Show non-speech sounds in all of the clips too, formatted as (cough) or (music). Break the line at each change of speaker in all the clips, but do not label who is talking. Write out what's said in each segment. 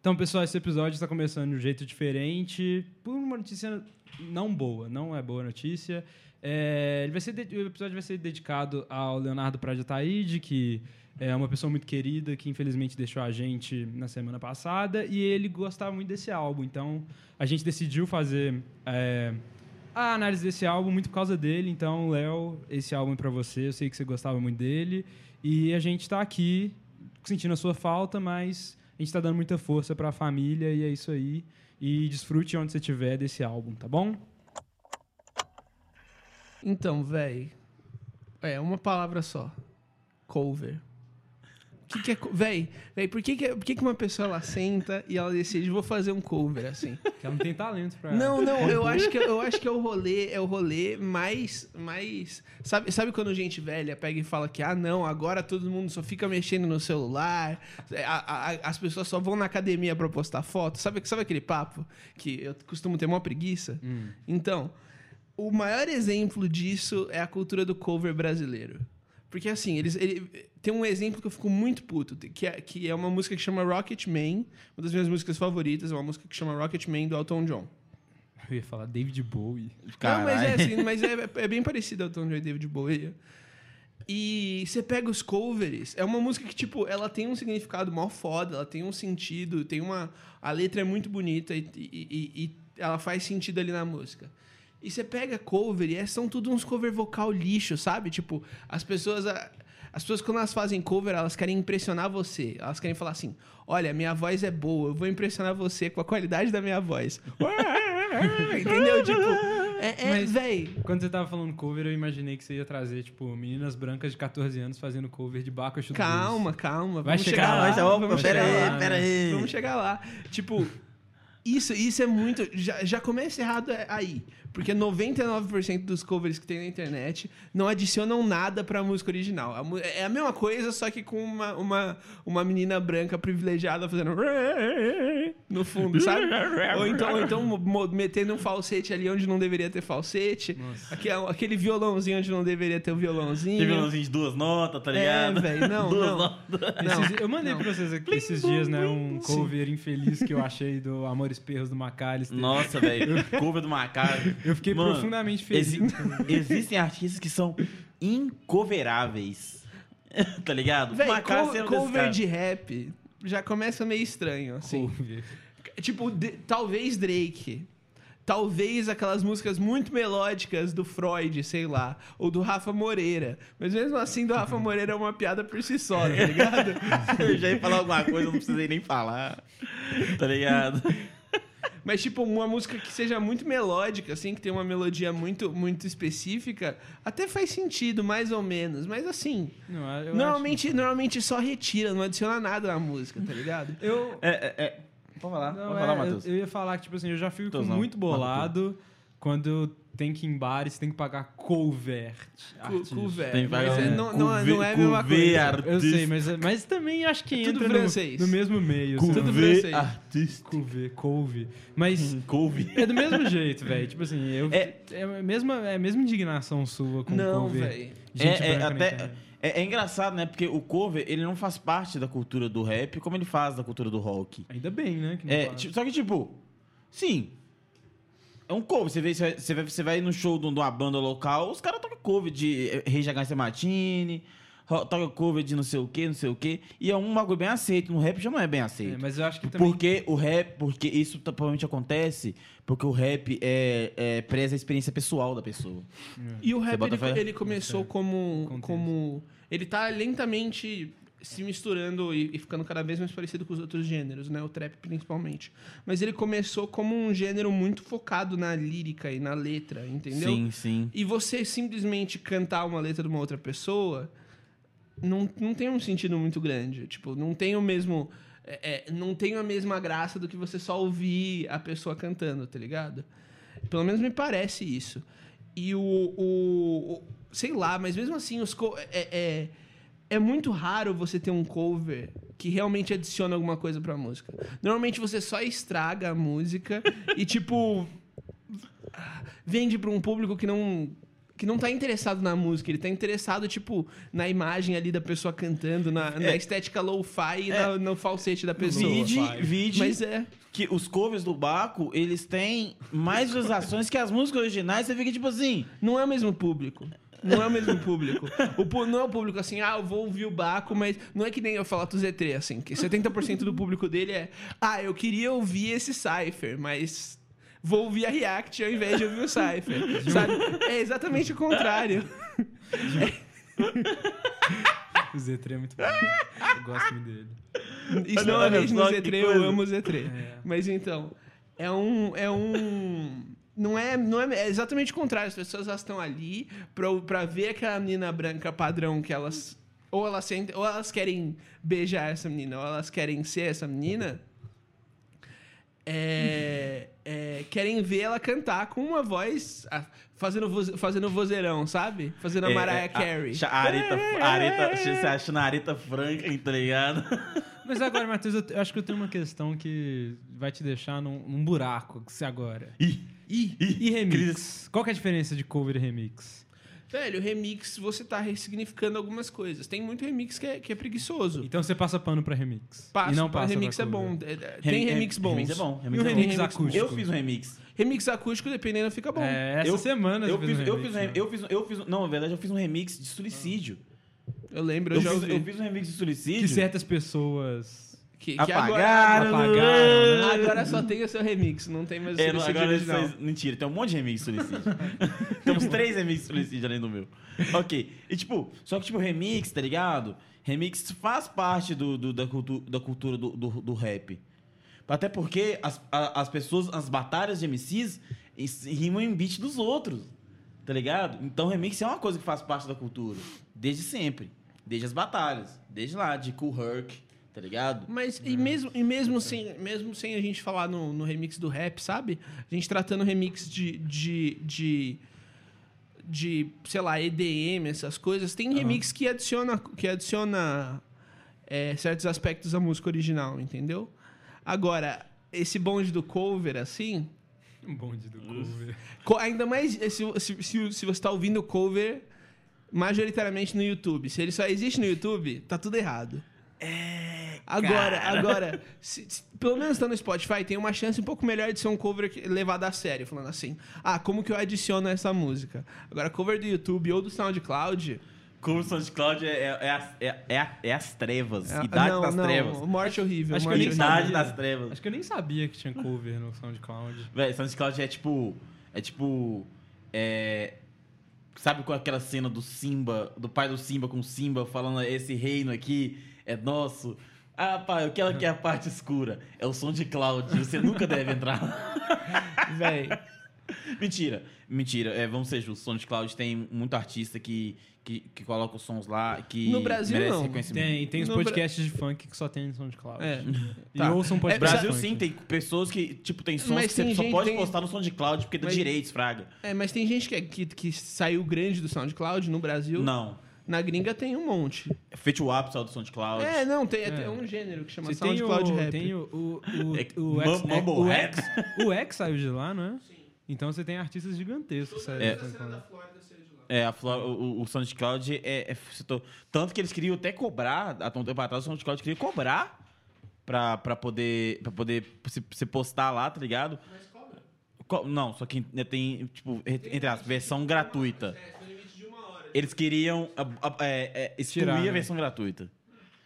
Então, pessoal, esse episódio está começando de um jeito diferente, por uma notícia não boa, não é boa notícia. É, ele vai ser de- o episódio vai ser dedicado ao Leonardo Prade Ataíde, que é uma pessoa muito querida, que infelizmente deixou a gente na semana passada, e ele gostava muito desse álbum. Então, a gente decidiu fazer é, a análise desse álbum muito por causa dele. Então, Léo, esse álbum é para você, eu sei que você gostava muito dele, e a gente está aqui sentindo a sua falta, mas a gente tá dando muita força pra família e é isso aí. E desfrute onde você estiver desse álbum, tá bom?
Então, véi. É, uma palavra só. Cover. O que, que é. co- Véi, véi, por que, que, é- por que, que uma pessoa ela senta e ela decide, vou fazer um cover assim?
Porque ela não tem talento pra.
Não, não, eu acho que, eu acho que é o rolê, é o rolê mais. mais sabe, sabe quando gente velha pega e fala que, ah, não, agora todo mundo só fica mexendo no celular, é, a- a- a- as pessoas só vão na academia pra postar foto? Sabe, sabe aquele papo que eu costumo ter maior preguiça? Então, o maior exemplo disso é a cultura do cover brasileiro. Porque assim, eles. ele- tem um exemplo que eu fico muito puto, que é, que é uma música que chama Rocket Man, uma das minhas músicas favoritas, é uma música que chama Rocket Man do Elton John.
Eu ia falar David Bowie.
Não, mas é
Caralho.
assim, mas é, é bem parecido ao Tom Joy David Bowie. E você pega os covers, é uma música que, tipo, ela tem um significado mó foda, ela tem um sentido, tem uma. A letra é muito bonita e, e- e- e ela faz sentido ali na música. E você pega cover e é- são tudo uns cover vocal lixo, sabe? Tipo, as pessoas. a- As pessoas, quando elas fazem cover, elas querem impressionar você. Elas querem falar assim: olha, minha voz é boa, eu vou impressionar você com a qualidade da
(laughs)
minha voz. Entendeu? Tipo, é, é
Mas-
véi.
Quando você tava falando cover, eu imaginei que você ia trazer, tipo, meninas brancas de 14 anos fazendo cover de Baco Blues.
Calma, calma.
Vai
vamos
chegar
chegar
lá,
lá.
é
mas,
opa,
vamos
pera
chegar
aí,
lá.
pera aí.
Vamos chegar lá. Tipo, isso, isso é muito. Já, já começa errado é- aí. Porque 99% dos covers que tem na internet não adicionam nada pra música original. A mu- É a mesma coisa, só que com uma, uma, uma menina branca privilegiada fazendo. No fundo, sabe? Ou então, ou então mo- metendo um falsete ali onde não deveria ter falsete. Aque- Aquele violãozinho onde não deveria ter o violãozinho.
Teve um lance de duas notas, tá
É,
ligado?
velho, não,
duas
não.
notas.
Não.
Esses- eu mandei pra vocês aqui esses dias, né? Um cover infeliz que eu achei do Amores Perros do Macalester.
Nossa, velho. (laughs) Cover do macaco.
Eu fiquei
Mano,
profundamente feliz.
exi- existem artistas que são incoveráveis. (laughs) tá ligado?
Véi,
Macaco
co-
sendo desse
cover
cara.
de rap já começa meio estranho, assim.
Cover.
Tipo, de- talvez Drake. Talvez aquelas músicas muito melódicas do Freud, sei lá, ou do Rafa Moreira. Mas mesmo assim, do Rafa Moreira é uma piada por si só, tá ligado?
(laughs)
(laughs) Eu já ia falar alguma coisa, eu não precisei nem falar. Tá ligado?
Mas, tipo, uma música que seja muito melódica, assim, que tem uma melodia muito, muito específica, até faz sentido, mais ou menos. Mas, assim,
Não, eu acho-
normalmente, normalmente só retira, não adiciona nada na música, tá ligado?
Eu,
É, é, é. Pode falar,
Não,
pode
é,
falar,
eu-
Matheus.
Eu, ia falar que, tipo assim, eu já fico
Matheus não,
muito
Matheus.
bolado quando tem que ir em bares, tem que pagar cover.
Cu,
artista.
cu, velho.
Tem
Mas
vaga-
é- não, não, é- não é a mesma
Cover
coisa.
artista.
Eu sei, mas, mas também acho que
É tudo
entra no,
francês.
no mesmo meio. assim.
Cover
tudo francês.
artista.
Cover, couve.
(laughs)
Mas
Couve.
é do mesmo jeito, velho. Tipo assim, eu, é,
É.
a mesma, é a mesma indignação sua com
Não,
cover.
velho.
Gente
é, é,
branca na
até,
internet.
é, é engraçado, né? Porque o cover, ele não faz parte da cultura do rap como ele faz da cultura do rock.
Ainda bem, né? que não
É,
fala.
tipo, só que, tipo, sim. É um cover. Você, vê, você, vai- você vai, você vai no show de uma banda local, os caras tocam cover de eh, Rei Jagan Martini, ro- toca cover de não sei o que, não sei o que. E é um bagulho bem aceito. No rap já não é bem aceito.
É, mas eu acho que também...
Porque o rap, porque isso tá- provavelmente acontece, porque o rap é, é preza a experiência pessoal da pessoa.
E o rap,
bota
ele,
fé?
ele começou como,
Contexto.
como... Ele tá lentamente se misturando e, e ficando cada vez mais parecido com os outros gêneros, né? O trap, principalmente. Mas ele começou como um gênero muito focado na lírica e na letra, entendeu?
Sim, sim.
E você simplesmente cantar uma letra de uma outra pessoa não, não tem um sentido muito grande. Tipo, não tem o mesmo. é, é, não tem a mesma graça do que você só ouvir a pessoa cantando, tá ligado? Pelo menos me parece isso. E o. o- o- sei lá, mas mesmo assim, os co- é, é, é muito raro você ter um cover que realmente adiciona alguma coisa pra música. Normalmente você só estraga a música e, tipo, vende pra um público que não que não tá interessado na música, ele tá interessado, tipo, na imagem ali da pessoa cantando, na, na estética lo-fi e na- no falsete da pessoa.
Vide, vide
Mas é.
que os covers do Baco, eles têm mais visualizações que as músicas originais. Você fica tipo assim,
Não é o mesmo público. Não é o mesmo público. O, pu- não é o público assim, ah, eu vou ouvir o Baco, mas não é que nem eu falar do Z3, assim, que 70% do público dele é, ah, eu queria ouvir esse Cypher, mas vou ouvir a React ao invés de ouvir o Cypher, sabe? É exatamente o contrário.
O Z3 é muito bom. Eu gosto muito dele.
Isso não é
Olha
mesmo
só que
Z3,
coisa.
eu amo o Z3.
É.
Mas então, é um. É um. Não é, não é, é exatamente o contrário. As pessoas elas estão ali pra, pra ver aquela menina branca padrão que elas. Ou elas, sentem, ou elas querem beijar essa menina, ou elas querem ser essa menina. É, é, querem ver ela cantar com uma voz. ah, fazendo, voz- fazendo vozeirão, sabe? Fazendo a
É,
Mariah
é,
Carey.
A, a Arita, a Arita, você acha na Arita Franklin, tá ligado?
Mas agora, Matheus, eu, te- eu acho que eu tenho uma questão que vai te deixar num, num buraco se agora.
Ih,
E,
ih,
e remix?
Cris.
Qual que é a diferença de cover e remix?
Velho, remix você tá ressignificando algumas coisas. Tem muito remix que é, que é preguiçoso.
Então você passa pano pra remix.
Passa,
e não
pra
passa
remix
pra
é
cover.
bom. É, é, Tem
rem-
remix bons.
Remix é bom.
E o
é bom.
remix
bom.
acústico?
Eu fiz um remix.
Remix acústico, dependendo, fica bom.
É, essa
Eu-
semana
Eu
você
fiz,
fez um
eu,
remix,
fiz
né?
um, rem- eu fiz um- eu fiz um- Não, na verdade, eu fiz um remix de suicídio.
Eu lembro,
Eu,
eu, já
fiz,
ouvi.
eu fiz um remix de suicídio.
Que certas pessoas...
Que, que agora,
Apagaram.
Apagaram,
né?
agora só tem o seu remix, não tem mais o
É,
seu
não,
CD
agora
original.
vocês... Mentira, tem um monte de remix de (laughs) suicídio. tem um uns três remix de suicídio além do meu. Ok. E tipo, só que tipo, remix, tá ligado? Remix faz parte do, do- da, cultu- da cultura do, do, do rap. Até porque as, a- as pessoas, as batalhas de MCs es- rimam em beat dos outros. Tá ligado? Então remix é uma coisa que faz parte da cultura. Desde sempre. Desde as batalhas. Desde lá, de Cool Herc, tá ligado?
Mas e mesmo, e mesmo, sem, mesmo sem a gente falar no, no remix do rap, sabe? A gente tratando remix de. de, de de, sei lá, EDM, essas coisas, tem remix que adiciona, que adiciona é, certos aspectos à música original, entendeu? Agora, esse bonde do cover, assim,
Um bonde do cover.
Co- Ainda mais eh, se, se, se, se você tá ouvindo cover majoritariamente no YouTube. Se ele só existe no YouTube, tá tudo errado. É. Agora, agora, se- se- pelo menos tá no Spotify, tem uma chance um pouco melhor de ser um cover que- levado a sério, falando assim: ah, como que eu adiciono essa música? Agora, cover do YouTube ou do SoundCloud.
Como SoundCloud é, é, é, as- é, é a- é as trevas.
é-
idade
não,
das
não,
trevas.
Morte horrível.
acho que
morte
eu nem
horrível.
sabia.
Idade das trevas.
Acho que eu nem sabia que tinha cover no SoundCloud.
Véi, SoundCloud é tipo. É tipo. É. Sabe com aquela cena do Simba, do pai do Simba com o Simba falando esse reino aqui é nosso? Ah, pai, o que ela quer é a parte escura? É o som de Cloud, você nunca deve entrar.
Véi.
(laughs) mentira, mentira. É, vamos ser justos, Sound Cloud tem muito artista que, que, que coloca os sons lá que
No Brasil,
merece
não.
reconhecimento.
Tem, tem os
No Bra-
podcasts de funk que só tem no SoundCloud.
É.
E
Tá.
ouçam
É,
podcast
Brasil
de funk.
sim, tem pessoas que, tipo, tem sons
Mas
que você
tem
só
gente-
pode
tem-
postar no som de cloud porque dá
Mas-
direitos, Fraga.
É, mas tem gente que, que, que saiu grande do SoundCloud no Brasil.
Não.
Na gringa tem um monte.
Fit o app só do som de cloud.
É, não, tem,
É.
tem um gênero que chama
Você tem
SoundCloud
o,
Rap.
Tem o, o, o,
É,
o
mu-
X, é,
mumble
o,
rap.
X, o X saiu de lá, não é? Sim. Então você tem artistas gigantescos. Sabe,
É.
Flórida seja lá.
É, a Flor- o, o SoundCloud é, é- citou- Tanto que eles queriam até cobrar, há um tempo atrás, o SoundCloud queria cobrar pra, pra poder, pra poder se, se postar lá, tá ligado?
Mas cobra.
Co- Não, só que ainda tem, tipo, entre as versão gratuita.
É, limite de uma hora.
Eles queriam a- a- é, é, excluir
Tirar, né?
a versão gratuita.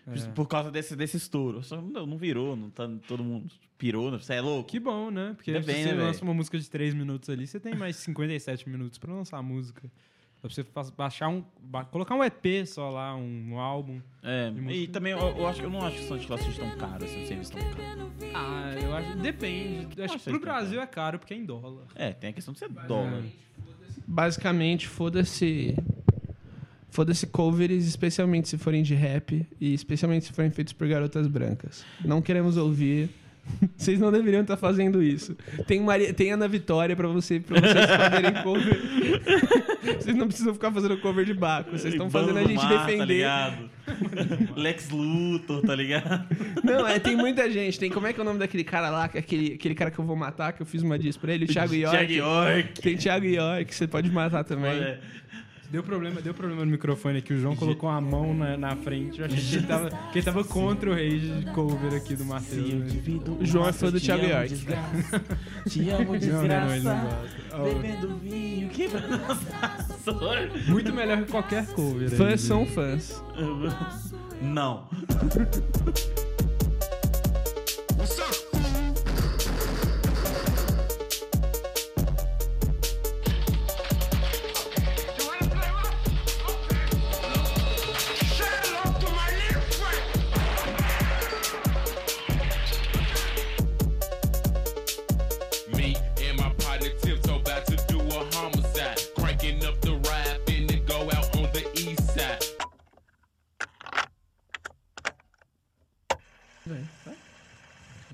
É.
Por causa desse, desse estouro. Só que não, não virou, não tá, todo mundo pirou, não, você é louco.
Que bom, né? Porque
Ainda
se
bem,
você
né, véi?
lança uma música de 3 minutos ali, você tem mais 57 minutos pra lançar a música. Pra você fa- baixar um. ba- colocar um EP só lá, um, álbum.
É, e
música.
também eu, eu acho, eu não acho que o SoundCloud seja tão caro, assim, um serviço tão caro.
Ah, eu acho. Depende. Acho que
Acho
pro
que-
Brasil é caro porque é em dólar.
É, tem a questão de ser
é,
dólar.
Basicamente, foda-se. Foda-se covers, especialmente se forem de rap e especialmente se forem feitos por garotas brancas. Não queremos ouvir (laughs) Vocês não deveriam estar fazendo isso. Tem, Maria, tem Ana Vitória pra, você, pra vocês fazerem cover. vocês não precisam ficar fazendo cover de Baco. Vocês estão fazendo a
Bando
gente
Mar, Tá
defender.
ligado?
(laughs)
Lex Luthor, tá ligado?
não, é, tem muita gente. Tem, como é que é o nome daquele cara lá, que é aquele, aquele cara que eu vou matar, que eu fiz uma diz pra ele, o Thiago York.
Jack York.
Tem Thiago York, que você pode matar também.
Olha,
Deu problema, deu problema no microfone aqui. O João colocou a mão na, na frente. Eu achei que ele, tava, que ele tava contra o rage cover aqui do Matheus. né?
O João é fã do Thiago York. (laughs)
Te amo,
Não, não, não, ele não gosta. Ó,
Bebendo vinho, quebrando as taças.
Muito melhor que qualquer cover. aí,
Fãs
de-
são fãs.
Não.
You wanna play rough? Okay. Say hello to my little friend.
Me and my partner Tiptoe about to do a homicide. Cranking up the ride, finna go out on the east side.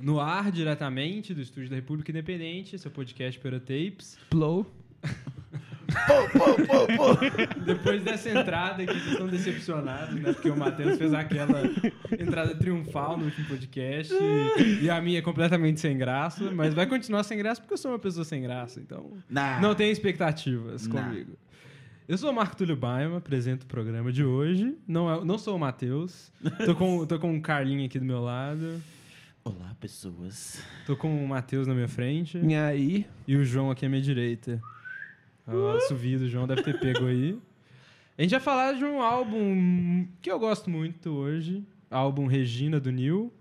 No ar, diretamente do estúdio da República Independente, seu podcast Pera Tapes.
Blow.
Depois dessa entrada que vocês estão decepcionados, né? Porque o Matheus fez aquela entrada triunfal no último podcast. E, e a minha é completamente sem graça. Mas vai continuar sem graça porque eu sou uma pessoa sem graça. Então,
Nah.
não tenha expectativas
Nah.
comigo. Eu sou o Marco Túlio Baima, apresento o programa de hoje. Não, é- não sou o Matheus. Tô com, tô com o Carlinho aqui do meu lado.
Olá, pessoas.
Tô com o Matheus na minha frente.
E aí?
E o João aqui à minha direita. Ah, O assobio do João deve ter pego aí. A gente vai falar de um álbum que eu gosto muito hoje. Álbum Regina do Neil.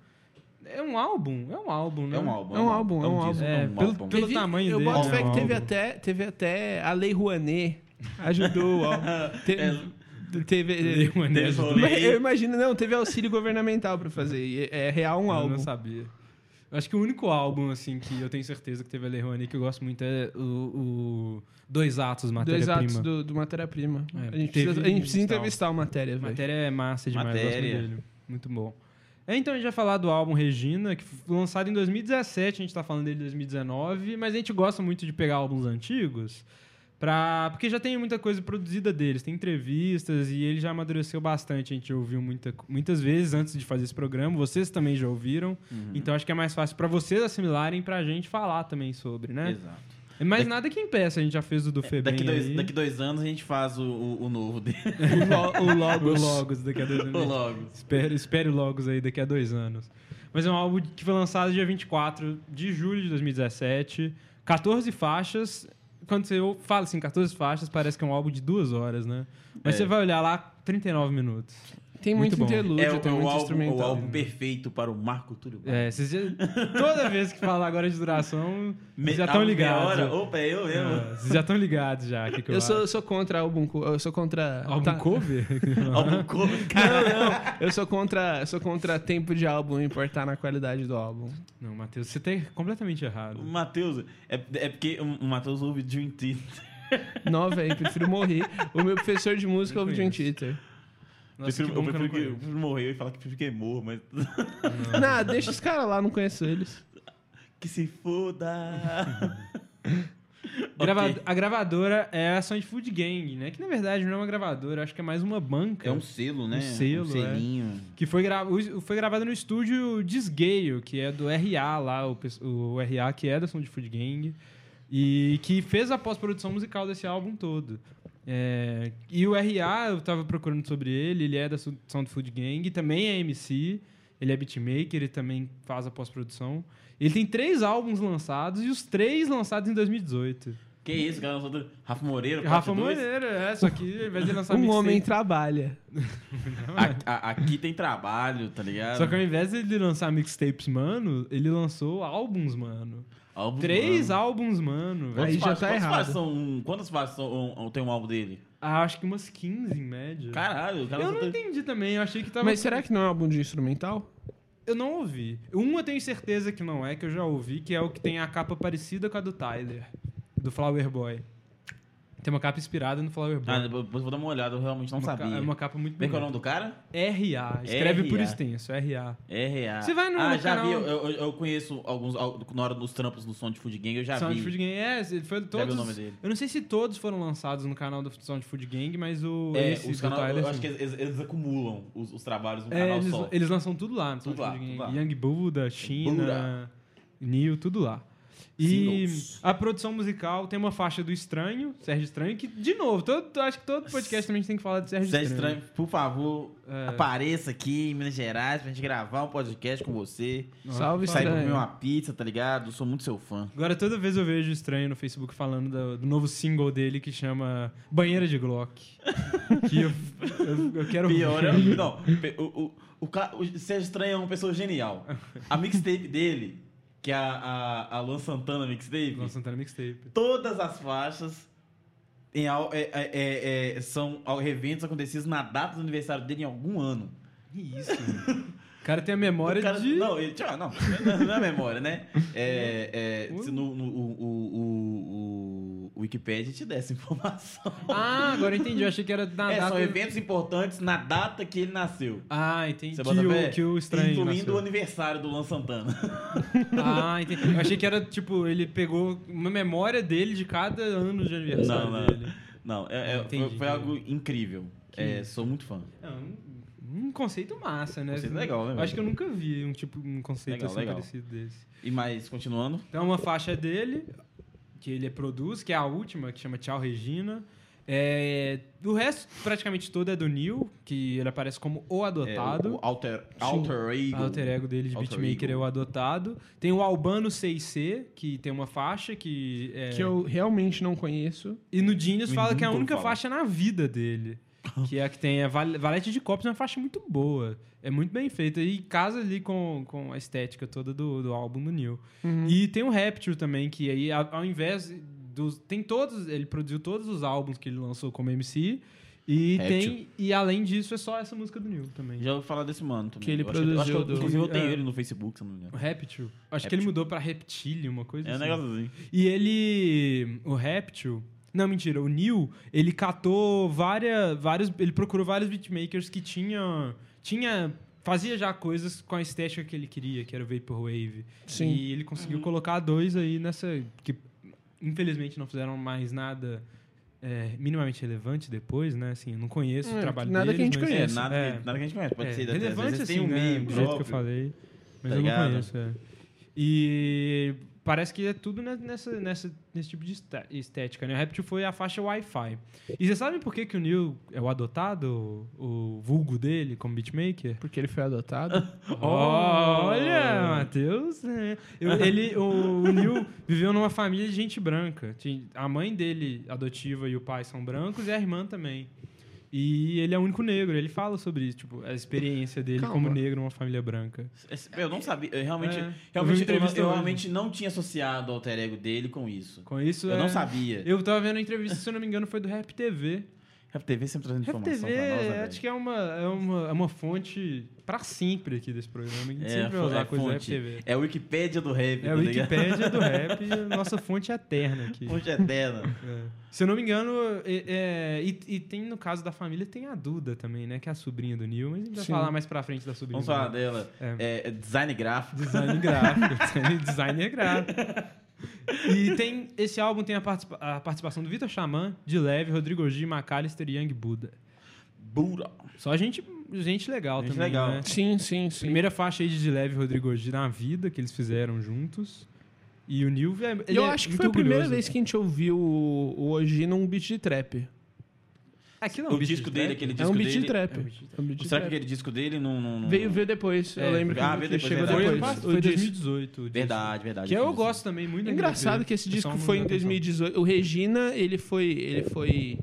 É um álbum? É um álbum, né?
É um álbum.
É um álbum, é um álbum.
disco,
É,
um
pelo-
álbum.
pelo- tamanho
eu
dele,
boto
né,
fé
o
que teve
álbum.
até, teve até a Lei Rouanet. Ajudou,
(laughs)
ó. Te-
É. Lei
teve.
Rouanet
Mas
ajudou.
Eu imagino, não, teve auxílio governamental pra fazer. e É é real um
Eu
álbum.
não sabia. Eu acho que o único álbum, assim, que eu tenho certeza que teve a Lerone que eu gosto muito é o, o Dois Atos, Matéria
Dois atos
Prima.
do, do Matéria-Prima.
É,
a
teve
gente precisa, a gente precisa
um
entrevistar o Matéria,
A
velho.
Matéria é massa demais, eu gosto
Matéria.
muito dele. Muito bom. É, então a gente vai falar do álbum Regina, que foi lançado em 2017, a gente tá falando dele em 2019, mas a gente gosta muito de pegar álbuns antigos, pra... porque já tem muita coisa produzida deles, tem entrevistas e ele já amadureceu bastante, a gente ouviu muita, muitas vezes antes de fazer esse programa, vocês também já ouviram,
Uhum.
então acho que é mais fácil pra vocês assimilarem e pra gente falar também sobre,
é.
né?
Exato.
Mas nada que impeça, a gente já fez o do Febem
É, Daqui dois,
aí.
daqui dois anos a gente faz o, o, o
(laughs)
novo dele.
O, lo- o Logos.
(laughs) O Logos, daqui a dois anos.
o logo.
Espere, espere logos aí daqui a dois anos. Mas é um álbum que foi lançado dia 24 de julho de 2017. 14 faixas. Quando você ou- fala assim, 14 faixas, parece que é um álbum de duas horas, né? Mas
É.
você vai olhar lá, 39 minutos.
Tem
Muito
muito,
bom.
interlúdio,
É, o-
tem
é o,
muito
álbum, é o
instrumental.
álbum perfeito para o Marco Túlio. Barros.
É, vocês já- toda vez que falar agora de duração,
É.
Me-
vocês já estão
a meia
ligados.
hora, Opa, é eu mesmo.
É, vocês já estão ligados já. o Que que eu,
Eu sou,
acho.
eu sou contra álbum. co- Eu sou contra.
Álbum
tá-
(laughs)
cover?
Álbum cover, cara.
Não,
(laughs)
não. Eu sou contra, eu sou contra tempo de álbum importar na qualidade do álbum.
Não, Matheus, você tá completamente errado.
O Matheus, é, é porque o Matheus ouve um Dream Theater.
Não, velho, prefiro morrer. O meu professor de música
Não
ouve Dream
conheço.
Theater.
Nossa,
eu,
que bom que eu
prefiro
não
que- eu
conheço.
(laughs) prefiro morrer e falar que prefiro que morra, mas. (laughs)
Não, deixa os caras lá, não conheço eles.
que
(laughs)
se foda!
Grava-
Ok.
A gravadora é a Sound Food Gang, né? Que na verdade não é uma gravadora, acho que é mais uma banca.
É um selo, né?
Um selo,
é.
selinho.
Que foi, gra- o- foi gravada no estúdio Disgale, que é do RA lá, o, pes- o RA que é da Sound Food Gang. E que fez a pós-produção musical desse álbum todo. É, e o RA, eu tava procurando sobre ele, ele é da Su- Sound Food Gang, também é MC, ele é beatmaker, ele também faz a pós-produção. Ele tem três álbuns lançados e os três lançados em 2018.
Que isso, cara? Só do- Rafa Moreira,
Rafa
parte dois.
Moreira, é, só que ao invés de lançar
(laughs) um
mixtape-
homem trabalha.
A- a- Aqui tem trabalho, tá ligado?
Só que ao invés de ele lançar mixtapes, mano, ele lançou álbuns, mano.
Álbum,
Três
mano.
álbuns, mano. velho.
Quantos
Aí já
fa-
tá
quantos
errado.
faixas são um- Quantas faixas são um- um- tem um álbum dele?
Ah, acho que umas 15 em média.
Caralho, o cara
eu
só
não
tem-
entendi também, eu achei que tava.
Mas será que não é um álbum de instrumental?
Eu não ouvi. Um eu tenho certeza que não é, que eu já ouvi, que é o que tem a capa parecida com a do Tyler, do Flower Boy. Tem uma capa inspirada no Flower Boy.
Ah, depois eu vou dar uma olhada, eu realmente não
Uma ca-
sabia.
É uma capa muito
Vem qual é o
bonita.
nome do cara?
R.A. Escreve por
R.A..
extenso, R.A.
R.A.
Você vai no
Ah, já
canal-
vi, eu, eu, eu conheço alguns. al- Na hora dos trampos do Som de Food Gang, eu já
Sound
vi.
Food Gang, é, ele foi todos.
nome dele.
Eu não sei se todos foram lançados no canal do Sound Food Gang, mas o
É,
esse
os
do
canal,
Tyler,
eu acho
sim.
que eles, eles acumulam os, os trabalhos num
É,
canal
eles,
só.
eles lançam tudo lá no Sound
Tudo lá,
Food Gang.
tudo lá.
Young Buddha, China,
Buddha.
New, tudo lá. E
Singles.
a produção musical tem uma faixa do Estranho, Sérgio Estranho, que, de novo, todo, acho que todo podcast também a gente tem que falar de Sérgio,
Zé é Estranho, por favor,
É.
apareça aqui em Minas Gerais pra gente gravar um podcast com você.
Nossa,
Salve,
fala- é um
Sair pra comer
Estranho.
uma pizza, tá ligado? Eu sou muito seu fã.
Agora, toda vez eu vejo o Estranho no Facebook falando do, do novo single dele que chama Banheira de Glock. (laughs) que eu, eu, eu quero
Pior é.
ver.
Não, pe- o, o, o, ca- o Sérgio Estranho é uma pessoa genial. A mixtape dele, que é a, a, a Luan Santana mixtape,
Luan Santana Mixtape.
todas as faixas em al- é- é- é- é- são ao- eventos acontecidos na data do aniversário dele em algum ano.
Que isso, mano. (laughs) O cara tem a memória
O cara-
de.
Não, ele, tchau, não, (laughs) não, não é memória, né? É, é, se no, no- o, o, o- o- o Wikipedia te dá essa informação.
Ah, agora eu entendi. Eu achei que era na
(laughs) É,
data.
são eventos importantes na data que ele nasceu.
Ah, entendi.
Você
Que
bota fé?
o, que o estranho.
Incluindo o
nasceu.
aniversário do Luan Santana.
Ah, entendi. Eu achei que era tipo, ele pegou uma memória dele de cada ano de aniversário
Não, não.
dele.
Não, é- é-
Entendi,
foi, foi algo incrível. É, sou muito fã.
É um, um conceito massa, né?
Conceito legal, né,
Eu
velho?
Acho que eu nunca vi um tipo um conceito
Legal,
assim
legal.
parecido desse.
E mais, continuando.
Então, uma faixa dele, que ele produz, que é a última, que chama Tchau Regina. É, o resto, praticamente todo, é do Neil, que ele aparece como o
é,
adotado.
o, o alter, alter
O
Ego.
alter ego dele de
Alter
beatmaker
ego.
é o adotado. Tem o Albano 6C, que tem uma faixa que... É...
Que eu realmente não conheço.
E no Genius fala que é a
Nunca
única
fala.
faixa na vida dele. Que é a que tem a Val- Valete de Copos, é uma faixa muito boa. É muito bem feita e casa ali com, com a estética toda do, do álbum do Neil. E tem o Rapture também, que aí a- ao invés dos... Tem todos... Ele produziu todos os álbuns que ele lançou como MC. E
Rapture.
tem... E além disso, é só essa música do Neil também.
Já ouvi falar desse mano também.
Que ele
Eu acho eu- eu acho
produziu
eu-
do-
Inclusive, eu tenho
É.
ele no Facebook, se eu não me engano.
O Rapture. Acho que ele mudou pra Reptile, uma coisa
É um
assim.
negóciozinho.
E ele. O Reptil. Não, mentira, o Neil, ele catou várias. Vários, ele procurou vários beatmakers que tinham. Tinha. Fazia já coisas com a estética que ele queria, que era o Vaporwave.
Sim.
E ele
Uhum.
conseguiu colocar dois aí nessa. Que infelizmente não fizeram mais nada é, minimamente relevante depois, né? Assim, eu não conheço o
É,
trabalho
nada que a
deles,
gente
mas-
É,
conheça. Isso,
nada,
é.
Que, nada que a gente conhece. Pode
É,
ser até, às
relevante
vezes
assim,
tem um
né?
meme
do jeito que eu
próprio.
falei. Mas
tá
eu não
ligado?
conheço, é. E parece que é tudo ne- nessa, nessa, nesse tipo de esta- estética, né? O Rapture foi a faixa Wi-Fi. E vocês sabem por que, que o Neil é o adotado, o vulgo dele como beatmaker?
Porque ele
(laughs)
foi adotado.
Olha,
Oh.
Matheus. né? Eu- Ele, o, o Neil viveu numa família de gente branca. Tinha- A mãe dele, adotiva, e o pai são brancos, e a irmã também. E ele é o único negro. Ele fala sobre isso, tipo, a experiência dele
Calma.
como negro numa família branca.
Esse- É, Eu não sabia. Eu realmente,
É. Eu vi
realmente, eu,
entrevista
eu
hoje.
realmente não tinha associado o alter ego dele com isso.
Com isso,
Eu
é-
não sabia.
Eu tava vendo a entrevista, se eu não me engano, foi do Rap TV.
Rap TV sempre trazendo
Rap
informação
TV,
pra nós, né,
acho
velho?
que é uma, é, uma, é uma fonte pra sempre aqui desse programa. A gente sempre vai
É, a
usar
fo-
coisa do Rap
fonte. (laughs)
TV.
É a Wikipédia do rap,
É a
tá ligado?
Wikipédia do rap, a nossa fonte é eterna
(laughs)
aqui.
Fonte eterna.
É. Se eu não me engano, é- é- e, e tem no caso da família, tem a Duda também, né? Que é a sobrinha do Neil, mas a gente vai
Sim.
falar mais pra frente da sobrinha.
Vamos falar
do Neil.
dela.
É.
É, é design gráfico.
Design (laughs) gráfico, design- designer gráfico. E tem, esse álbum tem a, participa- a participação do Vitor Xamã, de Leve, Rodrigo G, McAllister e Young Buda.
Buda.
Só gente, gente legal
Gente
também,
legal.
né?
Sim, sim, sim.
Primeira faixa aí de De Leve e Rodrigo G na vida, que eles fizeram juntos. E o Neil, é- ele
E eu
é
acho que
muito
foi a primeira
orgulhoso.
vez que a gente ouviu o o Oji num beat de trap.
Aquilo é um
O
beat
disco
de
dele,
trap?
aquele
É
disco
um beat de
dele.
trap.
É um beat de
É um beat de
Será que
trap.
aquele disco dele não. não- não-
Veio, veio depois.
É,
eu lembro que
ah,
que
veio depois,
chegou
Foi,
verdade.
depois.
ano passado,
O
né? foi
disco.
2018. o disco.
Verdade, verdade.
Que eu
verdade.
gosto também muito.
É engraçado que esse
um
disco foi em 2018. O Regina, ele foi. Ele foi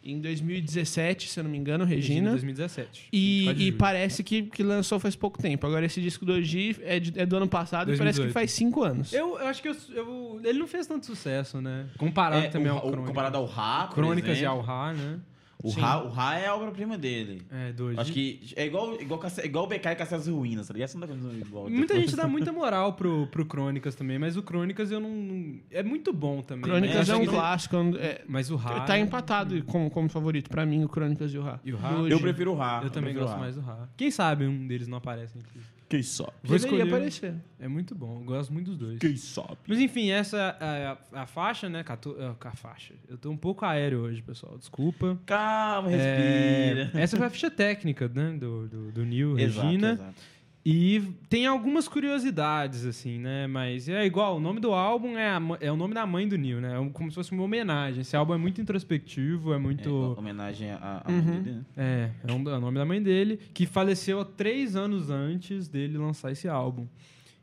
em 2017, se eu não me engano, Regina.
2017.
E,
24 de
e
julho.
parece que, que lançou faz pouco tempo. Agora esse disco do Oji é, de- é do ano passado e parece que
2018.
faz cinco anos.
Eu, eu acho que eu, eu- ele não fez tanto sucesso, né? Comparado
É,
também
o-
ao
o-
Crônicas.
Comparado ao Rá. por
Crônicas e
exemplo.
ao Ra, né?
O Ra, o Ra é a obra-prima dele.
É, doido.
Acho que é igual, igual, Castelo- igual o BK e Castelas Ruínas, tá ligado? Você não tá vendo igual.
Muita gente dá muita moral pro, pro Crônicas também, mas o Crônicas eu não. não- é muito bom também.
Crônicas
mas
é
acho
um
que-
clássico. é-
Mas o Ra.
tá empatado como, como favorito pra mim, o Crônicas e o Ra.
E o Ra?
Hoje.
Eu prefiro o Ra.
Eu também
prefiro o
gosto
Ra.
mais do Ra. Quem sabe um deles não aparece aqui.
Quem sabe?
Vou escolher
Deveria
aparecer.
É muito bom, eu gosto muito dos dois.
Quem sabe?
Mas enfim, essa é a, a faixa, né? 14 é, a faixa. Eu tô um pouco aéreo hoje, pessoal. Desculpa.
Calma,
É,
respira.
essa foi a ficha técnica, né? Do, do, do Neil
Exato,
Regina.
exato. É
E tem algumas curiosidades, assim, né? Mas é igual, o nome do álbum é, a mã- é o nome da mãe do Neil, né? É um- como se fosse uma homenagem. Esse álbum é muito introspectivo, é
É,
muito.
homenagem a, a mãe dele, né?
É, é, um, é o nome da mãe dele, que faleceu há três anos antes dele lançar esse álbum.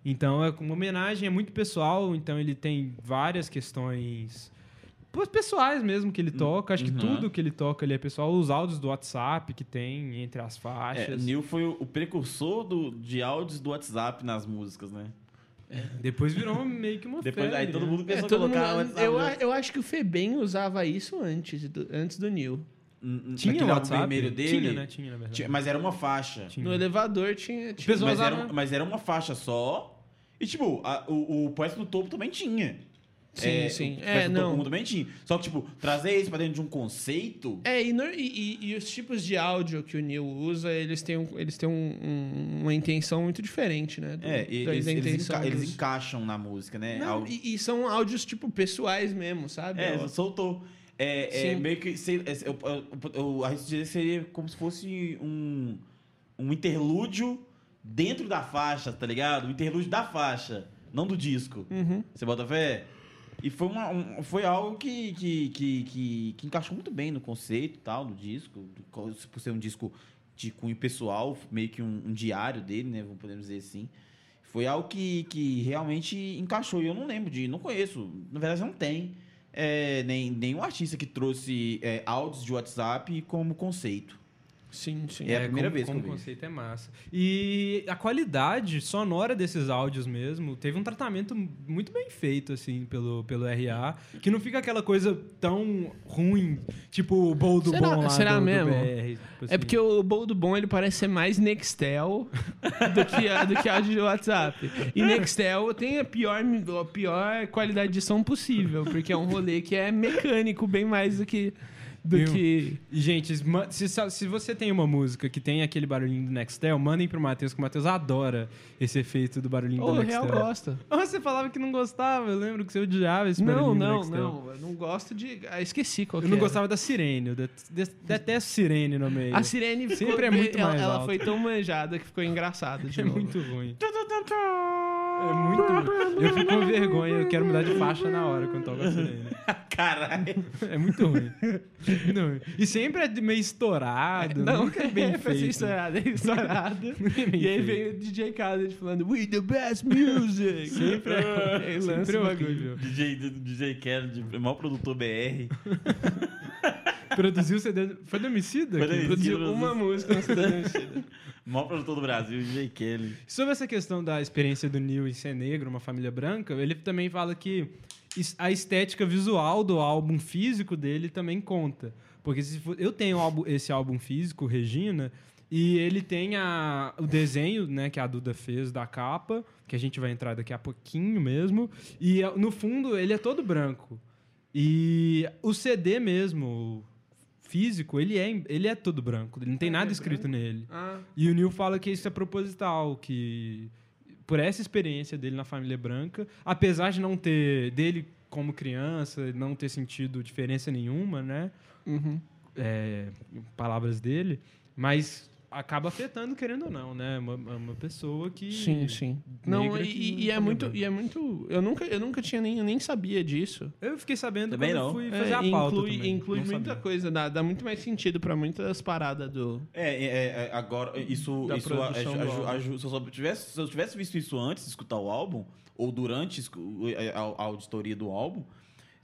Então é uma homenagem, é muito pessoal, então ele tem várias questões pô, pessoais mesmo que ele toca. Acho que
uhum.
tudo que ele toca ali é pessoal, os áudios do WhatsApp que tem entre as
É,
faixas.
Neil foi o, o precursor do, de áudios do WhatsApp nas músicas, né?
Depois virou meio que uma
Depois
febre,
aí todo
né?
mundo
É,
começou a
todo
colocar
mundo-
WhatsApp. né?
eu, a- eu acho que o Febem usava isso antes do, antes do Neil.
Tinha
N- naquele
o
álbum
WhatsApp?
vermelho dele.
Tinha, né? Tinha, na verdade.
Tinha- mas era uma faixa.
Tinha.
No elevador tinha. tinha-
pessoal
Mas era, um,
usava-
mas era uma faixa só. E, tipo, a- o, o Poeta no Topo também tinha.
Sim, sim.
O
É,
Poeta no Topo
não.
também tinha. Só que, tipo, trazer isso pra dentro de um conceito...
É, e, no- e- e- e os tipos de áudio que o Neil usa, eles têm, um- eles têm um- um- uma intenção muito diferente, né? do- da-
É, e-
da
eles, eles
intenção
enca- eles
dos-
encaixam na música, né?
Não,
Algo-
e, e são áudios, tipo, pessoais mesmo, sabe?
É,
Ó,
soltou. É, é,
Sim.
meio que. Sei, é, eu, eu, eu arrisco dizer que seria como se fosse um, um interlúdio dentro da faixa, tá ligado? Um interlúdio da faixa, não do disco.
uhum.
Você bota fé? E foi, uma, um- foi algo que, que, que, que, que encaixou muito bem no conceito e tal, do disco. do co- Por ser um disco de cunho pessoal, meio que um, um diário dele, né? Vamos- Podemos dizer assim. Foi algo que, que realmente encaixou. E eu não lembro de. Não conheço. Na verdade, não tem é, nem, nenhum artista que trouxe é, áudios de WhatsApp como conceito.
Sim, sim.
É a primeira
como,
vez que
como
eu vi.
conceito é massa. E a qualidade sonora desses áudios mesmo teve um tratamento muito bem feito, assim, pelo, pelo RA, que não fica aquela coisa tão ruim, tipo o Bowl do
Será-
Bom lá
será
do, do
mesmo?
BR, tipo
É
assim.
porque o Boldo Bom ele parece ser mais Nextel (laughs) do que a, do que a de WhatsApp. E Nextel tem a pior, a pior qualidade de som possível, porque é um rolê que é mecânico bem mais do que. Do
Viu?
que...
E, Gente, ma- se, sa- se você tem uma música que tem aquele barulhinho do Nextel, mandem pro Matheus, que o Matheus adora esse efeito do barulhinho do
Ou o
Nextel.
Real
(laughs)
gosta.
Ah, Você falava que não gostava, eu lembro que você odiava esse
Não,
barulhinho do
não,
Nextel.
não. Eu não gosto de. Ah, esqueci qual
Eu
que
não
era.
gostava da sirene, eu det- det- detesto sirene no meio.
A Sirene
Sempre
ficou-
é muito
ela,
mais
ela
alto.
foi tão manjada que ficou engraçada (laughs) de
É
novo.
muito ruim. É muito ruim. Eu fico com vergonha, eu quero mudar de faixa na hora quando toco a sirene.
Caralho! (laughs)
É muito ruim. Muito ruim. E sempre é de meio estourado.
Não,
nunca é bem
(laughs) é, foi assim,
feito. (laughs)
(laughs)
é
estourado, é estourado.
bem
e aí
feito.
veio o DJ Khaled falando, we the best music.
Sempre
(laughs)
é,
Ele lança
sempre é
o
horrível.
DJ, DJ Khaled, é o maior produtor BR.
Produziu o CD. do- Foi do Emicida?
Foi do
que
Emicida.
produziu?
Produziu uma música na
né?
cidade
maior produtor do Brasil, DJ Kelly.
Sobre essa questão da experiência do Neil em ser negro, uma família branca, ele também fala que es- a estética visual do álbum físico dele também conta. Porque se for- eu tenho o álbum- esse álbum físico, Regina, e ele tem a- o desenho né, que a Duda fez da capa, que a gente vai entrar daqui a pouquinho mesmo. E eh, no fundo ele é todo branco. E o CD mesmo, o físico, ele é, em- ele é todo branco. Ele não tem
Ah, ele
nada
é
escrito nele.
Ah,
E o Neil fala que isso é proposital, que por essa experiência dele na família branca, apesar de não ter dele como criança, não ter sentido diferença nenhuma, né?
uhum.
É, palavras dele, mas acaba afetando querendo ou não, né? Uma, uma pessoa que
Sim, sim.
Negra
Não,
que
e,
não
e é
tá
muito,
lembrando.
e é muito. Eu nunca, eu nunca tinha nem, eu nem sabia disso.
eu fiquei sabendo
Também
quando
não.
eu fui fazer a
É,
pauta
inclui
também.
inclui
Não
muita
sabia.
coisa, dá, dá muito mais sentido pra muitas paradas do.
É, é, é, agora, isso.
Da
isso
produção
aju-
do
aju-
álbum.
aju- se, eu soube- tivesse, se eu tivesse visto isso antes de escutar o álbum, ou durante escu- é, a, a- a auditoria do álbum,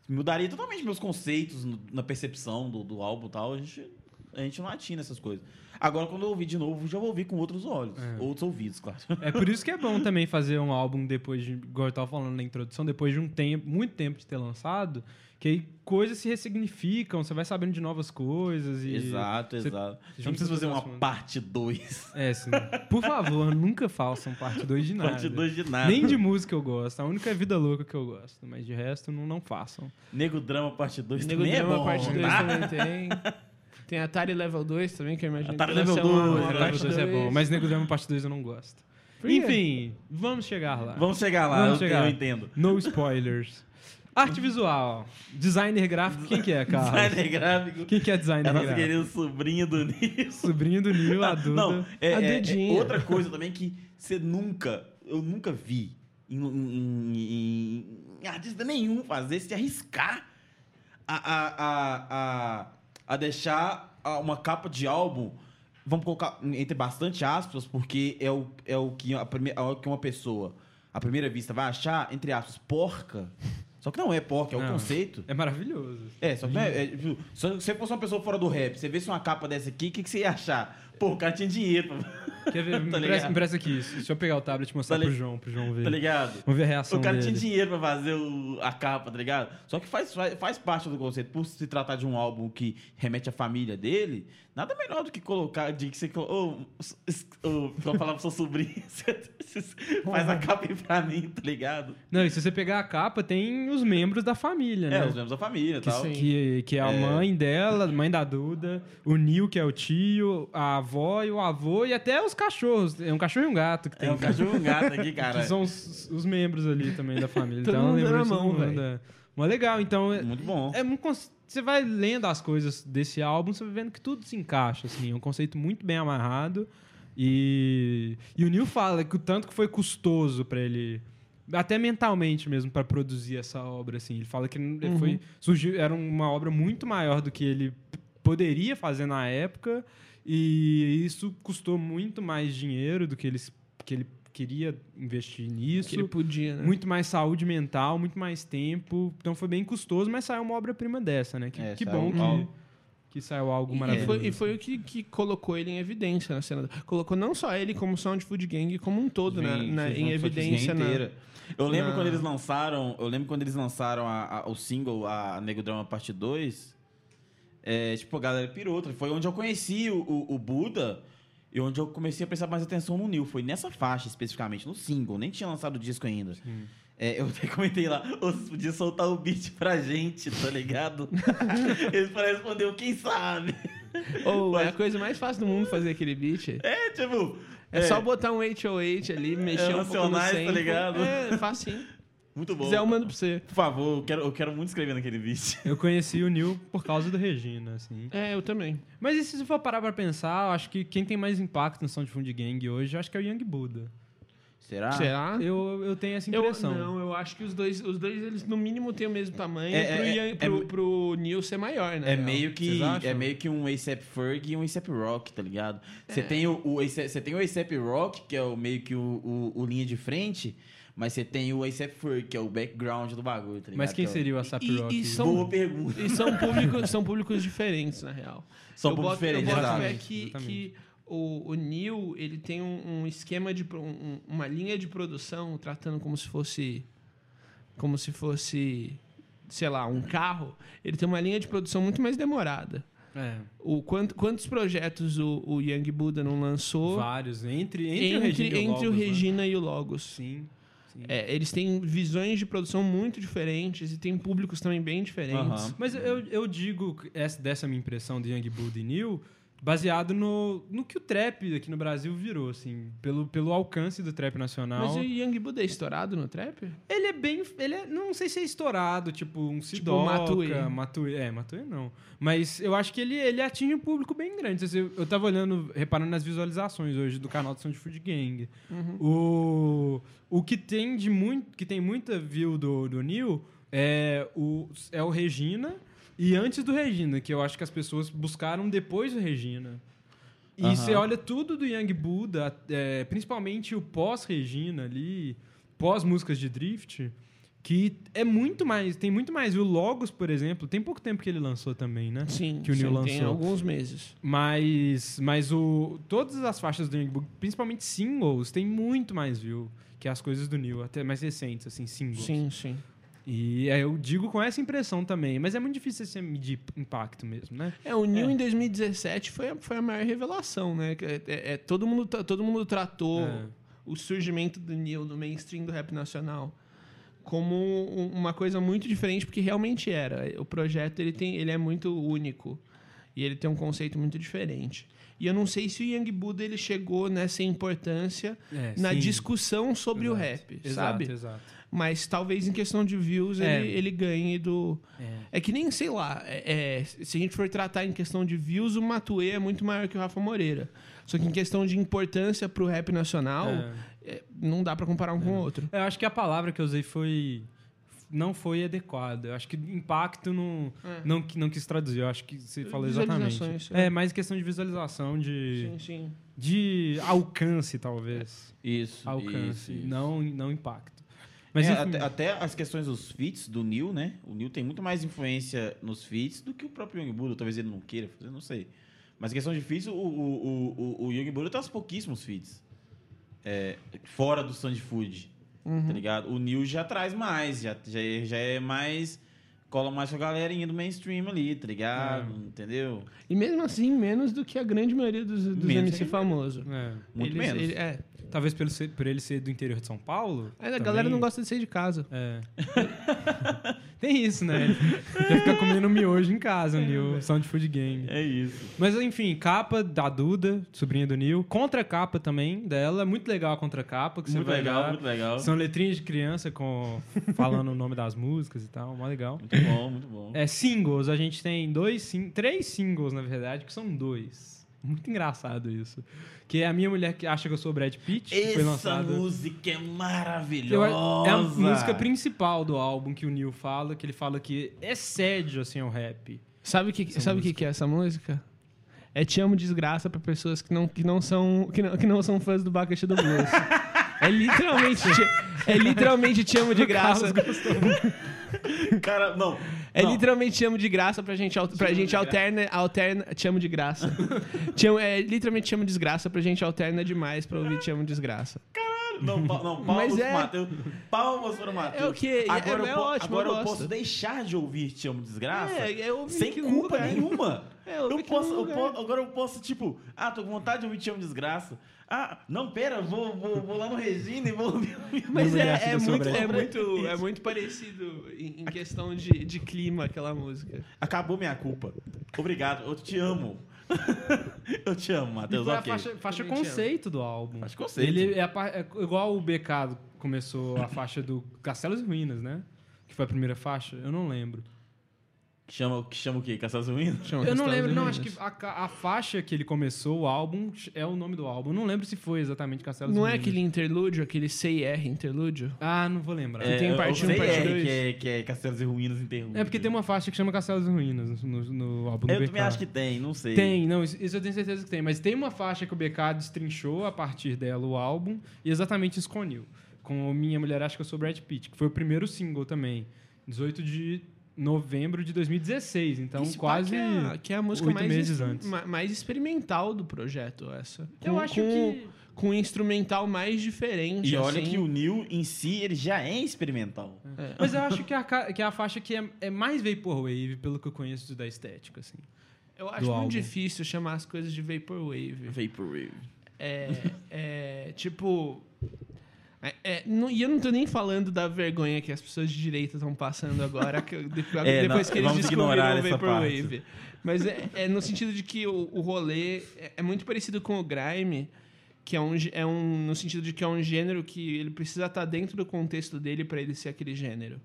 mudaria totalmente meus conceitos no- na percepção do, do álbum e tal. A gente A gente não atina essas coisas. Agora, quando eu ouvir de novo, já vou ouvir com outros olhos. Outros ouvidos, claro.
É por isso que é bom também fazer um álbum depois de, igual eu tava falando na introdução, depois de um tempo, muito tempo de ter lançado, que aí coisas se ressignificam, você vai sabendo de novas coisas e.
exato,
você-
exato.
junta
Não precisa
tudo
fazer
no
uma
assunto.
parte 2.
É, sim. Por favor, (laughs) nunca façam parte 2 de nada.
Parte 2 de nada.
Nem de música eu gosto, a única é vida louca que eu gosto, mas de resto não, não façam.
Nego Drama Parte 2
Nego
também
Drama
é bom.
parte 2
tá?
também tem. Tem Atari Level 2 também, que eu imagino
Atari
que deve
Level
ser uma-
2,
uma
Parte
Atari
parte
2 é bom,
dois.
mas Nego Drama parte 2 eu não gosto.
Por quê?
Enfim, vamos chegar lá.
Vamos chegar lá,
Vamos
eu,
chegar.
eu entendo.
No spoilers. Arte visual. Designer gráfico, quem
(laughs)
que é, Carlos?
Designer gráfico.
Quem que é designer
É nosso
gráfico?
querido sobrinho do Nilson.
Sobrinho do Nil, a Duda.
Não, é,
A
é- é
Dudinha.
outra coisa também que você nunca, eu nunca vi em, em- em- em artista nenhum fazer se arriscar a, a, a, a, a deixar a- uma capa de álbum. Vamos colocar entre bastante aspas, porque é o, é o, que, a prime, é o que uma pessoa, à primeira vista, vai achar, entre aspas, porca. Só que não é porca, é o
Não.
conceito.
É maravilhoso.
É, só que não é, é, tipo, se você fosse uma pessoa fora do rap, você vê se uma capa dessa aqui, o que, que você ia achar? Pô, o cara tinha dinheiro, pra- (laughs)
Quer ver? Me empresta,
Tá ligado?
me empresta aqui. Deixa eu pegar o tablet e mostrar
Tá li-
pro João, pro João ver.
tá ligado?
Vamos ver a reação
O cara
dele.
tinha dinheiro pra fazer o- a capa, tá ligado? Só que faz, faz, faz parte do conceito. Por se tratar de um álbum que remete à família dele, nada melhor do que colocar, de que você. colo- Ô, s- s- ô, pra falar pro seu (laughs) sobrinho, você- (laughs) você faz a capa aí pra mim, tá ligado?
Não, e se você pegar a capa, tem os membros da família,
É, os
né?
membros da família e tal.
sim.
Que, que é a
É.
mãe dela, mãe da Duda, o Nil, que é o tio, a avó e o avô, e até os cachorros. É um cachorro e um gato que tem.
É um cachorro e um gato aqui,
(laughs) Que
cara.
são os, os membros ali também
(laughs)
da família.
Todo
então,
mundo
lembrou
na
isso
mão,
todo mundo, é. Mas legal, então. é-
Muito bom.
É muito cons- você vai lendo as coisas desse álbum, você vai vendo que tudo se encaixa, assim, é um conceito muito bem amarrado. E, e o Neil fala que o tanto que foi custoso pra ele, até mentalmente mesmo, pra produzir essa obra, assim. Ele fala que ele
Uhum.
foi surgiu, era uma obra muito maior do que ele p- poderia fazer na época, e isso custou muito mais dinheiro do que ele, s- que ele queria investir nisso.
Que ele podia, né?
Muito mais saúde mental, muito mais tempo. Então foi bem custoso, mas saiu uma obra-prima dessa, né? Que,
É,
que
saiu
bom
algo-
que, que saiu algo
um E- E
maravilhoso.
foi, e foi o que, que colocou ele em evidência na cena. Colocou não só ele, como o Sound Food Gang como um todo na-
Sim,
na-
vocês
em
não- vocês
evidência. né?
nem
Na,
inteira. Eu lembro
na-
quando eles lançaram, eu lembro quando eles lançaram a- a- o single a Nego Drama Parte 2. é, tipo, a galera pirou. Foi onde eu conheci o, o- o Buda e onde eu comecei a prestar mais atenção no Nil. Foi nessa faixa especificamente, no single. Nem tinha lançado o disco ainda. É, eu até comentei lá, vocês podiam soltar o beat pra gente,
(laughs)
tá ligado? eles para responder, quem sabe? (laughs)
Ou é a coisa mais fácil do mundo fazer aquele beat. É,
É, tipo,
só botar um 808 ali, mexer um pouco no
Racionais, tá
sample.
ligado?
É, facinho.
muito
Se
bom.
quiser, eu mando pra você.
Por favor, eu quero, eu quero muito escrever naquele beat.
Eu conheci o Neil por causa do Regina, assim.
É, eu também.
Mas e se você for parar pra pensar, eu acho que quem tem mais impacto no Soundfund Gang hoje, eu acho que é o Young Buda.
Será?
Será?
Eu, eu tenho essa
Ah. Eu,
impressão.
não, eu acho que os dois, os dois, eles no mínimo têm o mesmo tamanho
É,
pro,
é,
Ian-
é,
pro,
é-
pro Neil ser maior, né?
É meio que
Vocês acham?
é meio que um ASAP Ferg e um ASAP Rock, tá ligado?
É.
Você tem o, o A$AP você tem o ASAP Rock, que é o meio que o, o- o linha de frente, mas você tem o ASAP Ferg, que é o background do bagulho, tá ligado?
mas quem
Que é o-
seria o Asap
E-
Rock?
e são-
Boa pergunta.
E são públicos, são públicos diferentes, na real.
São
eu
um pouco
boto,
diferentes,
Eu boto
exato.
fé que,
Exatamente.
que o, o Neil, ele tem um, um esquema de... pro- um- uma linha de produção tratando como se fosse... Como se fosse, sei lá, um carro. Ele tem uma linha de produção muito mais demorada.
É,
O, quant- quantos projetos o, o Young Buddha não lançou...
vários. Entre, entre,
Entre,
o Regina. e o
entre o
Logos, né?
Regina e o Logos.
Sim. sim.
É, eles têm visões de produção muito diferentes e têm públicos também bem diferentes.
Aham.
Mas eu, eu digo essa, dessa minha impressão de Young Buddha e New, baseado no, no que o trap aqui no Brasil virou, assim, pelo, pelo alcance do trap nacional.
Mas o Young Buddha é estourado no trap?
Ele é bem. Ele é, não sei se é estourado, tipo um Sidoca,
Matuê.
Matuê. É, Matuê não. Mas eu acho que ele, ele atinge um público bem grande. Assim, Eu, eu tava olhando, reparando nas visualizações hoje do canal do Sound Food Gang. O, o que tem de muito. que tem muita view do, do Neil é o, é o Regina. E antes do Regina, que eu acho que as pessoas buscaram depois do Regina. E
Aham.
você olha tudo do Young Buddha, é, principalmente o pós-Regina ali, pós-músicas de Drift, Que é muito mais. Tem muito mais. O Logos, por exemplo, tem pouco tempo que ele lançou também, né?
Sim,
Que o Neil
sim, tem
lançou.
alguns meses.
Mas, mas o, todas as faixas do Young Bug, principalmente singles, tem muito mais view que as coisas do Neil, até mais recentes, assim, singles.
Sim, sim.
E é, eu digo com essa impressão também, mas é muito difícil você medir impacto mesmo, né?
É, o Neil em 2017 foi a, foi a maior revelação, né? Que é- é- é- todo, mundo, tra- todo mundo tratou
É.
o surgimento do Neil no mainstream do rap nacional como um- uma coisa muito diferente, porque realmente era. O projeto ele tem, ele é muito único e ele tem um conceito muito diferente. E eu não sei se o Young Buddha ele chegou nessa importância
É,
na
sim.
discussão sobre o
Exato.
rap,
Exato,
sabe?
Exato.
Mas talvez em questão de views
É.
ele, ele ganhe do. É. que nem, sei lá, é- é, se a gente for tratar em questão de views, o Matuê é muito maior que o Rafa Moreira. Só que em questão de importância pro rap nacional, é, não dá pra comparar um com o outro.
Eu acho que a palavra que eu usei foi. Não foi adequada. Eu acho que impacto não, não, qui- não quis traduzir. Eu acho que você falou exatamente.
É. Visualizações,
É.
é.
mais questão de visualização, de,
Sim, sim.
de alcance, talvez.
Isso.
Alcance,
isso, isso.
não, não impacto. Mas
É,
enfim,
até, até as questões dos feats do Neil, né? O Neil tem muito mais influência nos feats do que o próprio Young Buddha. Talvez ele não queira fazer, não sei. Mas em questão de feats, o, o, o, o, o Young Buddha tem uns pouquíssimos feats. É, fora do Sandy Food. Tá ligado? O Neil já traz mais, já, já, é- já é mais. Cola mais com a galerinha do mainstream ali, tá ligado? Entendeu?
E mesmo assim, menos do que a grande maioria dos, dos
Menos
MC famoso.
é,
Muito
Eles-
menos.
ele- é.
talvez pelo ser- por ele ser do interior de São Paulo.
Aí É, A
também.
galera não gosta de sair de casa.
É. (laughs) Tem isso, né? Já fica comendo miojo em casa, né? o Neil. Sound Food Game.
É isso.
Mas enfim, capa da Duda, sobrinha do Nil. Contra-capa também dela. Muito legal a contra-capa. que você
Muito
vai
legal,
olhar.
muito legal.
São letrinhas de criança com
(laughs)
falando o nome das músicas e tal. Mó legal.
Muito bom, muito bom.
É, singles. A gente tem dois, sing- três singles, na verdade, que são dois. Muito engraçado isso. Que é a minha mulher que acha que eu sou o Brad Pitt. que tipo, foi
Essa
lançada.
música é
Eu-
maravilhosa.
é a música principal do álbum que o Neil fala, que ele fala que excede assim, o rap.
Sabe o que, sabe o que, que é essa música? É Te Amo Desgraça pra pessoas que não, que não, são, que não, que não são fãs do Bacaxi do Blues. é literalmente te, é literalmente Te Amo de Graça.
Cara, não.
É
não.
literalmente Te Amo de Graça pra gente, al- pra gente alterna, alterna... Te Amo de Graça. Te amo, é literalmente Te Amo Desgraça pra gente alterna demais pra ouvir Te Amo Desgraça.
Não, pa- não, palmas
(laughs) Mas
pro
é-
Matheus. Palmas pro Matheus.
É o quê? É-
Agora,
é
eu, po-
ótimo,
agora
eu
eu,
gosto.
posso deixar de ouvir Te Amo Desgraça
É, eu ouvi
sem
aqui no
culpa
lugar.
nenhuma.
(laughs) É, eu ouvi aqui
posso,
no
eu
lugar.
po- agora eu posso, tipo, ah, tô com vontade de ouvir Te Amo Desgraça. Ah, não, pera, vou, vou, vou lá no Regina e vou ouvir.
Mas
Mergulhar
é,
assim
é
da sua
muito, é,
brecha.
muito, é muito parecido em, em questão de, de clima aquela música.
Acabou minha culpa. Obrigado, eu te amo. (laughs) eu te amo, Matheus,
Foi Então, é a
Então, ok.
faixa, faixa
Também te
conceito do álbum.
Faixa conceito.
Ele é, a pa- é igual o BK começou
(laughs)
a faixa do Castelos e Ruínas, né? Que foi a primeira faixa? Eu não lembro.
Chama, chama o quê? Caças Ruínas?
Eu não lembro, não. Acho que a, ca- a faixa que ele começou, o álbum, é o nome do álbum. Eu não lembro se foi exatamente Castelos e
Não é
Ruínas.
aquele interlúdio, aquele CIR interlúdio?
Ah, não vou lembrar.
É,
Tem-
tem
eu-
parte
eu
um,
sei,
parte
é,
dois.
Que é, que é Castelos e Ruínas interrompido.
É porque tem uma faixa que chama Castelos e Ruínas no, no- no álbum do
Eu
BK.
também acho que tem, não sei.
Tem, não, isso isso eu tenho certeza que tem. Mas tem uma faixa que o BK destrinchou a partir dela o álbum e exatamente isso com o Neil. Com o Minha Mulher Acho Que Eu Sou Brad Pitt, que foi o primeiro single também. 18 de novembro de 2016, então
Esse pá
quase...
Que é, a- que é a música
oito
mais,
meses
instru-
antes.
ma- mais experimental do projeto, essa.
Eu acho que-
Com um instrumental mais diferente.
E olha
assim.
que o Neil em si, ele já é experimental.
Mas eu acho que é a, ca- que é a faixa que é, é mais Vaporwave, pelo que eu conheço da estética, assim.
Eu acho
do
muito
álbum.
difícil chamar as coisas de Vaporwave.
Vaporwave.
É, é, tipo. é- é, não- e eu não tô nem falando da vergonha que as pessoas de direita estão passando agora, que eu- depois,
(laughs) É,
depois
não,
que eles
vamos
descobriram
ignorar
o
essa
Vaporwave. Mas é, é no sentido de que o, o rolê é, é muito parecido com o Grime, que é um, gê- é um. No sentido de que é um gênero que ele precisa estar dentro do contexto dele pra ele ser aquele gênero.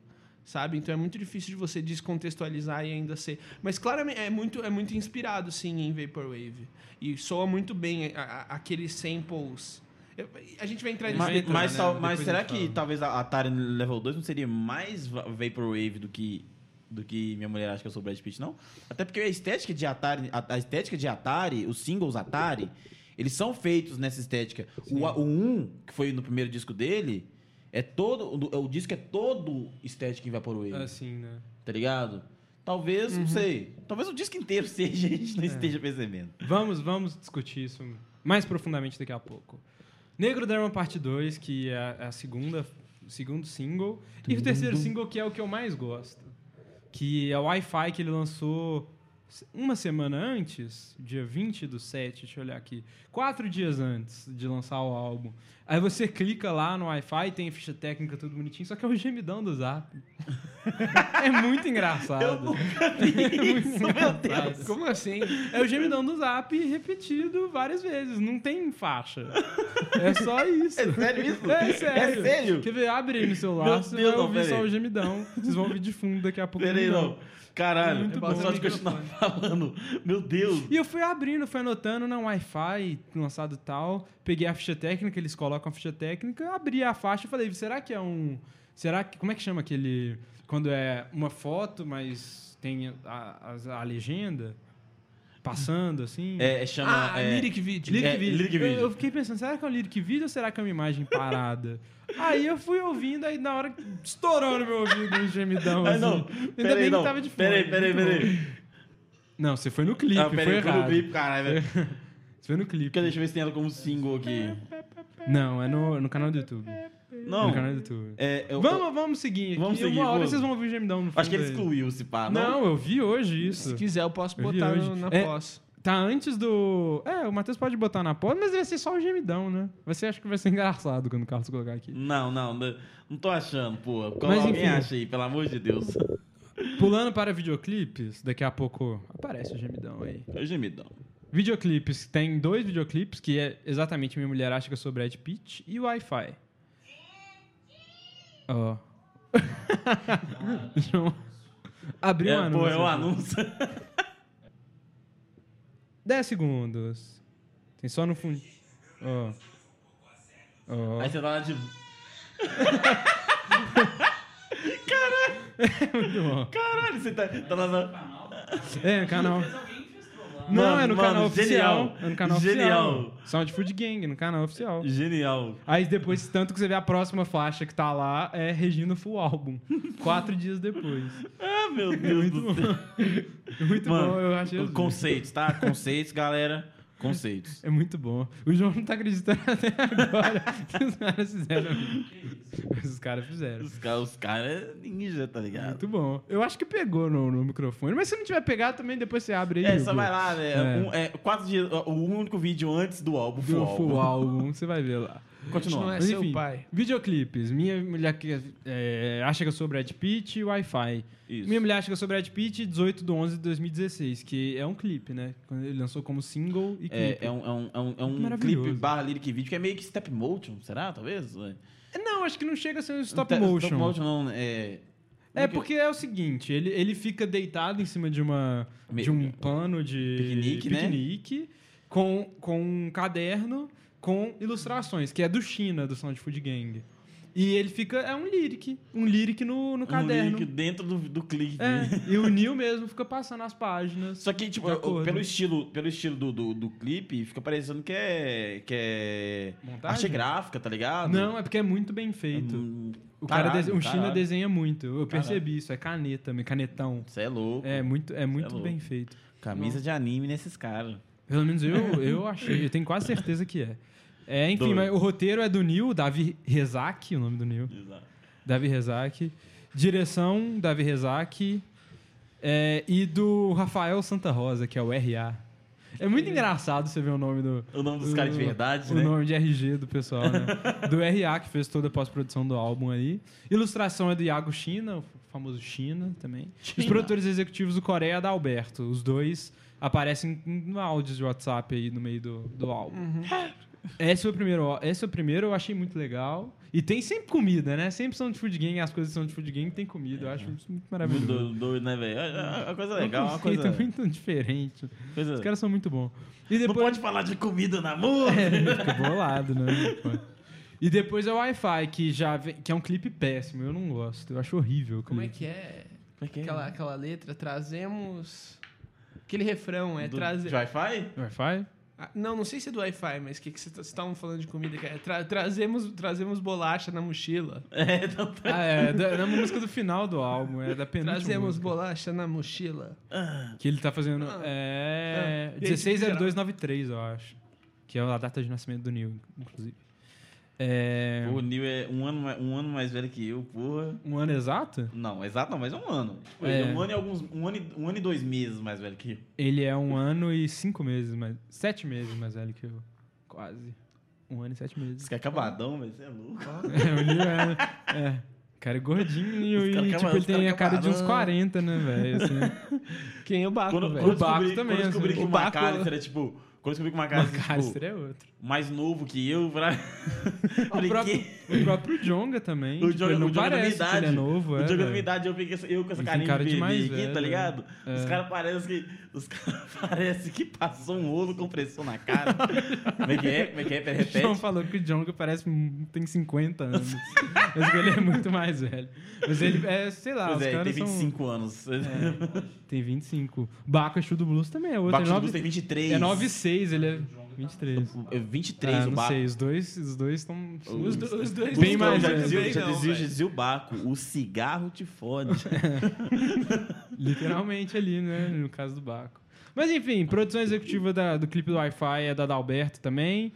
Sabe? Então é muito difícil de você descontextualizar e ainda ser. Mas claramente é muito, é muito inspirado, sim, em Vaporwave. E soa muito bem a- a- aqueles samples. Eu- a gente vai entrar nisso.
Mas,
depois,
mas
né?
tal-
Depois
mas
a
será
gente
que
fala.
talvez a Atari no Level 2 não seria mais va- Vaporwave do que, do que Minha Mulher Acha Que Eu Sou Brad Pitt, não? Até porque a estética de Atari, a, a estética de Atari, os singles um, Atari, eles são feitos nessa estética. O, a- o 1, que foi no primeiro disco dele, É todo. O disco é todo estético em Vaporwave.
Assim, né?
Tá ligado? Talvez,
Uhum.
não sei. Talvez o disco inteiro (laughs) seja e a
É.
gente não esteja percebendo.
Vamos, vamos discutir isso mais profundamente daqui a pouco. Negro Drama Parte 2, que é a- a segunda, o segundo single. E o terceiro single, que é o que eu mais gosto. Que é o Wi-Fi que ele lançou se- uma semana antes, dia 20 do 7, deixa eu olhar aqui. Quatro dias antes de lançar o álbum. Aí você clica lá no Wi-Fi, tem a ficha técnica, tudo bonitinho, só que é o gemidão do Zap. (laughs) é muito engraçado. Eu nunca
(laughs)
vi isso, meu Deus.
Como assim?
É o gemidão do zap repetido várias vezes, não tem faixa. É
(laughs)
só isso. É
sério (laughs) isso?
É sério.
É sério?
Quer ver? Abre aí no celular,
Meu
senão
Deus,
eu
não,
ouvir
pera
só
aí.
o gemidão. Vocês vão ouvir de fundo daqui a pouco. o
Peraí,
gemidão.
não. Caralho,
Muito
Muito
bom.
só de continuar falando. Meu Deus.
E eu fui abrindo, fui anotando na Wi-Fi, lançado tal. Peguei a ficha técnica, eles colocam a ficha técnica, abri a faixa e falei, será que é um. Será que. Como é que chama aquele. Quando é uma foto, mas tem a, a- a legenda passando assim?
É, é, chama.
ah,
é,
lyric video.
Lyric
É,
Video.
lyric
Eu- Eu,
video.
fiquei pensando, será que é um lyric video ou será que é uma imagem
(laughs)
parada? aí eu fui ouvindo, aí na hora que estourou no meu ouvido um gemidão.
Ah,
assim.
não.
Ainda
Peraí,
bem
não.
que tava de fone.
Peraí, peraí,
muito bom.
peraí.
Não, você foi no clipe,
Ah,
foi
peraí, foi
errado. É.
no clipe, caralho. velho.
Você foi no clipe.
Deixa eu ver se tem ela como single aqui.
Não, é no, no canal do YouTube. É
Não.
No canal do YouTube.
É, eu,
vamos, vamos seguir aqui.
Vamos seguir,
Uma hora
vamos.
vocês vão ouvir o gemidão no fundo.
Acho que tá ele
aí.
excluiu se pá. Não.
Não, eu vi hoje isso.
Se quiser, eu posso
Eu vi
botar
hoje.
no- na
É.
pós.
Tá antes do. É, o Matheus pode botar na porta, mas vai ser só o gemidão, né? Você acha que vai ser (laughs) engraçado quando o Carlos colocar aqui.
Não, não, não, não tô achando, pô. Qual
Mas,
alguém
enfim.
acha aí, pelo amor de Deus. (laughs)
Pulando para videoclipes, daqui a pouco aparece o gemidão aí.
É o gemidão.
Videoclipes, tem dois videoclipes, que é exatamente Minha Mulher Acha que eu sou Brad Pitt e o Wi-Fi. Ó. (laughs) João, Abriu o
É,
anúncio.
pô, é o
aqui.
anúncio. (laughs)
10 segundos. Tem só no fundo. Ó. Ó.
Aí você tá lá de.
Muito bom.
Caralho, você tá, tá lá na.
É, no canal. Não, é no
Mano,
canal
mano, genial.
oficial. É no canal
Genial.
oficial. Sound Food Gang, no canal oficial.
Genial.
Aí depois, tanto que você vê a próxima faixa que tá lá, é Regina Full Álbum. Quatro dias depois.
Ah, meu Deus do céu.
(laughs) Muito
Mano,
bom, eu É achei.
o Conceitos, tá? Conceitos, galera. Conceitos.
É muito bom. O João não tá acreditando (laughs) até agora que os caras fizeram. Mas os caras fizeram.
Os caras os cara é ninja, tá ligado?
Muito bom. Eu acho que pegou no, no microfone. Mas se não tiver pegado, também depois você abre aí.
É, só
Hugo.
vai lá, velho.
É.
Um- é, quatro dias. O único vídeo antes do álbum,
Do
full álbum. (laughs)
Full Álbum, você vai ver lá.
Não
Continua.
é
Mas
seu
enfim,
pai.
videoclipes. Minha mulher que, é, acha que eu sou Brad Pitt e Wi-Fi.
Isso.
Minha mulher acha que eu sou Brad Pitt, 18 de 11 de 2016, que é um clipe, né? Quando ele lançou como single e clipe.
É, é um, é um, é um, é um
Maravilhoso.
clipe barra lyric vídeo que é meio que step motion, será? Talvez?
Não, acho que não chega a ser um stop
Te-
motion.
Tá, Stop motion não, é...
É porque é o seguinte, ele, ele fica deitado em cima de uma
Me-
de um pano de
Piquenique, né?
piquenique, com, com um caderno com ilustrações, que é do China, do Sound Food Gang. E ele fica. É um lyric. Um lyric no, no
Um
caderno.
lyric dentro do, do clipe.
É, e o Neil mesmo fica passando as páginas.
Só que, tipo,
De
eu-
acordo.
pelo estilo, pelo estilo do, do, do clipe, fica parecendo que é... Que é...
Montagem?
Arte gráfica, tá ligado?
Não, é porque é muito bem feito. O, cara dese- o China
desenha...
desenha muito. Eu percebi isso. É caneta, canetão.
Você é louco.
É muito, é muito
louco.
bem feito.
Camisa de anime nesses caras.
Pelo menos
(laughs)
eu, eu achei, eu tenho quase certeza que é. É, enfim,
Doido.
mas o roteiro é do Neil, Davi Rezak, o nome do Neil.
Exato.
Davi Rezak. Direção, Davi Rezak. É, e do Rafael Santa Rosa, que é o RA. É muito engraçado você ver o nome do.
O nome dos caras de
o-
verdade,
o
né?
nome de RG do pessoal,
(laughs)
né? do RA, que fez toda a pós-produção do álbum aí. Ilustração é do Iago China, o famoso China também. Os
China.
produtores executivos do Coreia é da Alberto. Os dois aparecem no áudios de WhatsApp aí no meio do, do álbum.
Uhum.
Esse é o primeiro, ó- esse é o primeiro, eu achei muito legal. E tem sempre comida, né? Sempre são de food game, as coisas são de food game, tem comida. Eu acho isso muito
Muito
maravilhoso.
doido, doido, né, velho? É Uma coisa
É um
Uhum. legal, uma
conceito
coisa...
muito diferente.
coisa-
Os caras são muito bons. E
Não
depois É.
pode falar de comida na mão.
Fica bolado, né? E depois é o Wi-Fi, que já vem- que é um clipe péssimo. Eu não gosto. Eu acho horrível. o
Como é
clipe.
que é?
Como é que é?
Aquela, aquela letra, trazemos... Aquele refrão, é
Do-
trazer...
de Wi-Fi?
Wi-Fi?
Ah, Não, não sei se é do Wi-Fi, mas o que, que vocês estavam falando de comida, cara? Tra- trazemos, trazemos bolacha na mochila.
(laughs) É, não tá.
Ah, é, da, é uma música do final do álbum, é da penúltima.
Trazemos
música,
bolacha na mochila.
Que ele tá fazendo. É.
Ah.
160293, eu acho. Que é a data de nascimento do Neil, inclusive. É,
O Neil é um ano, ma- um ano mais velho que eu, porra.
um ano exato?
Não, exato não, mas é um ano. Tipo, ele
É.
é um ano e alguns. Um ano e, um ano e dois meses mais velho que eu.
Ele é um ano e cinco meses, mais, sete meses mais velho que eu. Quase. Um ano e sete meses.
Esse cara é acabadão, velho. Você é louco.
É, o Neil é. é. O cara é gordinho
Os cara
e, tipo,
cama-
ele
os
tem
cara
a cara de uns
camarão.
40, né, velho? assim.
(laughs) Quem é o Baco,
Quando,
velho?
quando eu
O Baco
descobri,
também,
quando eu descobri
assim.
que
O
o
Baco-
Macalester era tipo. Quando eu descobri que o Macalester era tipo,
Macalester é outro.
mais novo que eu, pra...
O
falei, (laughs)
próprio, é,
"Quê?"
(laughs) o próprio Jonga também.
(laughs) O
tipo,
jogo,
ele não
o jogo da minha
parece que
idade.
ele é novo, é.
o jogo da
velho.
minha idade, eu, fiquei, com essa- eu com essa
Ele tem
carinha
cara de
de bebê
mais
aqui,
velho,
tá ligado?
é.
Os caras parecem que. Os (laughs) caras parecem que passou um rolo compressor
(laughs)
na cara. Como é que é? Como é que é? Pera,
(laughs) O João
Repete.
falou que o Jonga parece um- tem 50 anos. Mas que ele é muito mais velho. Mas ele é, sei lá,
Pois
os
é, ele
caras
tem
são.
25 anos. (laughs)
Tem 25. Baco Exu do Blues também é
O
outro.
Baco
é nove-
Chubus tem 23.
É 9,6, ele é 23.
É 23
ah,
o
não
Baco.
sei, os dois os dois estão.
Os, do- os dois
Bem
não
mais
já
estão
velho.
dizia,
né? bem,
já
não,
dizia, já
velho.
dizia o Baco, o cigarro te
(laughs)
fode.
(laughs) Literalmente ali, né? No caso do Baco. Mas enfim, produção executiva da- do clipe do Wi-Fi é da Dalberto também.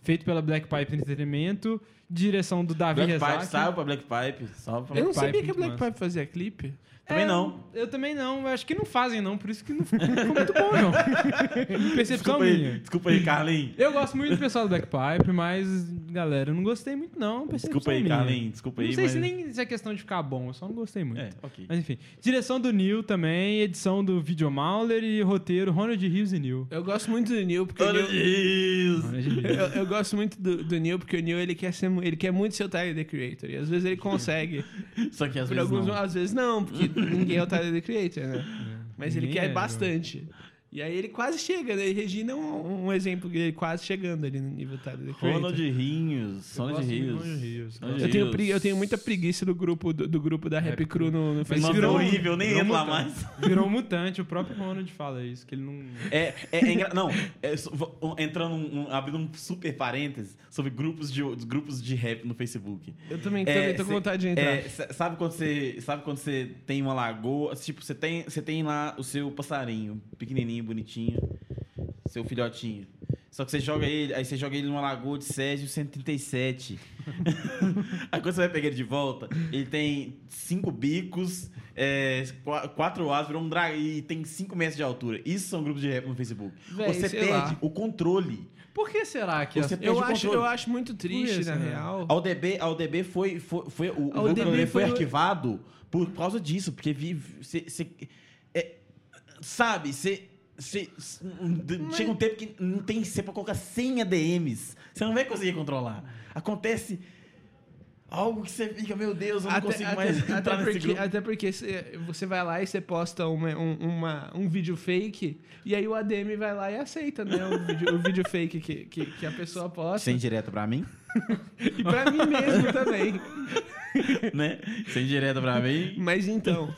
Feito pela Black Pipe Entretenimento. Direção do Davi
Black Pipe,
Rezaki.
salve pra Black Pipe. Salve pra
Eu não
Black
sabia
Pipe,
que a Black
muito massa.
Pipe fazia clipe.
Também
É,
não.
Eu também não. Eu acho que não fazem, não. Por isso que não ficou muito bom,
(laughs)
não. Percepção
Desculpa aí,
minha.
desculpa aí, Carlinhos.
Eu gosto muito do pessoal do Black Pipe, mas, galera, eu não gostei muito, não. Percepção
Desculpa aí,
minha.
Carlinhos. Desculpa
é
aí.
Não sei
mas...
se nem se é questão de ficar bom, eu só não gostei muito.
É, ok.
Mas enfim. Direção do Neil também, edição do Video Mauler e roteiro Ronald Rios e Neil.
Eu gosto muito do Neil, porque o
Olha
é
Neil-
isso!
Ronald Rios.
eu, eu gosto muito do, do Neil, porque o Neil ele quer, ser, mu- ele quer muito ser o Tyler, The Creator. E às vezes ele consegue.
Só que às
Por
vezes
alguns,
não.
às vezes não, porque ninguém é o Tyler, The Creator, né? Mas ele
Ninguém
quer
é,
bastante. E aí ele quase chega, né? E Regina é um, um exemplo dele quase chegando ali no nível Tyler, The Creator.
Ronald Rinhos. (laughs) Ronald
gosto de
Rios.
Ronald Rios.
Ronald
Eu tenho,
Rios.
pregui- eu tenho muita preguiça do grupo, do, do grupo da Rap
Rap
Crew no, no
Mas
Nossa,
Facebook.
virou-
É horrível, nem
virou
entro lá
mutante.
mais. (laughs)
Virou um mutante, o próprio Ronald fala isso, que ele não.
É, é, é engra- Não, é só- vou- um- entrando, um, um- abrindo um super parênteses sobre grupos de, grupos de rap no Facebook.
Eu também,
É,
também tô
cê-
com vontade de entrar.
é, sa- sabe quando você sabe quando você tem uma lagoa, tipo, você tem, você tem lá o seu passarinho, pequenininho, bonitinho, seu filhotinho. Só que você joga ele, aí você joga ele numa lagoa de Sérgio 137. (laughs) aí quando você vai pegar ele de volta, ele tem cinco bicos, é, qua- quatro asas, virou um dragão e tem cinco metros de altura. Isso são grupos de rap no Facebook.
Véi,
você
sei
perde
lá.
o controle.
Por que será que
Você
as-
perde
Eu
o
acho,
controle.
eu acho muito triste,
isso,
na
né?
real.
A UDB, a UDB foi, foi, foi, o,
A
o
UDB
grupo foi,
foi o-
arquivado por causa disso, porque vi, cê- cê- é, sabe, você. Chega um tempo que não tem você pra colocar 100 ADMs. Você não vai conseguir controlar. Acontece algo que você fica, meu Deus, eu não consigo mais
(laughs) até
entrar nesse
porque,
grupo.
até porque cê- você vai lá e você posta uma, um, uma- um vídeo fake, e aí o ADM vai lá e aceita, né? O vídeo, o vídeo fake que, que, que a pessoa posta.
Sem direto pra mim,
E
(laughs)
pra mim mesmo também.
né? Sem direto pra mim.
Mas então.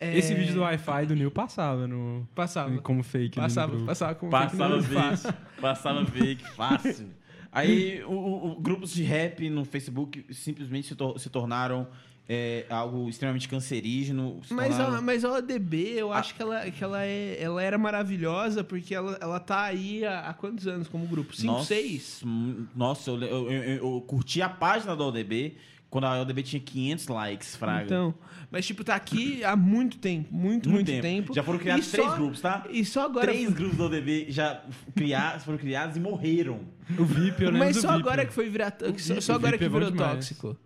é,
Esse vídeo do Wi-Fi do Neil passava no.
Passava.
Como fake. né, ali no
Passava,
grupo.
passava com
Passava
fake news.
fake, passava fake, fácil. Aí, o, o- o- grupos de rap no Facebook simplesmente se, tor- se tornaram é, algo extremamente cancerígeno. se
Mas ah, a,
tornaram-
mas a ODB, eu acho que, ela, que ela, é, ela era maravilhosa, porque ela, ela tá aí há, há quantos anos como grupo? Cinco,
Nossa,
seis?
hum, Nossa, eu, le- eu- eu- eu curti a página da ODB quando a ODB tinha 500 likes, Fraga.
Então, mas tipo, tá aqui há muito tempo, muito, muito, tempo.
Já foram criados
E
três
só-
grupos, tá?
E só agora.
Três grupos da ODB já criados, foram criados e morreram.
O VIP, eu lembro.
mas
do
só
VIP.
agora é que foi virar. Só,
VIP
só agora
é
que
bom
virou
demais.
tóxico.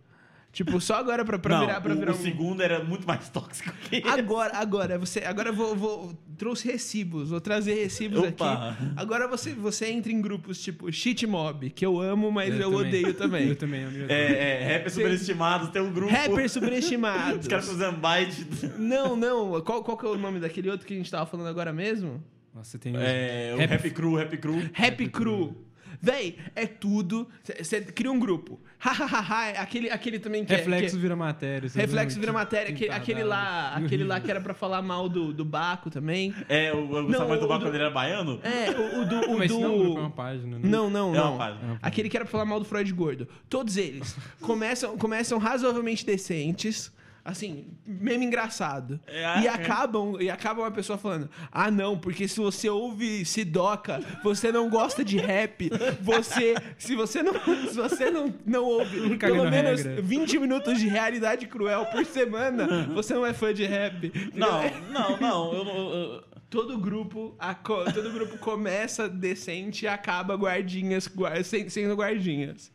Tipo, só agora pra, pra
Não,
virar. Pra
o,
virar
o
um- Ah,
segundo era muito mais (laughs) tóxico que esse.
Agora, agora, você. Agora eu vou, vou. Trouxe recibos, vou trazer recibos
Opa.
aqui. Agora você, você entra em grupos tipo Cheat Mob, que eu amo, mas eu,
É, também.
odeio também.
(laughs)
Eu também, amigo.
É, é, rappers superestimados, tem um grupo. (laughs)
Rapper superestimado.
Os caras fazendo bite.
Não, não. Qual, qual que é o nome daquele outro que a gente tava falando agora mesmo?
Nossa, tem.
É, o
Rap-
rap, crew, rap crew.
Rap Crew. Véi, é tudo. Você cria um grupo. (laughs) Hahaha, aquele, aquele também que é-
Reflexo
que é-
vira matéria. assim, tipo, vocês
Reflexo
viram?
vira
Que-
matéria,
que
aquele, aquele lá,
tardado.
aquele lá que era pra falar mal do, do Baco também.
É, o, o
Não,
Samuel
o
do Baco
do-
quando ele era baiano?
É, o, o do. O
Mas
do...
isso não é um grupo, é uma página. né?
Não, não,
É uma
não.
página. É
uma página.
Aquele que era pra falar mal do Freud gordo. Todos eles
(laughs)
começam, começam razoavelmente decentes. Assim, meme engraçado.
É,
e
é.
acabam, e acabam a pessoa falando: "Ah, não, porque se você ouve Sidoca, você não gosta de rap. Você, se você não, (laughs) se você não, não ouve
Cagando
pelo menos
regra.
20 minutos de realidade cruel por semana, você não é fã de rap".
Não, não, não. Eu, não- eu- eu-
Todo grupo, a co- todo grupo começa decente e acaba guardinhas, guar- sem- sendo guardinhas.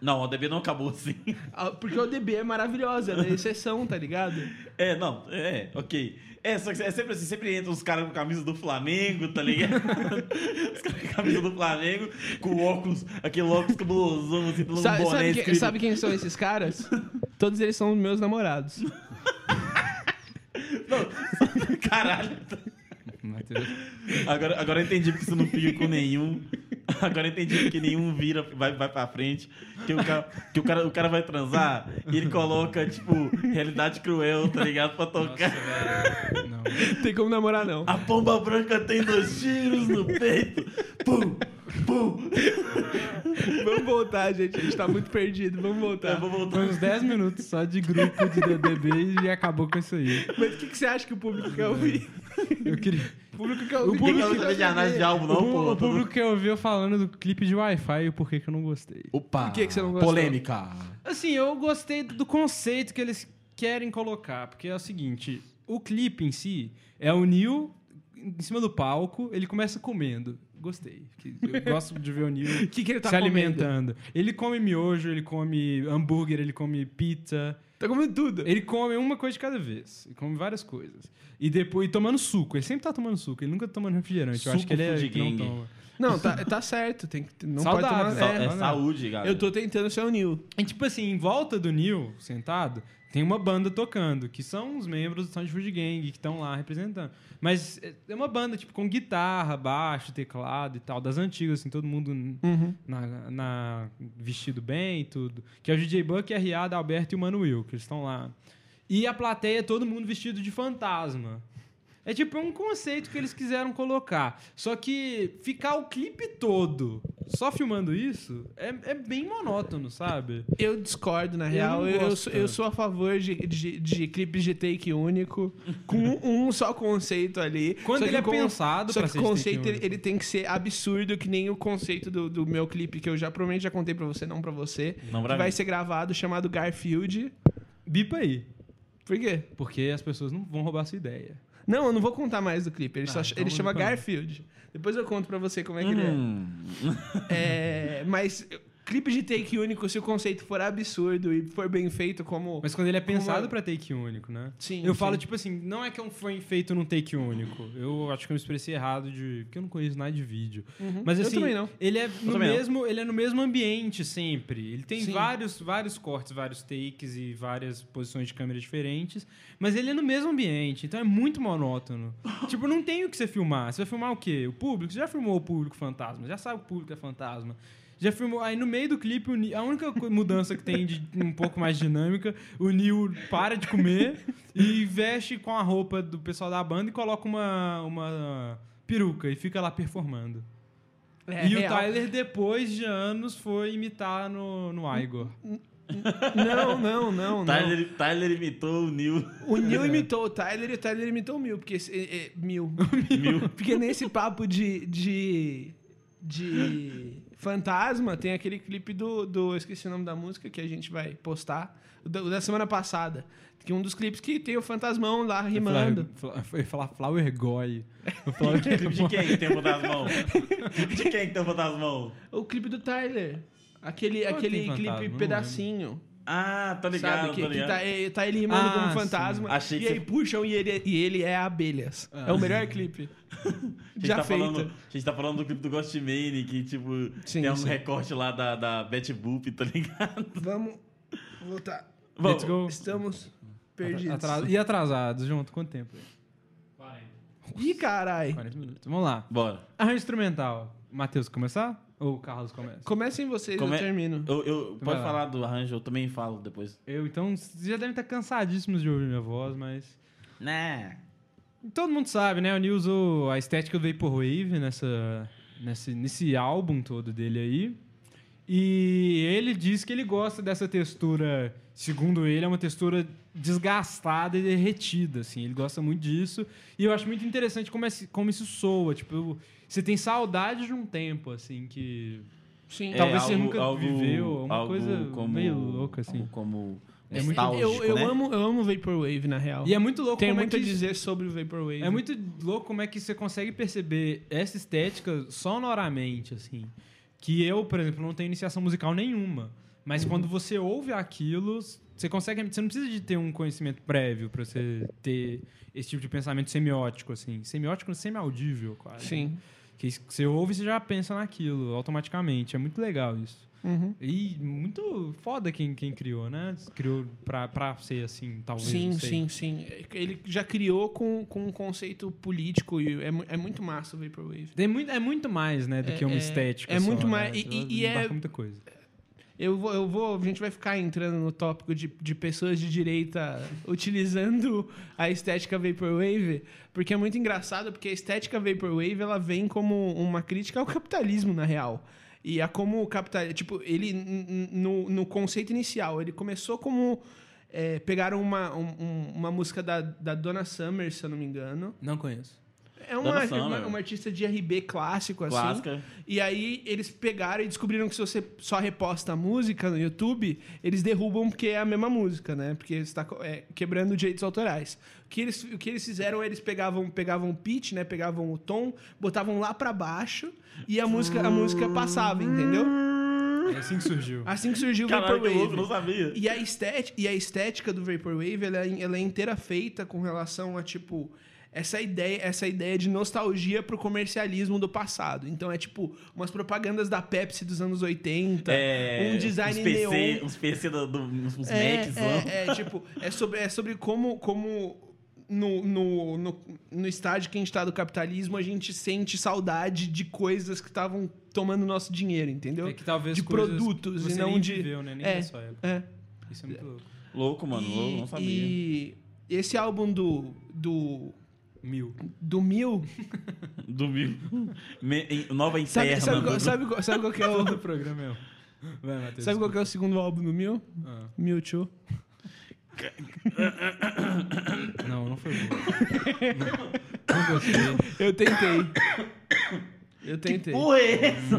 não, o DB não acabou assim.
Ah, Porque o DB é maravilhosa, ela é exceção, tá ligado?
É, não, é, ok. É, só que é sempre assim, sempre entra uns caras com camisa do Flamengo, tá ligado? Os caras com camisa do Flamengo, com óculos, aquele óculos cabulosão, assim, pelo
Sa-
boné
sabe, quem,
escrito.
sabe quem são esses caras? Todos eles são meus namorados.
(laughs) Caralho.
Matheus.
Agora, agora eu entendi porque você não fica com nenhum. Agora eu entendi porque nenhum vira, vai, vai pra frente. Que, o cara, que o, cara, o cara vai transar e ele coloca, tipo, realidade cruel, tá ligado? Pra tocar.
Não.
Tem como namorar, não.
A pomba branca tem dois tiros no peito. Pum, pum.
Vamos voltar, gente. A gente tá muito perdido. Vamos
Eu
voltar.
vou voltar.
Foi uns 10 minutos só de grupo de DDB e acabou com isso aí.
Mas o que, que você acha que o público quer ouvir?
Eu queria.
O público quer
é. O
ouvir.
público não sabe de análise de álbum,
O
não,
pú-
pô. tá
o público que ouviu eu falando do clipe de Wi-Fi e o porquê que eu não gostei.
Opa!
Por que que você não gostou?
Polêmica.
Assim, eu gostei do conceito que eles querem colocar, porque é o seguinte, o clipe em si é o Neil em cima do palco, ele começa comendo. Gostei. que Eu gosto de ver o Neil
O que, que ele tá
se
comendo?
alimentando. Ele come miojo, ele come hambúrguer, ele come pizza.
Tá comendo tudo.
Ele come uma coisa de cada vez. Ele come várias coisas. E depois e tomando suco. Ele sempre tá tomando suco. Ele nunca tá tomando refrigerante. eu
Suco
acho que ele é que não
Fujigang.
toma.
Não, tá, tá certo. Tem que, não
Saudável.
pode tomar...
Sa-
Saudável.
é,
não, não.
saúde, galera.
Eu tô tentando ser o Neil.
E tipo assim, em volta do Neil, sentado, tem uma banda tocando, que são os membros do Sound Food Gang, que estão lá representando. Mas é- é uma banda, tipo, com guitarra, baixo, teclado e tal, das antigas, assim, todo mundo na, na- vestido bem e tudo. Que é o DJ Buck, R.A., da Alberto e o Manuel, que eles estão lá. E a plateia é todo mundo vestido de fantasma. É tipo, é um conceito que eles quiseram colocar. Só que ficar o clipe todo só filmando isso é, é bem monótono, sabe?
Eu discordo, na
Eu
real.
não
Eu, eu
gosto
sou,
tanto.
eu sou a favor de, de, de clipes de take único, com um, um só conceito ali.
Quando
Só
ele
que
é pensado
Só
pra
que
ser
o
de take
conceito ele,
único.
ele tem que ser absurdo, que nem o conceito do, do meu clipe, que eu já provavelmente já contei pra você, não pra você.
Não pra
que vai
mim.
ser gravado, chamado Garfield.
Bipa aí.
Por quê?
Porque as pessoas não vão roubar sua ideia.
Não, eu não vou contar mais do clipe. Ele, só,
Ah, então
ele
não
chama
conta.
Garfield. Depois eu conto pra você como é que ele é.
Hum.
(laughs) É, mas clipe de take único, se o conceito for absurdo e for bem feito, como.
Mas quando ele é pensado
é?
pra take único, né?
Sim,
Eu
sim.
falo, tipo assim, não é que é um foi feito num take único. Eu acho que eu me expressei errado de. Porque eu não conheço nada de vídeo. Mas
Uhum. Eu
assim,
também não.
ele é no
também não.
mesmo, ele é no mesmo ambiente sempre. Ele tem
Sim.
vários, vários cortes, vários takes e várias posições de câmera diferentes, mas ele é no mesmo ambiente, então é muito
(laughs)
monótono. tipo, não tem o que você filmar. Você vai filmar o quê? O público? Você já filmou o público fantasma? Já sabe que o público é fantasma. Já filmou. Aí no meio do clipe, o Ni- a única co- mudança que tem de um pouco mais dinâmica, o Neil para de comer e veste com a roupa do pessoal da banda e coloca uma, uma peruca e fica lá performando.
É
e o
real. (laughs)
Tyler, depois de anos, foi imitar no, no Igor.
Não, não, não, não.
Tyler, Tyler imitou o Neil.
O Neil imitou o Tyler e o Tyler imitou o Mil, porque esse- é,
(laughs)
é, Mil. Porque nesse papo de de de fantasma tem aquele clipe do do eu esqueci o nome da música que a gente vai postar o da, o da semana passada, que é um dos clipes que tem o fantasmão lá rimando.
Fla- Foi falar Flower
(laughs)
Goy. O Flower
Clipe de
é
quem que tem o fantasmão? Clipe de quem que tem o fantasmão?
O clipe do Tyler. Aquele,
Qual
aquele
tem fantasma?
clipe
Não
pedacinho.
Ah, tá ligado,
sabe? Que,
tá
que
ligado.
tá, é, tá ele rimando
Ah,
como
sim.
fantasma.
Achei
e
que
aí
você-
puxam e ele, e ele é abelhas.
Ah,
é o melhor clipe.
A gente
Já
tá
feito.
Falando, a gente tá falando do clipe do Ghost Mane, que, tipo,
Sim,
tem um
sim.
recorte lá da, da Betty Boop, tá ligado?
Vamos voltar.
Let's
Bom,
go.
Estamos perdidos.
Atras... E atrasados, junto. Quanto tempo?
Ih, carai.
40 minutos. Vamos lá.
Bora.
Arranjo instrumental. Matheus, começar? Ou o Carlos começa?
Comecem vocês,
Come-
eu termino.
Eu, eu-
vai
pode
lá.
falar do arranjo, eu também falo depois.
Eu, então, vocês já devem estar cansadíssimos de ouvir minha voz, mas...
Né?
Todo mundo sabe, né? O Neil usou a estética do Vaporwave nessa, nesse, nesse álbum todo dele aí. E ele diz que ele gosta dessa textura, segundo ele, é uma textura desgastada e derretida, assim. Ele gosta muito disso. E eu acho muito interessante como, esse- como isso soa. Tipo, você tem saudade de um tempo, assim, que...
É
Sim.
Tá. Talvez você nunca
é
viveu, uma coisa meio louca, assim.
algo Como
É muito-
nostálgico,
eu, eu
né?
amo, eu amo Vaporwave, na real.
E é muito louco
Tenho
como
muito
é
a
que...
dizer sobre o Vaporwave.
É muito louco como é que você consegue perceber essa estética sonoramente, assim. Que eu, por exemplo, não tenho iniciação musical nenhuma. Mas quando você ouve aquilo, você consegue. Você não precisa de ter um conhecimento prévio pra você ter esse tipo de pensamento semiótico, assim. Semiótico, semi-audível, quase.
Sim.
Que isso que você ouve e você já pensa naquilo automaticamente. É muito legal isso.
Uhum.
E muito foda quem, quem criou, né? Criou pra, pra ser assim, talvez.
Sim,
não sei.
sim, sim. Ele já criou com, com um conceito político e é, mu- é muito massa o Vaporwave.
Tem muito, é muito mais, né, do
É-
que uma
é-
estética.
é
só,
muito
né?
mais- e- e- e é-
Abarca muita coisa.
Eu vou, eu vou, a gente vai ficar entrando no tópico de, de pessoas de direita (laughs) utilizando a estética Vaporwave, porque é muito engraçado, porque a estética Vaporwave ela vem como uma crítica ao capitalismo, na real. E a como o capitalismo. Tipo, ele, n- n- no, no conceito inicial, ele começou como. é, pegaram uma, um- um- uma música da, da Donna Summer, se eu não me engano.
Não conheço.
É uma,
Donna Summer.
uma, uma artista de RB clássico, assim.
Clássica.
E aí eles pegaram e descobriram que se você só reposta a música no YouTube, eles derrubam porque é a mesma música, né? Porque está quebrando direitos autorais. O que eles, o que eles fizeram é eles pegavam, pegavam o pitch, né? Pegavam o tom, botavam lá pra baixo e a música, a música passava, entendeu?
É assim que surgiu.
Assim que surgiu o
Caralho, que louco, não
Vaporwave.
sabia.
E a, estética, e a estética do Vaporwave, ela é, ela é inteira feita com relação a, tipo, essa ideia, essa ideia de nostalgia pro comercialismo do passado. Então é, tipo, umas propagandas da Pepsi dos anos 80,
É,
um design
uns PC,
neon.
Uns PC do, do, uns uns
É,
Macs, lá.
é, é, tipo, é sobre, é sobre como, como no, no, no, no estágio que a gente tá do capitalismo, a gente sente saudade de coisas que estavam tomando nosso dinheiro,
(laughs)
entendeu?
É que talvez
de
coisas
produtos
que você
e não
nem
de.
viveu, né? Nem
é,
da sua época.
é.
Isso é muito louco.
Louco, mano, louco, não sabia.
E esse álbum do. do.
(laughs) Mil.
do Mil.
Domingo. Me- em- Nova
Sabe,
interna.
sabe, qual,
do-
sabe, qual, sabe qual que é
Todo
(laughs)
o.
programa é um. Vai, Matheus.
Sabe qual que é o segundo álbum do Mil?
Ah,
Mewtwo.
não, não foi (laughs) bom. não gostei.
Eu tentei. Eu tentei.
Porra, é essa?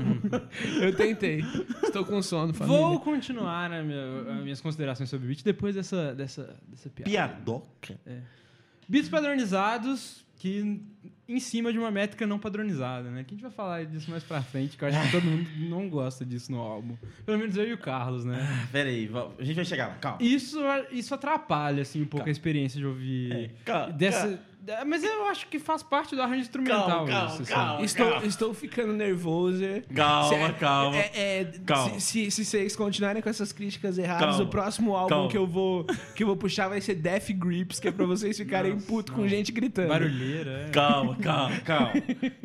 Eu tentei. Estou com sono, família.
Vou continuar né, meu- as minhas considerações sobre o beat depois dessa, dessa, dessa piada.
Piadoca.
Bits padronizados que em cima de uma métrica não padronizada, né? Que a gente vai falar disso mais pra frente, que eu acho que todo mundo não gosta disso no álbum. Pelo menos eu e o Carlos, né?
Pera aí, vo- a gente vai chegar lá, calma.
Isso, isso atrapalha, assim, um pouco a experiência de ouvir.
É, Ca-
dessa, da- mas eu acho que faz parte do arranjo instrumental
Calma, calma,
isso. assim.
calma.
Estou, estou ficando nervoso.
Calma,
Se-
calma.
é- é,
Calma.
Se, se- se vocês continuarem com essas críticas erradas,
Calma.
o próximo álbum
Calma.
que eu vou que eu vou puxar vai ser Death Grips, que é pra vocês ficarem putos com gente gritando.
Barulheira, é.
Calma, calma, (laughs) calma.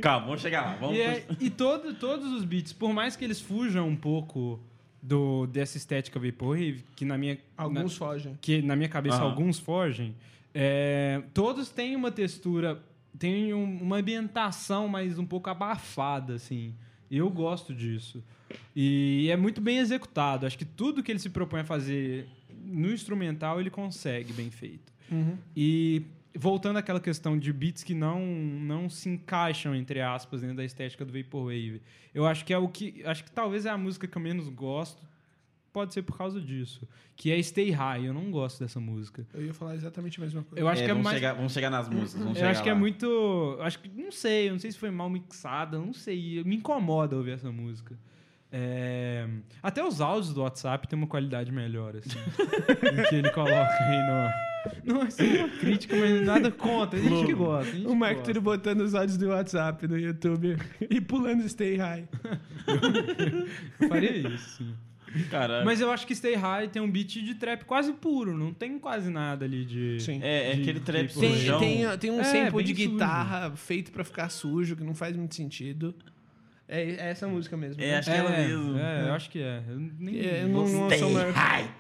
calma, vamos chegar lá. Vamos
E, é- e todo, todos os beats, por mais que eles fujam um pouco do, dessa estética Vaporwave, que na minha... na-
Alguns fogem.
que na minha cabeça
Aham.
alguns fogem, é, todos têm uma textura, têm um- uma ambientação mais um pouco abafada, assim. Eu gosto disso. E é muito bem executado. Acho que tudo que ele se propõe a fazer no instrumental, ele consegue bem feito. E voltando àquela questão de beats que não, não se encaixam, entre aspas, dentro da estética do Vaporwave. Eu acho que é o que. Acho que talvez é a música que eu menos gosto. Pode ser por causa disso. Que é Stay High. Eu não gosto dessa música.
Eu ia falar exatamente a mesma coisa.
Eu acho que é
vamos,
mais.
chegar, vamos chegar nas músicas. Vamos
Eu
chegar
acho que é
lá.
muito. eu Acho que. Não sei, eu não sei se foi mal mixada, eu não sei. Me incomoda ouvir essa música. É, até os áudios do WhatsApp têm uma qualidade melhor,
(laughs)
assim. do que ele coloca aí no. Não, isso é uma crítica, mas nada contra. Tem gente que gosta. tem gente
O
que
Marco
gosta.
Túlio botando os áudios do WhatsApp no YouTube e pulando Stay High.
Eu faria isso, sim.
Caralho.
Mas eu acho que Stay High tem um beat de trap quase puro, não tem quase nada ali de.
Sim.
É, é
de-
aquele
de
trap
Vaporwave.
Tem, tem, tem um
É,
sample
bem
de
sujo.
guitarra feito pra ficar sujo, que não faz muito sentido. É, é essa música mesmo.
É,
né?
acho que é ela mesmo.
É, eu acho que é. Eu nem
É, eu não, não
Stay
sou maior-
high.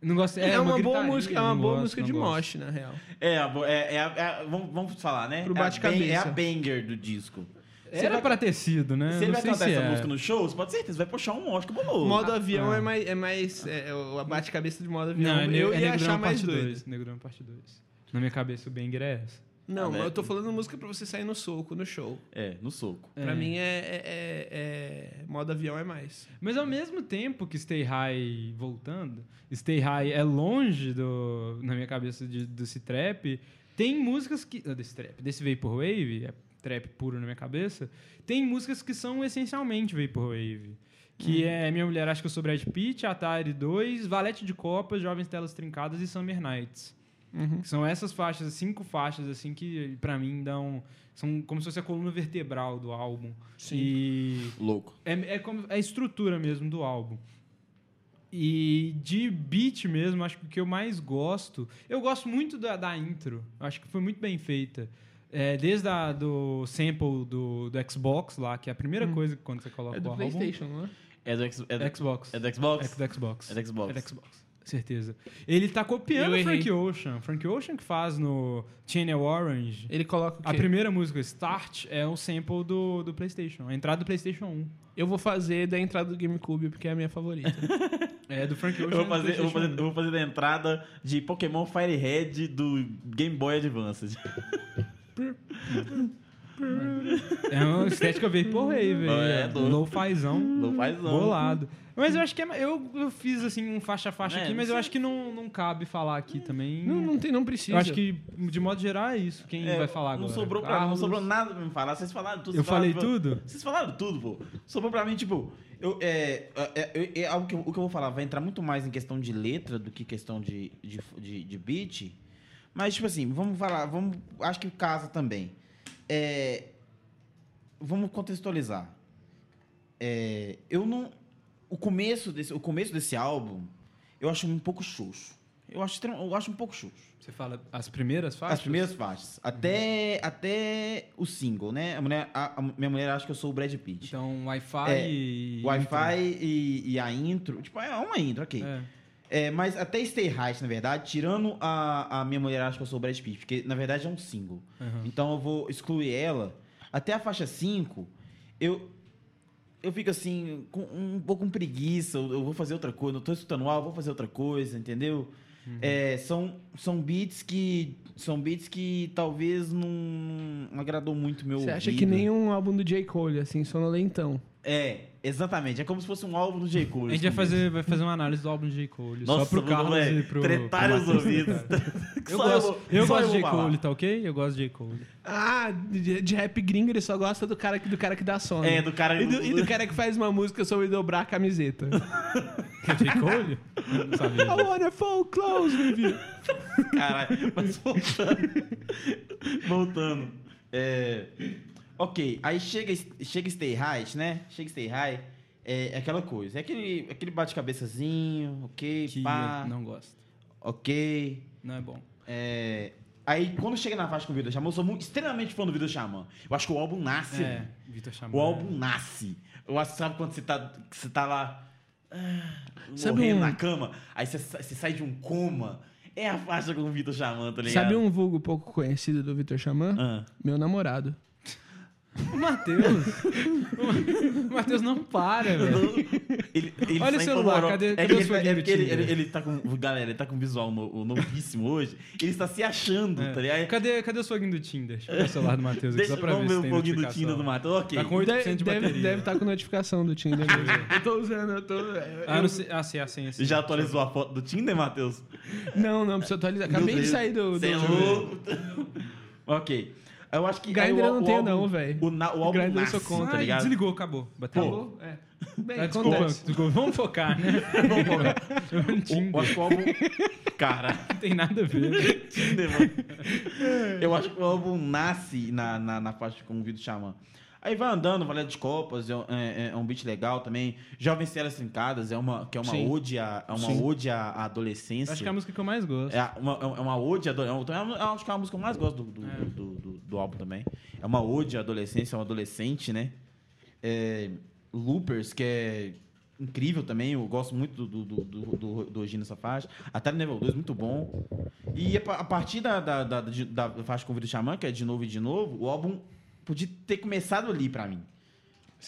não gosto.
É, uma, boa
gritaria,
música, é uma
não
boa
gosto,
música
não
de
gosto.
moche, na real.
É, a bo- é, é, a- é a- vamos, vamos falar, né?
Pro
É a
bate-cabeça.
bang- É a banger do disco.
Era
vai-
pra ter sido, né?
se ele
não
vai
sei
cantar
se
essa
é.
música no show, você pode ter certeza, vai puxar um Oscar bolou.
modo avião
ah.
é mais. É mais é, o abate-cabeça de modo avião.
Não, é, ne-
um, eu
é
ia
Negrão
achar mais
parte
doido.
2. Negrão é parte 2. Na minha cabeça, o Banger é essa.
Não,
Ah,
mas eu
velho.
tô falando música pra você sair no soco, no show.
É, no soco.
Pra
É.
mim é, é, é- é- Modo avião é mais.
Mas ao mesmo tempo que Stay High voltando, Stay High é longe do na minha cabeça de, desse trap. Tem músicas que ah, desse trap, desse vaporwave, é trap puro na minha cabeça. Tem músicas que são essencialmente vaporwave, que
Uhum.
é Minha Mulher Acha que eu sou Brad Pitt, Atari 2, Valete de Copas, Jovens Telas Trincadas e Summer Nights.
Uhum.
Que São essas faixas, cinco faixas assim que pra mim dão são como se fosse a coluna vertebral do álbum.
Sim.
E
Louco.
é, é como a estrutura mesmo do álbum. E de beat mesmo, acho que o que eu mais gosto. Eu gosto muito da, da intro. Acho que foi muito bem feita. É, desde a do sample do, do Xbox lá, que é a primeira coisa que quando você coloca
É
o
do
álbum.
PlayStation, não é?
É do, X- é do,
Xbox.
é do Xbox?
É do Xbox.
É do Xbox.
É do Xbox. Certeza. Ele tá copiando
Eu
o
errei.
Frank Ocean. Frank Ocean que faz no Channel Orange.
Ele
é
coloca o quê?
A primeira música, Start, é um sample do, do PlayStation. A entrada do PlayStation 1.
Eu vou fazer da entrada do GameCube, porque é a minha (laughs) favorita.
É do Frank Ocean.
Eu vou,
no
fazer, eu,
PlayStation
vou fazer,
1.
eu vou fazer da entrada de Pokémon Firehead do Game Boy Advance.
É uma estética vaporwave.
É,
É,
é doido.
Low-fizão.
(laughs) Low-fizão.
Bolado. Mas eu acho que é, ma- eu, eu fiz assim um faixa a faixa
É,
aqui, mas
você-
eu acho que não, não cabe falar aqui também.
não, não tem, não
eu
precisa.
acho que de modo geral é isso. Quem
É,
vai falar agora?
Não sobrou, pra, não
Carlos?
sobrou nada pra me falar. Vocês falaram tudo.
Eu
vocês falaram-
falei tudo?
Vocês falaram tudo, pô. Sobrou pra mim, tipo... Eu, é, é, é, é algo que eu, o que eu vou falar vai entrar muito mais em questão de letra do que questão de, de, de, de beat. Mas, tipo assim, vamos falar... Vamos, acho que casa também. É, vamos contextualizar. É, eu não... O começo, desse, o começo desse álbum, eu acho um pouco xoxo. Eu acho, extrema- eu acho um pouco xoxo.
Você fala as primeiras faixas?
As primeiras faixas. Até, até o single, né? A mulher, a- a minha mulher acha que eu sou o Brad Pitt.
Então, Wi-Fi
É,
e. então
Wi-Fi e, e a intro. Tipo, é uma intro, ok.
É.
É, mas até Stay High, na verdade, tirando a, a minha mulher acha que eu sou o Brad Pitt, porque na verdade é um single.
Aham.
Então eu vou excluir ela. Até a faixa 5, eu. Eu fico assim, com, um pouco com preguiça, eu, eu vou fazer outra coisa, eu tô escutando o álbum, vou fazer outra coisa, entendeu?
Uhum.
É, são, são beats que. São beats que talvez não, não agradou muito meu
Você acha
ouvido.
que nem um álbum do J. Cole, assim, sonolentão.
É, exatamente. É como se fosse um álbum do J. Cole.
A gente vai fazer, vai fazer uma análise do álbum de J. Cole.
Nossa,
só pro Carlos e pro. É.
Tretar os (laughs) ouvidos.
Eu
Só
gosto, eu
só
gosto de
vou
J.
falar.
Cole, tá ok? Eu gosto de J. Cole.
Ah, de, de rap gringo ele só gosta do cara que, do cara que dá sono.
É, do cara-
E do, e do cara que faz uma música sobre dobrar a camiseta.
Que é J.
(laughs)
Cole? Eu Não sabia.
I wanna fall close with you.
(laughs) Caralho, mas voltando. (laughs) voltando. É, ok, aí chega, chega Stay High, né? Chega Stay High, é, é aquela coisa. É aquele, aquele bate-cabeçazinho, ok,
Que
pá,
eu não gosto.
ok.
Não é bom.
é, aí quando chega na faixa com o Vitor Xamã, eu sou muito, extremamente fã do Vitor Xamã. Eu acho que o álbum nasce.
É,
né?
Vitor Chamou.
O álbum nasce. Eu acho que sabe quando você tá, que você tá lá ah,
Sabe
morrendo
um-
na cama, aí você, sa- você sai de um coma. É a faixa com o Vitor Xamã, tá ligado?
Sabe um vulgo pouco conhecido do Vitor Xamã?
Ah.
Meu namorado.
O Matheus. (laughs) o Matheus não para, velho.
Ele, ele
Olha
tá
o celular,
empolvoroso.
cadê-
É
cadê
que
o
ele,
seu
tá- é
game
porque ele,
Tinder?
ele, ele tá com. Galera, ele tá com um visual no, novíssimo hoje. Ele está se achando, tá ligado?
É. Cadê, cadê o foguinho do Tinder? Deixa eu ver o celular do Matheus aqui,
Deixa
só pra ver
vamos ver
se
um
tem
pouquinho do
notificação.
Tinder do Matheus. Ok.
Tá com 8% de
deve,
bateria.
deve estar com notificação do Tinder. mesmo. eu tô usando, eu tô. eu-
Ah, não sei. Ah, sim, ah, sim, ah, sim.
Já atualizou a foto do Tinder, Matheus?
Não, não, precisa atualizar.
Meu
Acabei de
Deus.
sair do.
Cê é
do...
louco. (laughs) ok. Eu acho que.
Grindr
aí o-
eu não
o
tenho
álbum-
não, velho.
O, na- o álbum
Grindr eu
nasce,
sou contra,
tá
Ai,
ligado?
desligou, acabou. Bateu.
Acabou? É. Bem,
Ah, desculpa,
acontece.
desculpa. Vamos focar, né? (laughs) Vamos focar. No
O, eu
Tinder.
acho que o álbum. (laughs) Cara. (laughs)
Não tem nada a (laughs) ver.
(laughs)
Tinder, mano. Eu acho que o álbum nasce na, na, na faixa com o Vitor Xamã. Aí vai andando, Valete de Copas, é, um- é- é um beat legal também. Jovens Celas Trincadas, é uma, que é uma
Sim.
ode à, é uma ode à à adolescência.
Acho que é a música que eu mais gosto.
É uma, é uma ode à adolescência. Acho que é a música que eu mais gosto do, do, do, do- do álbum também. É uma ode à adolescência, é um adolescente, né? é, Loopers, que é incrível também. Eu gosto muito do, do, do, do, do Regina nessa faixa. Atari Level 2, muito bom. E a, pa- a partir da, da, da, de- da faixa com o Vidro Xamã, que é de novo e de novo, o álbum podia ter começado ali pra mim.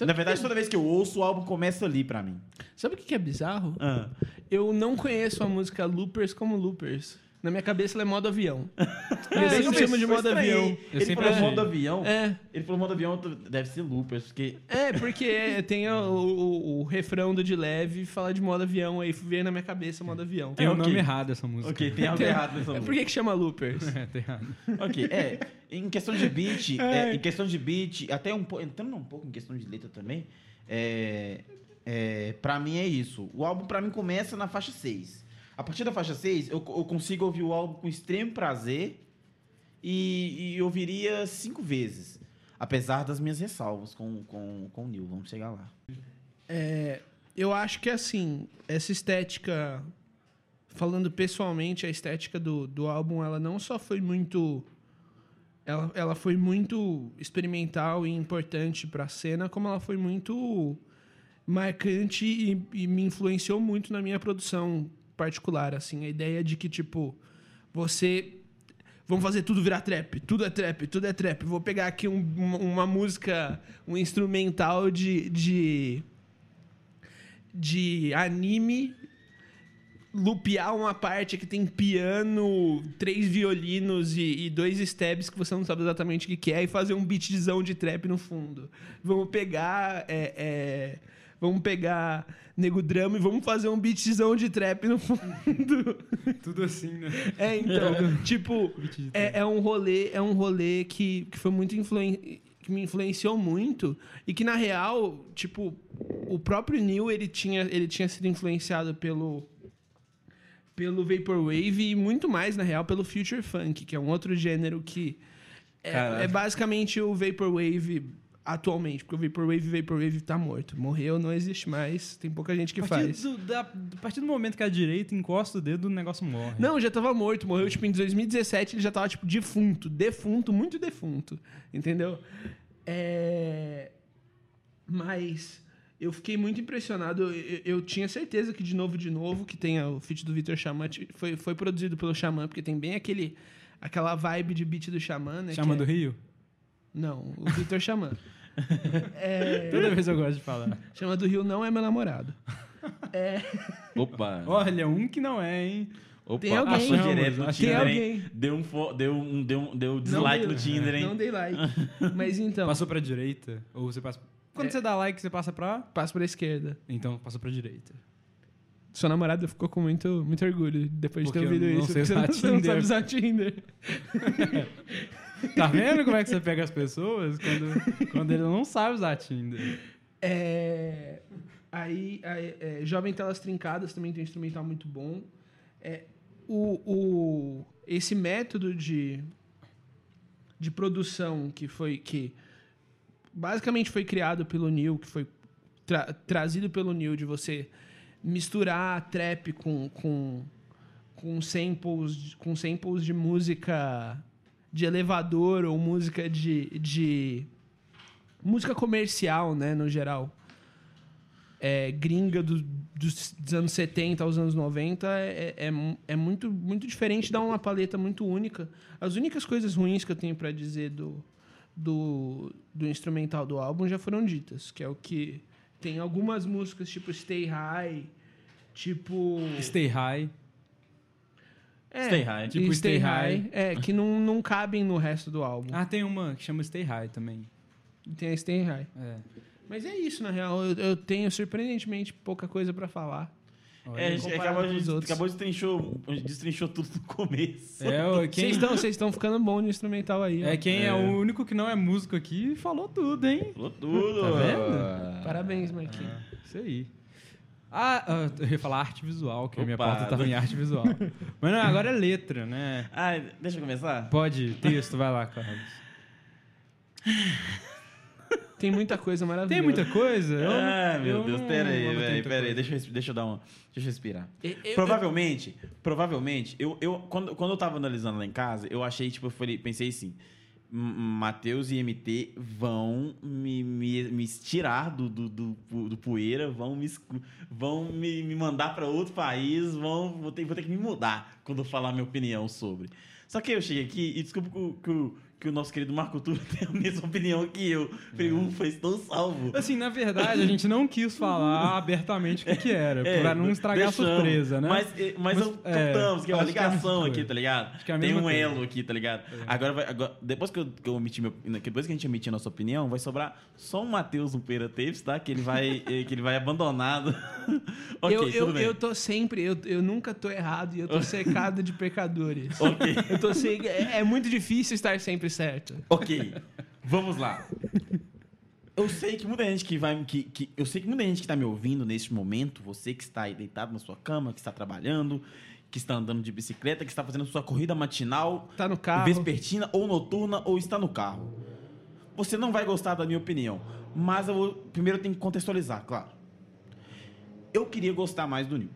Na verdade, toda vez que eu ouço, o álbum começa ali pra mim.
Sabe o que que é bizarro?
Ah.
Eu não conheço a música Loopers como Loopers. Na minha cabeça ela é modo
(laughs)
avião.
Eu
Eles sempre
sempre-
chamam de
eu
modo
estranhei.
avião.
Eu
Ele
sempre
falou
achei.
modo avião.
É,
Ele falou modo avião, deve ser Loopers, porque
é porque é- tem o, o- o refrão do de leve falar de modo avião aí veio na minha cabeça modo avião.
Tem
É,
o
ok.
nome errado essa música.
Ok, (laughs) tem algo errado nessa
É,
música.
Por que que chama
(laughs)
Loopers?
É, tem errado.
Ok, é. Em questão de (laughs) beat, é, em questão de beat, até um pouco, entrando um pouco em questão de letra também, é, é, pra mim é isso. O álbum pra mim começa na faixa 6. A partir da faixa 6, eu, co- eu consigo ouvir o álbum com extremo prazer e, e ouviria cinco vezes. Apesar das minhas ressalvas com, com, com o Neil, vamos chegar lá.
Eu acho que assim, essa estética, falando pessoalmente, a estética do, do álbum, ela não só foi muito. Ela, ela foi muito experimental e importante pra cena, como ela foi muito marcante e, e me influenciou muito na minha produção particular. Assim, a ideia de que, tipo, você. Vamos fazer tudo virar trap, tudo é trap, tudo é trap. Vou pegar aqui um- uma, uma música, um instrumental de- de de anime lupear uma parte que tem piano, três violinos e, e dois stabs que você não sabe exatamente o que, que é e fazer um beatzão de trap no fundo. Vamos pegar. é, é, vamos pegar Nego Drama e vamos fazer um beatzão de trap no (laughs) fundo.
Tudo assim, né?
É, então, tipo, é, é um rolê, é um rolê que, que foi muito influen que me influenciou muito e que na real, tipo, o próprio Neil ele tinha ele tinha sido influenciado pelo pelo Vaporwave e muito mais na real pelo Future Funk, que é um outro gênero que é, é basicamente o Vaporwave atualmente, porque o Vaporwave, Vaporwave tá morto, morreu, não existe mais, tem pouca gente que
A partir,
faz.
do, da- a partir do momento que a direita encosta o dedo, o negócio morre.
Não, já tava morto, morreu tipo em 2017, ele já tava tipo defunto, defunto, muito defunto, entendeu? É... Mas eu fiquei muito impressionado, eu, eu- eu tinha certeza que de novo, de novo, que tem o feat do Vitor Xamã, ti- foi, foi produzido pelo Xamã, porque tem bem aquele aquela vibe de beat do Xamã, né?
Chama do
que é-
Rio?
Não, o Vitor Xamã. É,
Toda vez eu gosto de falar.
Xamã do Rio não é meu namorado.
(laughs)
Opa!
Olha, um que não é, hein?
Opa,
Tem alguém.
achou direto no
Tem
Tinder,
alguém.
hein? Deu um, fo- deu um, deu um- deu dislike
dei-
no Tinder, hein?
Não dei like. Mas então, passo,
Passou pra direita? Ou você passa. Quando você dá like, você passa pra.
passo pra esquerda.
Então, passou pra direita.
Sua namorada ficou com muito, muito orgulho depois
Porque
de
eu
ter ouvido
não
isso.
sei
(laughs) porque
usar
você não, você não sabe
Tinder.
usar Tinder.
Tá vendo como é que você pega as pessoas (laughs) quando, quando ele não sabe usar Tinder?
É, aí, aí, é, Jovem Telas Trincadas também tem um instrumental muito bom. É, o, o- esse método de, de produção que foi que basicamente foi criado pelo Neil, que foi tra- trazido pelo Neil de você misturar trap com, com, com samples de- com samples de música de elevador ou música de- de música comercial, né, no geral, é, gringa do- dos, dos anos 70 aos anos 90 é, é, mu- é muito, muito diferente, dá uma paleta muito única. As únicas coisas ruins que eu tenho pra dizer do, do, do instrumental do álbum já foram ditas, que é o que tem algumas músicas tipo Stay High, tipo...
Stay high.
é,
Stay High.
Tipo Stay High.
É, que não, não cabem no resto do álbum.
Ah, tem uma que chama Stay High também.
Tem a Stay High.
É.
Mas é isso, na real. Eu, eu tenho surpreendentemente pouca coisa pra falar.
Olha.
É, a gente
Comparado com
acabou, a
os
gente
outros.
acabou de trinchou, destrinchou tudo no começo.
É, o- quem,
Vocês estão vocês estão ficando bom no instrumental aí. ó.
é quem é. o único que não é músico aqui falou tudo, hein?
Falou tudo.
Tá
Parabéns, Marquinhos.
Isso aí. Ah, ah, eu ia falar arte visual, que a minha
Opa.
pauta tava em arte visual. Mas não, agora é letra, né?
Ah, deixa eu começar?
Pode, texto, vai lá, Carlos.
Tem muita coisa maravilhosa.
Tem muita coisa? Eu não-
ah, meu
é. eu
Deus,
não-
pera aí,
eu não
velho,
tenho
pera aí,
muita
deixa eu, res- deixa eu dar uma, deixa eu respirar.
Eu- eu-
provavelmente, provavelmente, eu, eu quando, quando eu tava analisando lá em casa, eu achei, tipo, eu falei, pensei assim, M- Matheus e MT vão me, me, me estirar do, do, do, pu- do poeira, vão me, escu- vão me, me mandar para outro país, vão, vou, ter, vou ter que me mudar quando eu falar minha opinião sobre. Só que eu cheguei aqui e desculpa que, o- que, o- que o nosso querido Marco Túlio (laughs) tem a mesma opinião que eu.
É.
Falei, ufa, estou salvo.
Assim, na verdade, a gente não quis falar abertamente o que, que era,
É,
pra não estragar
deixamos.
a surpresa, né?
Mas, eh, mas,
Mas,
eu
é,
captamos, que é uma
acho que é a
ligação
mesma
aqui,
coisa.
tá ligado?
Acho que é a
Tem
mesma
um
coisa. É.
elo aqui, tá ligado? Agora, vai, agora- depois que eu, que eu omiti meu, depois que a gente emitir a nossa opinião, vai sobrar só um Matheus no Pera Tapes, tá? Que ele vai, (laughs) eh, que ele vai abandonado. (laughs) ok,
eu,
tudo
eu,
bem.
eu tô sempre, eu, eu nunca tô errado e eu tô cercado de pecadores.
Ok. (laughs)
Eu tô sem, é, é muito difícil estar sempre certo.
Ok, vamos lá. Eu sei que muita gente que vai. Que, que- eu sei que muita gente que tá me ouvindo neste momento, você que está aí deitado na sua cama, que está trabalhando, que está andando de bicicleta, que está fazendo sua corrida matinal,
Tá no carro.
vespertina ou noturna, ou está no carro. Você não vai gostar da minha opinião, mas eu vou, primeiro eu tenho que contextualizar, claro. Eu queria gostar mais do Neil.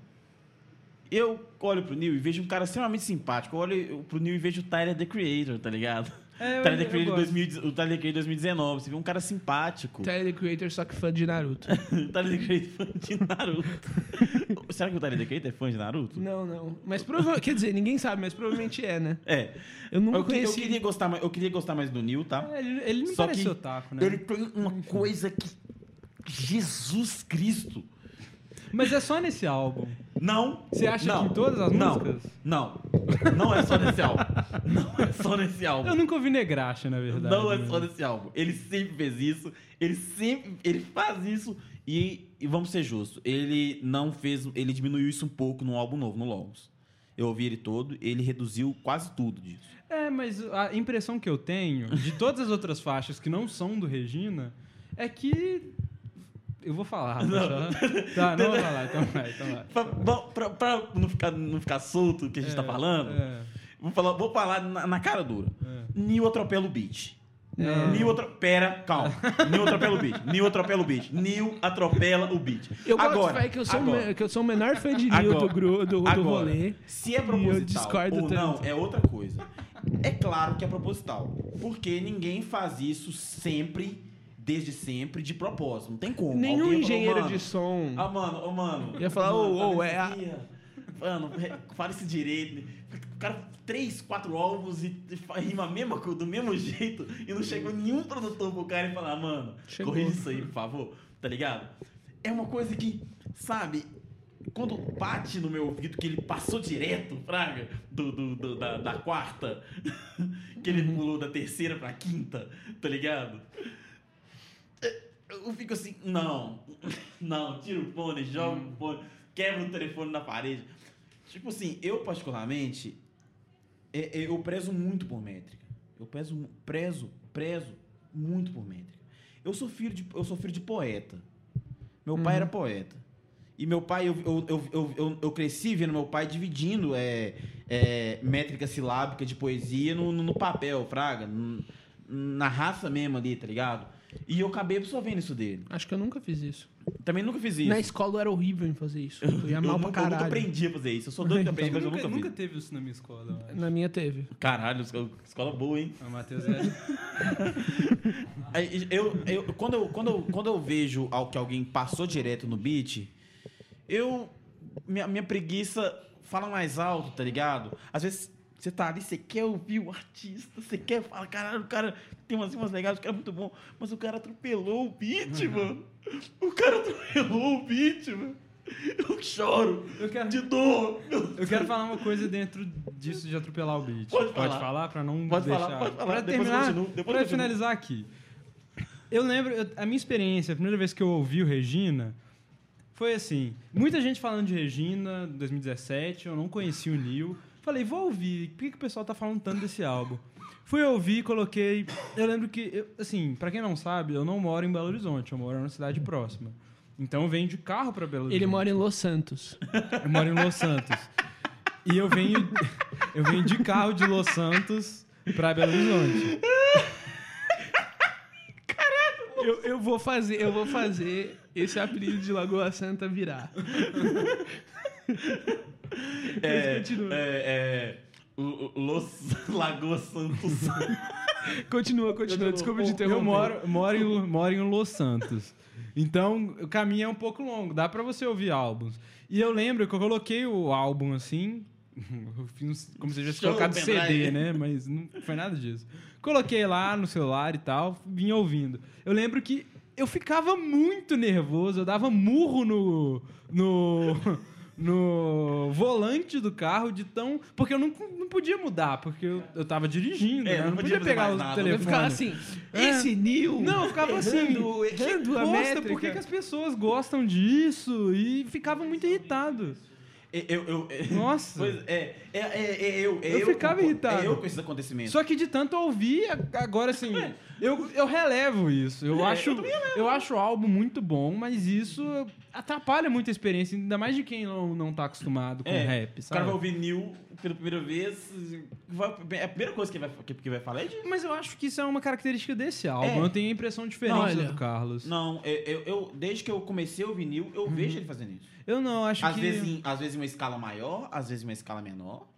Eu olho pro Neil e vejo um cara extremamente simpático. Eu olho pro Neil e vejo o Tyler The Creator, tá ligado?
É, eu-
Tyler, The
eu
Creator
gosto.
2000 o Tyler The Creator 2019. Você viu um cara simpático.
Tyler the Creator, só que fã de Naruto.
o (laughs) Tyler The Creator fã de Naruto.
(laughs)
Será que o Tyler The Creator é fã de Naruto?
Não, não. Mas provavelmente. Quer dizer, ninguém sabe, mas provavelmente é, né?
É.
Eu nunca
Eu, que- eu
conheci.
queria gostar mais, eu queria gostar mais do Neil, tá?
É, Ele, ele não
Só
parece
que
otaku, né?
Ele tem uma coisa que. Jesus Cristo!
Mas é só nesse álbum.
Não!
Você acha
não,
que em todas as
não,
músicas?
Não! Não é só nesse álbum. Não é só nesse álbum.
Eu nunca ouvi Negraxa, na verdade.
Não é
né?
só nesse álbum. Ele sempre fez isso. Ele sempre. Ele faz isso. E, e vamos ser justos. Ele não fez. Ele diminuiu isso um pouco no álbum novo, no Longs. Eu ouvi ele todo, ele reduziu quase tudo disso.
É, mas a impressão que eu tenho de todas as outras faixas que não são do Regina é que. Eu vou
(laughs)
falar, tá? Tá, não vou falar, então vai, então vai.
Pra, pra- pra não, ficar, não ficar solto o que a gente tá falando,
É,
vou falar, vou falar na, na cara dura.
é.
Nil atropela o beat.
Não.
Nil atro... Pera, calma. Nil atropela o beat. Nil atropela o beat. Nil atropela o beat.
Eu gosto,
agora,
vai, É que eu sou o
agora.
me- que eu sou o menor fã de Neil do,
Agora.
gru, do, do
Agora,
rolê.
Se é
eu
proposital
discordo
ou não,
tanto.
é outra coisa. É claro que é proposital. Porque ninguém faz isso sempre, desde sempre, de propósito. Não tem como.
Nenhum
Alguém
engenheiro
falou,
de
"Mano,
som.
Ah, mano, ô, mano.
um. Ia falar,
Mano,
ô, ô,
tá
é a-
nesse- Mano, é, fala isso direito. né? O cara, três, quatro álbuns e e fa- rima mesmo, do mesmo jeito e não chegou nenhum produtor pro cara e falar, mano,
Chegou.
corrige isso aí, por favor, tá ligado? É uma coisa que, sabe, quando bate no meu ouvido que ele passou direto, fraga, do, do- do- da, da quarta, (laughs) que ele
Uhum.
pulou da terceira pra quinta, tá ligado? Eu fico assim, não, não, tira o fone, joga o fone, quebra o telefone na parede. Tipo assim, eu particularmente, é- é- eu prezo muito por métrica. Eu prezo, mu- prezo, prezo muito por métrica. Eu sou filho de, eu sou filho de poeta. Meu pai era poeta. E meu pai, eu, eu, eu, eu, eu, eu cresci vendo meu pai dividindo é, é, métrica silábica de poesia no, no- no papel, fraga, n- na raça mesmo ali, tá ligado? E eu acabei absorvendo isso dele.
Acho que eu nunca fiz isso.
Também nunca fiz isso.
Na escola eu era horrível em fazer isso. Eu ia
eu,
mal pra
nunca, eu nunca
caralho.
aprendi a fazer isso. Eu sou doido
(laughs)
de aprender, mas eu
nunca,
nunca,
nunca
fiz.
teve isso na minha escola, eu acho.
Na minha teve.
Caralho, escola- escola boa, hein?
A Matheus é.
Aí, Eu, eu, quando, eu, quando, eu, quando eu vejo ao que alguém passou direto no beat, eu. Minha, minha preguiça fala mais alto, tá ligado? Às vezes você tá ali, você quer ouvir o artista, você quer falar, caralho, o cara tem umas rimas legais, o cara é muito bom, mas o cara atropelou o beat, mano. O cara atropelou o beat, mano. Eu choro
Eu quero-
de dor.
Eu quero falar uma coisa dentro disso de atropelar o beat.
Pode falar.
pra não
Pode
deixar.
falar, pode falar.
Pra
Depois eu
terminar,
continuo, depois eu
pra
continuo.
finalizar aqui. Eu lembro, eu- a minha experiência, a primeira vez que eu ouvi o Regina, foi assim, muita gente falando de Regina, 2017, eu não conheci o Neil. Falei, vou ouvir, por que, que o pessoal tá falando tanto desse álbum? Fui ouvir, coloquei... Eu lembro que, eu- assim, pra quem não sabe, eu não moro em Belo Horizonte, eu moro numa cidade próxima. Então eu venho de carro pra Belo Horizonte.
Ele mora em Los Santos.
Eu moro em Los Santos. E eu venho, eu venho de carro de Los Santos pra Belo Horizonte.
Eu, eu vou fazer, eu vou fazer esse apelido de Lagoa Santa virar.
né?
(laughs) É, é, é, o, o Los Lagoa Santos.
Continua, continua. Desculpa de interromper.
Eu moro, moro, em, moro em Los Santos. Então, o caminho é um pouco longo. Dá pra você ouvir álbuns. E eu lembro que eu coloquei o álbum assim... (laughs) eu fiz um- Como se eu tivesse
Show,
colocado CD,
pendrive.
né? Mas não foi nada disso. Coloquei lá no celular e tal, vim ouvindo. Eu lembro que eu ficava muito nervoso, eu dava murro no... no... (laughs) No volante do carro de tão. Porque eu não, não podia mudar, porque eu, eu tava dirigindo,
É,
né? Eu
não
não
podia
podia,
fazer
pegar
mais
o
nada. né?
telefone.
Eu ficava assim,
É.
esse Nil.
uh,
Não, eu ficava assim.
errando,
que
errando a
bosta,
métrica.
por que, que as pessoas gostam disso? E ficava muito irritado.
Eu, eu, eu-
Nossa.
Pois é, é, é, é eu, é
Eu ficava
com-
irritado.
É eu com esses acontecimentos.
Só que de tanto ouvir, a- agora
(laughs)
assim, eu, eu relevo isso.
É,
Eu, acho, eu, acho o álbum muito bom, mas isso atrapalha muito a experiência, ainda mais de quem não, não tá acostumado com
É,
rap,
o cara
sabe?
vai ouvir New pela primeira vez. vai- é a primeira coisa que ele vai, que, que vai falar é de.
Mas eu acho que isso é uma característica desse álbum.
É.
Eu tenho a impressão diferente
Olha.
do Carlos.
Não, é- eu, eu- desde que eu comecei a ouvir New, eu vejo ele fazendo isso.
Eu não, Uhum. acho
Às
que.
vezes, em, às vezes em uma escala maior, às vezes em uma escala menor.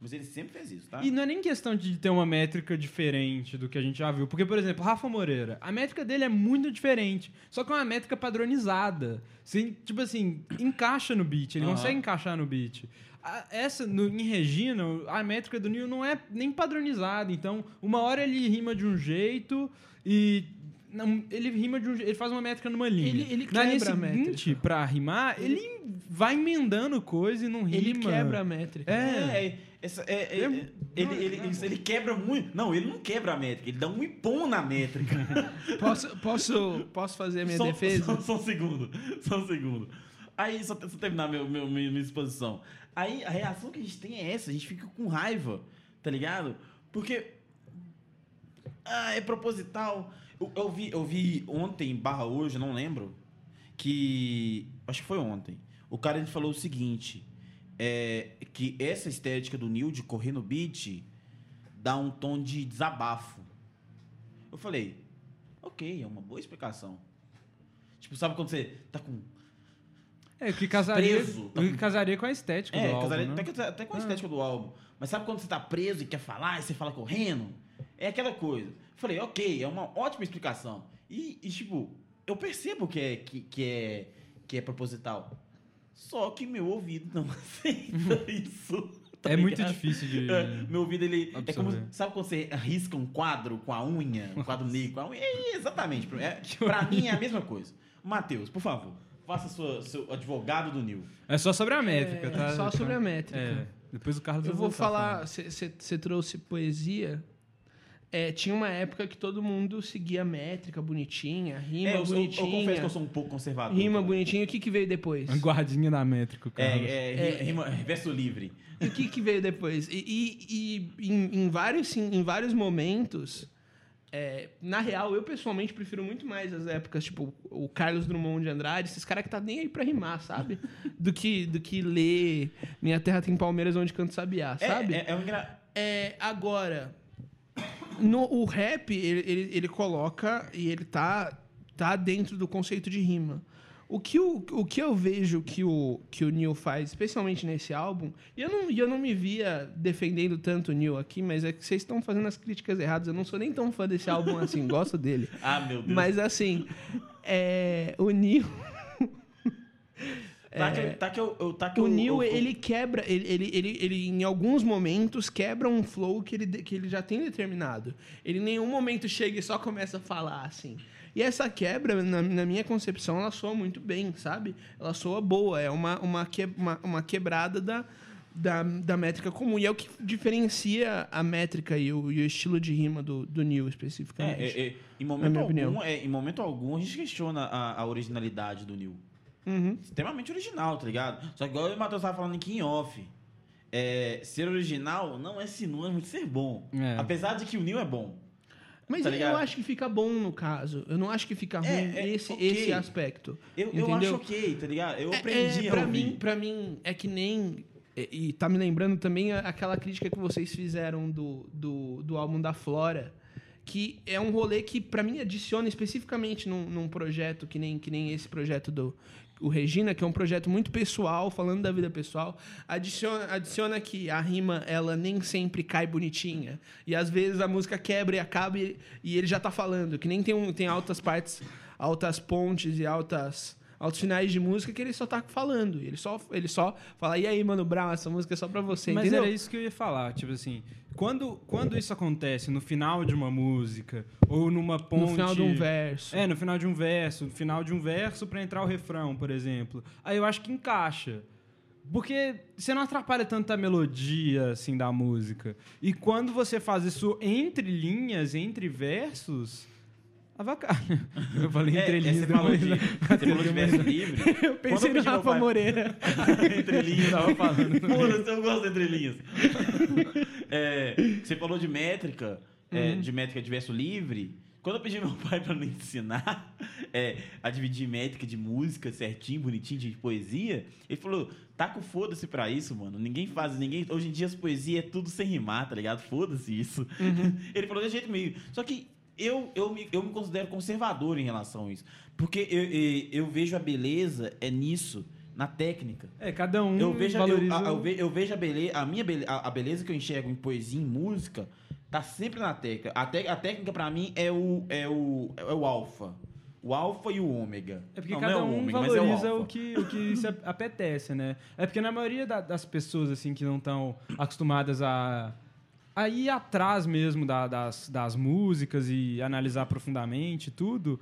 Mas ele sempre fez isso, tá?
E não é nem questão de ter uma métrica diferente do que a gente já viu. Porque, por exemplo, Rafa Moreira, a métrica dele é muito diferente. Só que é uma métrica padronizada. Assim, tipo assim, encaixa no beat, ele
Aham.
consegue encaixar no beat. A- Essa, no, em Regina, a métrica do Nil não é nem padronizada. Então, uma hora ele rima de um jeito e. não, ele rima de um je- Ele faz uma métrica numa linha.
Ele- ele
Na linha
quebra a métrica.
seguinte, pra rimar, ele vai emendando coisa e não rima.
Ele quebra a métrica.
É.
É, é, essa- é, é,
É-
é, ele, ele, ele, ele quebra muito. Não, ele não quebra a métrica, ele dá um ipom na métrica.
Posso, posso, posso fazer a minha
só,
defesa?
Só, só um segundo, só um segundo. Aí, só, só terminar meu, meu, minha, minha exposição. Aí, a reação que a gente tem é essa, a gente fica com raiva, tá ligado? Porque... Ah, é proposital. Eu, eu vi, eu vi ontem, barra hoje, eu não lembro, que... Acho que foi ontem. O cara, ele falou o seguinte, é, que essa estética do Neil de correr no beat dá um tom de desabafo. Eu falei, ok, é uma boa explicação. Tipo, sabe quando você tá com.
É, o que casaria,
Preso. tá
o que casaria com a estética
É,
do álbum,
casaria-
né?
até, que- até com a estética do álbum. Mas sabe quando você tá preso e quer falar e você fala correndo? É aquela coisa. Falei, ok, é uma ótima explicação. E, e, tipo, eu percebo que é, que, que é, que é proposital. Só que meu ouvido não
(laughs)
(laughs) aceita isso. tá
É muito
ligado?
difícil
(laughs)
de...
É, (laughs) meu ouvido, ele. É como,
Absorver.
sabe quando você risca um quadro com a unha? Um quadro negro com a unha? É,
(laughs)
exatamente. Pra, é, pra mim é a mesma coisa. Matheus, por favor, faça sua, seu advogado do Nil.
É só sobre a métrica,
É,
tá?
só sobre a métrica.
É, depois o Carlos...
Eu
vai
vou
voltar
falar. Você trouxe poesia. É, tinha uma época que todo mundo seguia a métrica bonitinha, rima
É, eu, eu- eu
bonitinha.
confesso que eu sou um pouco conservador.
Rima bonitinha. O que, que veio depois?
falando. A guardinha da métrica, o
É,
Carlos.
é, ri- rima, verso livre.
E o que, que veio depois? E, e- e em, em vários, sim- em vários momentos, é, na real, eu pessoalmente prefiro muito mais as épocas, tipo, o Carlos Drummond de Andrade, esses caras que tá nem aí pra rimar, sabe? Do que, do que ler Minha Terra Tem Palmeiras Onde Canto Sabiá,
É,
sabe?
É, é um engra...
É, agora, no, o rap, ele, ele, ele coloca e ele tá, tá dentro do conceito de rima. O que, o, o que eu vejo que o, que o Neil faz, especialmente nesse álbum, e eu não, e eu não me via defendendo tanto o Neil aqui, mas é que vocês estão fazendo as críticas erradas. Eu não sou nem tão fã desse álbum assim, gosto dele.
Ah, meu Deus.
Mas assim, é, o Neil.
tá, que, eu- tá que eu. eu- tá que
é, O
eu- eu-
Neil,
eu-
ele quebra, ele, ele, ele, ele, em alguns momentos quebra um flow que ele, de- que ele já tem determinado. Ele em nenhum momento chega e só começa a falar assim. E essa quebra, na, na minha concepção, ela soa muito bem, sabe? Ela soa boa, é uma, uma, que, uma, uma quebrada da, da, da métrica comum. E é o que diferencia a métrica e o, e o estilo de rima do, do Neil
É,
especificamente.
é, é, em,
Na
momento
minha
algum,
opinião.
é, em momento algum, a gente questiona a, a originalidade do Neil.
Uhum.
Extremamente original, tá ligado? Só que igual eu e o Matheus tava falando aqui em off. é, ser original não é sinônimo de ser bom.
É.
Apesar de que o Neil é bom.
Mas
tá
eu
ligado?
acho que fica bom no caso. Eu não acho que fica ruim
é,
esse,
ok.
esse aspecto.
Eu, eu acho
entendeu?
ok, tá ligado? Eu
É,
aprendi
é,
a
pra
ouvir.
mim para mim é que nem e, e tá me lembrando também a- aquela crítica que vocês fizeram do, do, do álbum da Flora que é um rolê que pra mim adiciona especificamente num, num projeto que nem que nem esse projeto do o Regina, que é um projeto muito pessoal, falando da vida pessoal, adiciona, adiciona que a rima, ela nem sempre cai bonitinha. E às vezes a música quebra e acaba e, e ele já tá falando. Que nem tem, um, tem altas partes, altas pontes e altas altos finais de música que ele só tá falando. Ele só, ele só fala, e aí, mano, Brown, essa música é só pra você,
Mas
entendeu?
era isso que eu ia falar, tipo assim, quando, quando isso acontece no final de uma música, ou numa ponte...
No final de um verso.
É, no final de um verso, no final de um verso pra entrar o refrão, por exemplo. Aí eu acho que encaixa. Porque você não atrapalha tanto a melodia, assim, da música. E quando você faz isso entre linhas, entre versos, avacalha. (laughs) Eu falei entre
é,
linhas.
você falou
depois,
de,
né?
você falou de verso livre.
(laughs) Eu pensei no
pedi meu
Rafa
pai-
Moreira.
(laughs) entre linhas, tava falando. Mano, eu gosto de entre linhas. (laughs) É, você falou de métrica, é, de métrica de verso livre. Quando eu pedi (laughs) meu pai pra me ensinar é, a dividir métrica de música certinho, bonitinho, de poesia, ele falou: taca o foda-se pra isso, mano. Ninguém faz, ninguém. Hoje em dia as poesias é tudo sem rimar, tá ligado? Foda-se isso. (laughs) Ele falou de jeito meio. Só que eu, eu, me, eu me considero conservador em relação a isso. Porque eu, eu, eu vejo a beleza é nisso, na técnica.
(laughs) É, cada um
Eu vejo, a- eu,
valoriza...
a, eu ve- eu vejo a beleza, a minha beleza, a, a beleza que eu enxergo em poesia, em música, tá sempre na técnica. A, tec- a técnica pra mim é o é o é o alfa. O alfa e o ômega.
É porque
Não,
cada
não é o
um
ômega, mas é o
valoriza o,
alfa.
que, o que se ap- apetece, né? É porque na maioria da- das pessoas, assim, que não estão acostumadas a, a ir atrás mesmo da- das, das músicas e analisar profundamente tudo,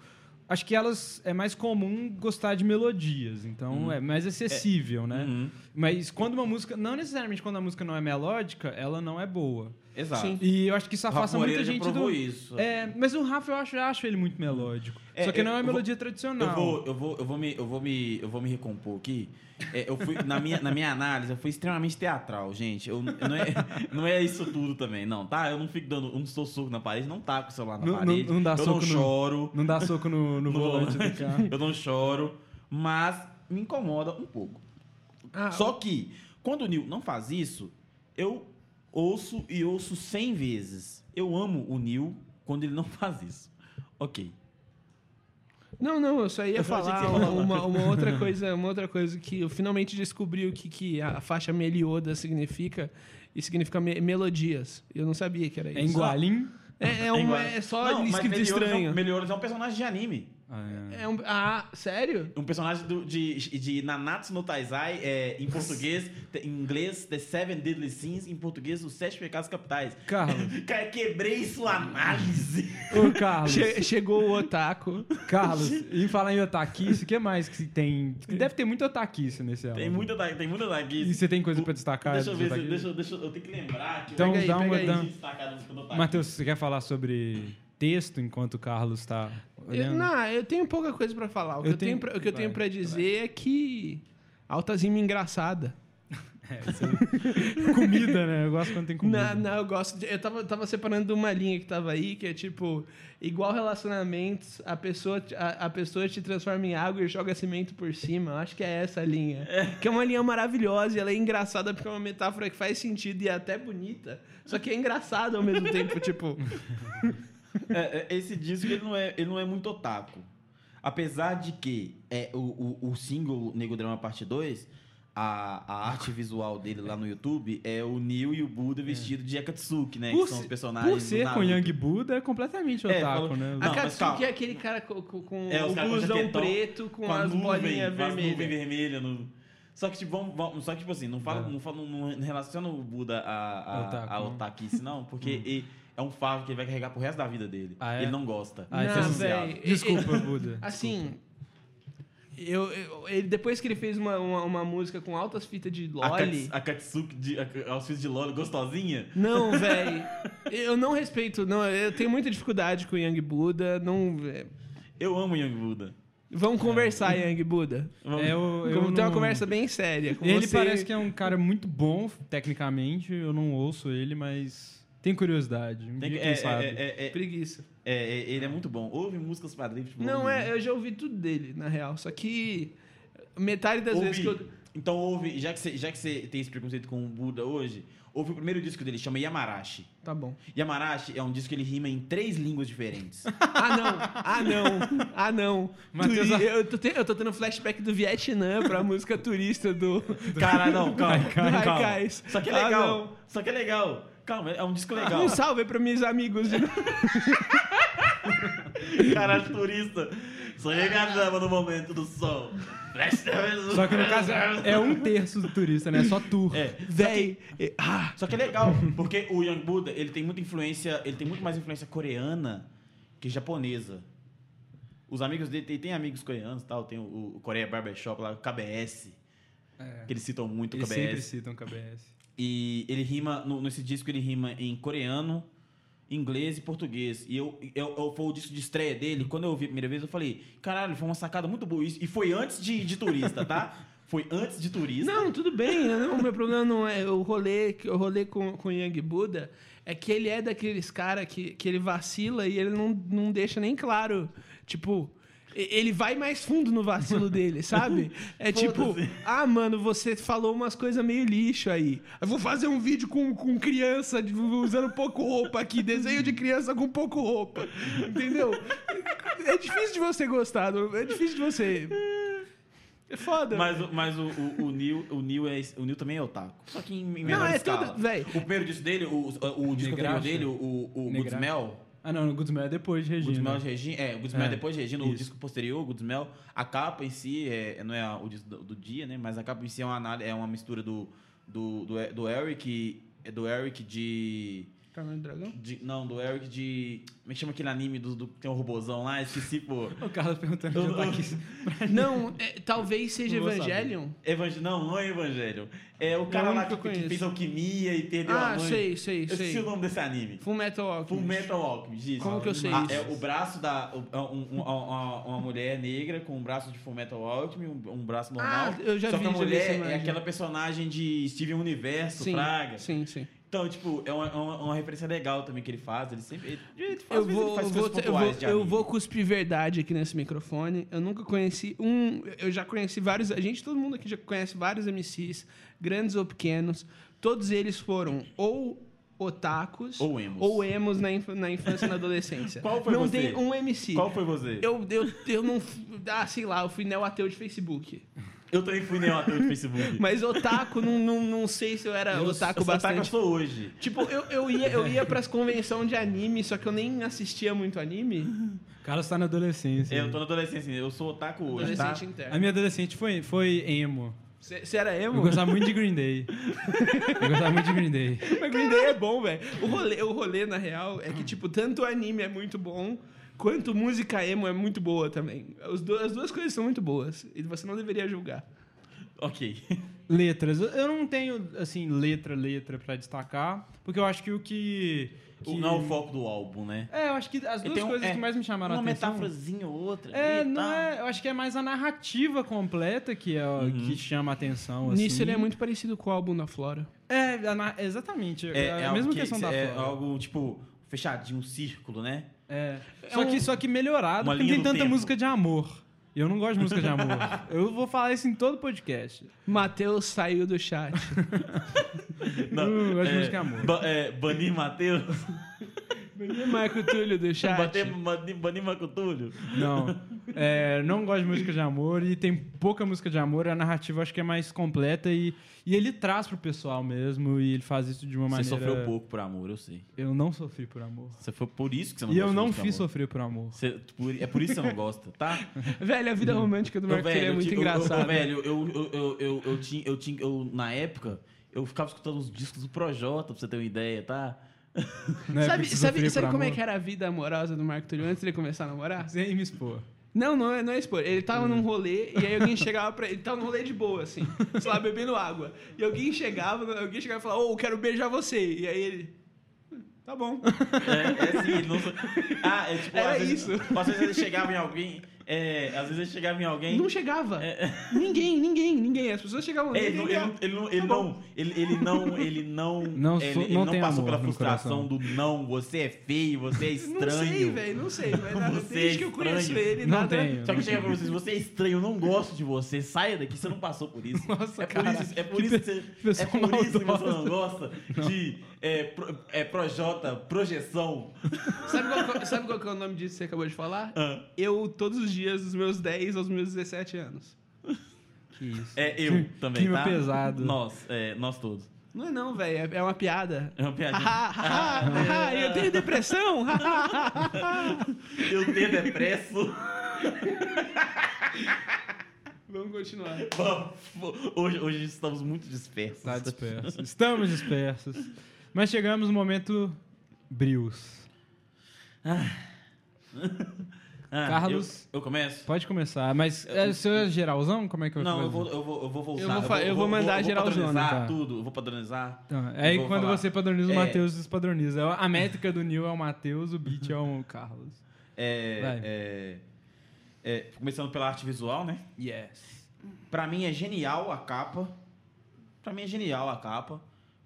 acho que elas... É mais comum gostar de melodias, então é mais acessível, né?
Uhum.
Mas quando uma música... Não necessariamente quando a música não é melódica, ela não é boa.
Exato.
Sim.
E eu acho que isso afasta muita
Tá. Moreira já
gente
provou
do...
isso.
É, mas o Rafa, eu acho, eu acho ele muito melódico.
É,
Só que
eu-
não é uma
eu vou-
melodia tradicional.
Eu vou, eu vou, eu vou me, eu vou me, eu vou me recompor aqui. É, eu fui na minha, na minha análise, eu fui extremamente teatral, gente. Eu, eu não é, (laughs) não é isso tudo também, não, tá? Eu não fico dando, eu não sou soco na parede, não taco o celular na
Não- não-
parede.
não dá
eu
soco no-
não choro.
Não dá soco no, no
no
volante do
volante.
carro.
(laughs) Eu não choro, mas me incomoda um pouco.
Ah,
Só que, quando o Neil não faz isso, eu ouço e ouço 100 vezes. Eu amo o Neil quando ele não (laughs) faz isso. Ok.
Não, não, eu só ia
Eu só achei
falar
que você ia falar
uma,
(laughs)
uma outra coisa, uma outra coisa que eu finalmente descobri o que, que a faixa Melioda significa. E significa me- melodias. Eu não sabia que era isso.
É em Gualim?
É, é,
um
Tem
uma,
guarda.
é só
Não, mas
escrito
Meliodas é um-
estranho.
Meliodas é um personagem de anime.
É um- ah, sério?
Um personagem do- de, de Nanatsu no Taizai, é, em português, te- em inglês, The Seven Deadly Sins, em português, Os Sete Pecados Capitais.
Carlos,
(laughs) Cara, quebrei sua análise.
(laughs)
ô Carlos,
Che- chegou o Otaku.
Carlos, em falar em otaquice, o que mais que tem? Deve ter muito otaquice nesse álbum.
Tem muita, da- tem muita daqui.
E você tem coisa pra destacar?
Deixa eu
dos
ver, se-
otaquices?
deixa, eu- deixa eu- eu tenho que lembrar que
Então
eu
dá uma...
pega aí.
dá-
destacar no quando eu tava-
Matheus, você quer falar sobre texto enquanto o Carlos tá
Eu,
olhando?
não, eu tenho pouca coisa pra falar. O que
Eu
eu, tenho,
tenho-
pra, o que eu tenho
vai,
pra dizer é que. Altas rimas engraçada.
É, (laughs) Comida, né? Eu gosto quando tem comida.
Não, não, eu gosto. de- eu tava, tava separando uma linha que tava aí, que é tipo, igual relacionamentos, a pessoa, te- a, a pessoa te transforma em água e joga cimento por cima. Eu acho que é essa a linha. Que é uma linha maravilhosa e ela é engraçada porque é uma metáfora que faz sentido e é até bonita. Só que é engraçada ao mesmo tempo, (laughs) tipo.
É, é, esse disco ele não, é, ele não é muito otaku. Apesar de que é, o, o, o single Nego Drama Parte 2, a, a arte visual dele lá no YouTube é o Neil e o Buda vestido de Akatsuki, né?
Por
que são os
se-
personagens
Por ser
do
com
Naruto.
Yang Buda, é completamente
É,
otaku,
falou-
né?
Não,
A
mas
Katsuki
calma.
é aquele cara com, com- com
É,
o
os caras com
blusão
jaquetão,
preto, com, as bolinhas
com as nuvens
vermelhas.
vermelhas no- Só que, tipo, vamos, vamos- só que, tipo assim, não, fala, não, fala, não relaciona o Buda a, a,
É. Otaku,
a
né?
otakice, não, porque ele- é um fardo que ele vai carregar pro resto da vida dele.
Ah, é?
Ele então não gosta.
Ah, isso é
Ele
Não,
associado.
véi.
Desculpa, Buda.
(laughs) Assim. Eu, eu- ele, depois que ele fez uma, uma, uma música com altas fitas de
A
Loli.
Kats- A Katsuki, de, a, aos filhos de Loli, gostosinha?
Não, velho. Eu não respeito, não. Eu tenho muita dificuldade com o Young Buda. Não. é.
Eu amo Young Buddha.
Vamos conversar, Young Buda.
É, eu, É. eu
Como tem
não-
uma conversa bem séria. com
Ele
você.
parece que é um cara muito bom, tecnicamente. Eu não ouço ele, mas tem curiosidade. Um
Tem que-
dia,
é,
quem
é,
sabe.
é, é, é,
preguiça.
é, é, ele é muito bom. Ouve músicas pra drift.
é,
Não, é, eu já ouvi tudo dele, na real. Só que metade das
Ouvi.
vezes que eu.
Então houve, já que você, já que você tem esse preconceito com o Buda hoje, houve o primeiro disco dele, chama Yamarashi.
Tá bom.
Yamarashi é um disco que ele rima em três
(laughs)
línguas diferentes.
Ah, não. Ah, não. Ah, não.
Matheus-
Turi- eu, tô te- eu tô tendo flashback do Vietnã pra música turista do...
Cara, não, calma.
do
calma.
Haikais.
Só que é
Ah,
legal.
não.
só que é legal. Calma, é um disco
Ah,
legal.
Um salve para meus amigos.
Caralho, turista. Só regadava no momento do sol. Presta atenção.
Só que no caso é um terço do turista, né? É só tour.
É.
Véi. Ah,
Só que é legal, porque o Young Buddha, ele tem muita influência, ele tem muito mais influência coreana que japonesa. Os amigos dele, tem, tem amigos coreanos e tal, tem o, o Coreia Barbershop lá, o KBS, que eles citam muito o
É. Eles
KBS.
sempre citam KBS.
E ele rima, no, nesse disco ele rima em coreano, inglês e português. E eu, eu, eu- foi o disco de estreia dele, quando eu ouvi a primeira vez, eu falei, caralho, foi uma sacada muito boa isso. E foi antes de, de turista, tá? Foi antes de turista.
Não, tudo bem. eu não- o meu problema não é o rolê, que- o rolê com, com o Yang Buda. É que ele é daqueles cara que, que ele vacila e ele não, não deixa nem claro. Tipo, e- ele vai mais fundo no vacilo dele, sabe? É tipo, ah, mano, você falou umas coisas meio lixo aí. Eu vou fazer um vídeo com, com criança de- usando pouco roupa aqui, desenho de criança com pouco roupa. Entendeu? É difícil de você gostar, não- é difícil de você. É foda.
Mas, o- mas o, o, o Neil, o, Neil é, o Neil também é otaku. Só que em, em menor
é
escala.
todo- véi.
O primeiro disco dele, o, o, o disco anterior
Negraxa.
dele, o, o Good
Negraxa.
Smell.
Ah, não, no Goodsmell é depois de
Good
Regina.
Smell de Regina. É, o Good Smell
É,
depois de Regina, o
isso.
disco posterior, o Good Smell. A capa em si é, não é a- o disco do, do dia, né? Mas a capa em si é uma, análise- é uma mistura do, do, do, do Eric. É do Eric de,
Caverna do Tá Dragão?
de- Não, do Eric de. Como é que chama aquele anime do, do que tem um robozão lá? Esqueci, pô.
O Carlos perguntando
Eu-
onde eu
eu- (laughs)
tá aqui.
Não, é, talvez seja
Não vou
Evangelion.
Evangel... Não, não é Evangelho. É o cara
o
lá
único
que,
que eu
que fez
conheço.
alquimia e perdeu a
Ah,
mãe.
sei, sei,
Eu esqueci o
sei.
nome desse anime.
Full Metal
Full
Alchemist.
Metal Alchemist. isso.
Como que eu sei
Ah,
isso?
É o braço da. o- é um- um- uma, uma mulher negra com um braço de Full Metal Alchemist, um, um braço normal.
Ah, eu já
Só
vi,
que a
já vi essa
mulher é
imagem.
aquela personagem de Steven Universo,
Sim,
Fraga.
sim, sim.
Então, tipo, é uma, é uma- uma referência legal também que ele faz. Ele sempre. Ele, ele faz,
Eu
às vezes ele
vou,
faz
eu, vou,
coisas
eu,
pontuais
vou,
de
eu
anime.
vou cuspir verdade aqui nesse microfone. Eu nunca conheci um. Eu já conheci vários. A gente, todo mundo aqui já conhece vários MCs, grandes ou pequenos. Todos eles foram ou otakus
Ou emos.
emos na, inf- na infância e na adolescência.
(laughs) Qual foi
Não
você?
tem um MC.
Qual foi você?
Eu, eu, eu não. Ah, sei lá, eu fui neo ateu de Facebook.
Eu também fui neoateu do Facebook.
Mas otaku, não, não, não sei se eu era otaku
eu sou otaku, é eu
bastante.
sou hoje.
Tipo, eu, eu ia, eu ia pras convenções de anime, só que eu nem assistia muito anime.
O Carlos tá na adolescência.
É, Eu tô na adolescência, eu sou otaku hoje, tá?
Adolescente
A
interno.
minha adolescente foi, foi emo.
Você era
Eu
emo?
gostava muito de Green
(laughs)
Day. Eu gostava muito de Green Day.
Mas Green Day é bom, velho. O rolê, o rolê, na real, é que, tipo, tanto anime é muito bom, quanto música emo é muito boa também. Os do- as duas coisas são muito boas. E você não deveria julgar. (laughs)
Ok.
Letras. Eu- Eu não tenho, assim, letra, letra pra destacar, porque eu acho que o que... que...
Não é o foco do álbum, né?
É, eu acho que as
E
duas
tem um-
coisas
é,
que mais me chamaram
Uma
a atenção...
metáforazinha ou outra.
É,
ali e
não
tal.
é... Eu acho que é mais a narrativa completa que, é, o-
Uhum.
que chama a atenção, assim.
Nisso ele é muito parecido com o álbum da Flora.
É, a na- exatamente. É,
É,
a
algo
mesma
que-
questão da
É
Flora.
algo, tipo, fechadinho, um círculo,
(laughs)
né?
É.
É
Só,
um-
que, só que melhorado,
Uma
porque não
linha
tem
do
tanta
tempo.
música de amor. E eu não gosto de música de
(laughs)
amor. eu vou falar isso em todo podcast.
Matheus saiu do chat. (laughs)
Não, Uh, eu gosto de música de amor.
Ba é, banir
(laughs)
Matheus,
Marco Túlio do chat.
bater- banir, banir Macutulho. (laughs)
Não. É, não gosto de música de amor e tem pouca música de amor. A narrativa acho que é mais completa e, e ele traz pro pessoal mesmo e ele faz isso de uma
Você
maneira... é.
sofreu pouco por amor, eu sei.
Eu não sofri por amor.
Você foi por isso que você não
E eu
gosta de
não
música
fiz
de amor.
sofrer por amor.
Você- por- é por isso que você não gosta,
(laughs)
tá?
Velho, a vida romântica do
Ô,
Marco Túlio é
eu
muito
ti- eu- eu-
engraçada.
velho, eu, eu, eu, eu, eu tinha, eu tinha, eu, na época, eu ficava escutando os discos do Projota, pra você ter uma ideia, tá?
Não é
sabe
porque
sabe,
sofrer
sabe
por
como é
amor.
que é? era a vida amorosa do Marco Túlio antes de ele começar a namorar?
Sem me expor.
Não, não é, não é expor. Ele
Hum.
tava num rolê e aí alguém chegava pra ele. tava num rolê de boa, assim. Sei lá, bebendo água. E alguém chegava, alguém chegava e falava, ô, eu quero beijar você. E aí ele. Tá bom.
É, é assim, ele não. Ah, é tipo.
Era
às vezes-
isso.
Às vezes ele chegava em alguém. É, às vezes ele chegava em alguém.
Não chegava.
É.
Ninguém, ninguém, ninguém. As pessoas chegavam.
É, (laughs) ele, não,
ninguém
ele, não- ele, não-
Tá
ele não, ele, ele não, ele não,
Não
ele,
sou-
ele
não
não
tem
passou
amor
pela
no
frustração
coração.
do não, você é feio, você é estranho.
Não sei, velho, não sei. Mas nada,
Você
desde
é
que eu conheço
estranho.
ele,
Não
nada.
tenho.
Só que chega pra vocês, você é estranho, eu não gosto de você, saia daqui, você não passou por isso.
Nossa,
é por
cara,
isso, é por
que
isso que
pe-
você, é
pessoa
por isso que você
maldosa.
não gosta de é, pro, é, projota, projeção.
Sabe qual, que é- sabe qual que é o nome disso que você acabou de falar?
Ah.
Eu, todos os dias, dos meus 10 aos meus 17 anos.
Que isso.
É eu
(laughs)
também,
clima
tá?
pesado.
Nós, é, nós todos.
Não é não, velho. É é uma piada.
É uma piadinha.
Ah, ah, ah, ah, eu tenho depressão.
eu tenho depresso.
Vamos continuar.
Hoje, hoje estamos muito dispersos.
Tá disperso. Estamos dispersos. Mas chegamos no momento Brios.
Ah,
Carlos.
Eu, eu começo?
Pode começar, mas é, o seu é geralzão? Como é que eu
Não,
faço?
eu vou, eu vou, eu vou voltar.
Eu vou fa- eu vou mandar geral
zona,
padronizar
tá.
tudo, eu vou padronizar.
Tá.
Então, aí
Eu vou
quando
falar.
você padroniza, o
É.
Matheus despadroniza. A métrica do Neil é o Matheus, o beat é o Carlos. Vai.
É, é, é, começando pela arte visual, né?
Yes.
Pra mim é genial a capa. Pra mim é genial a capa.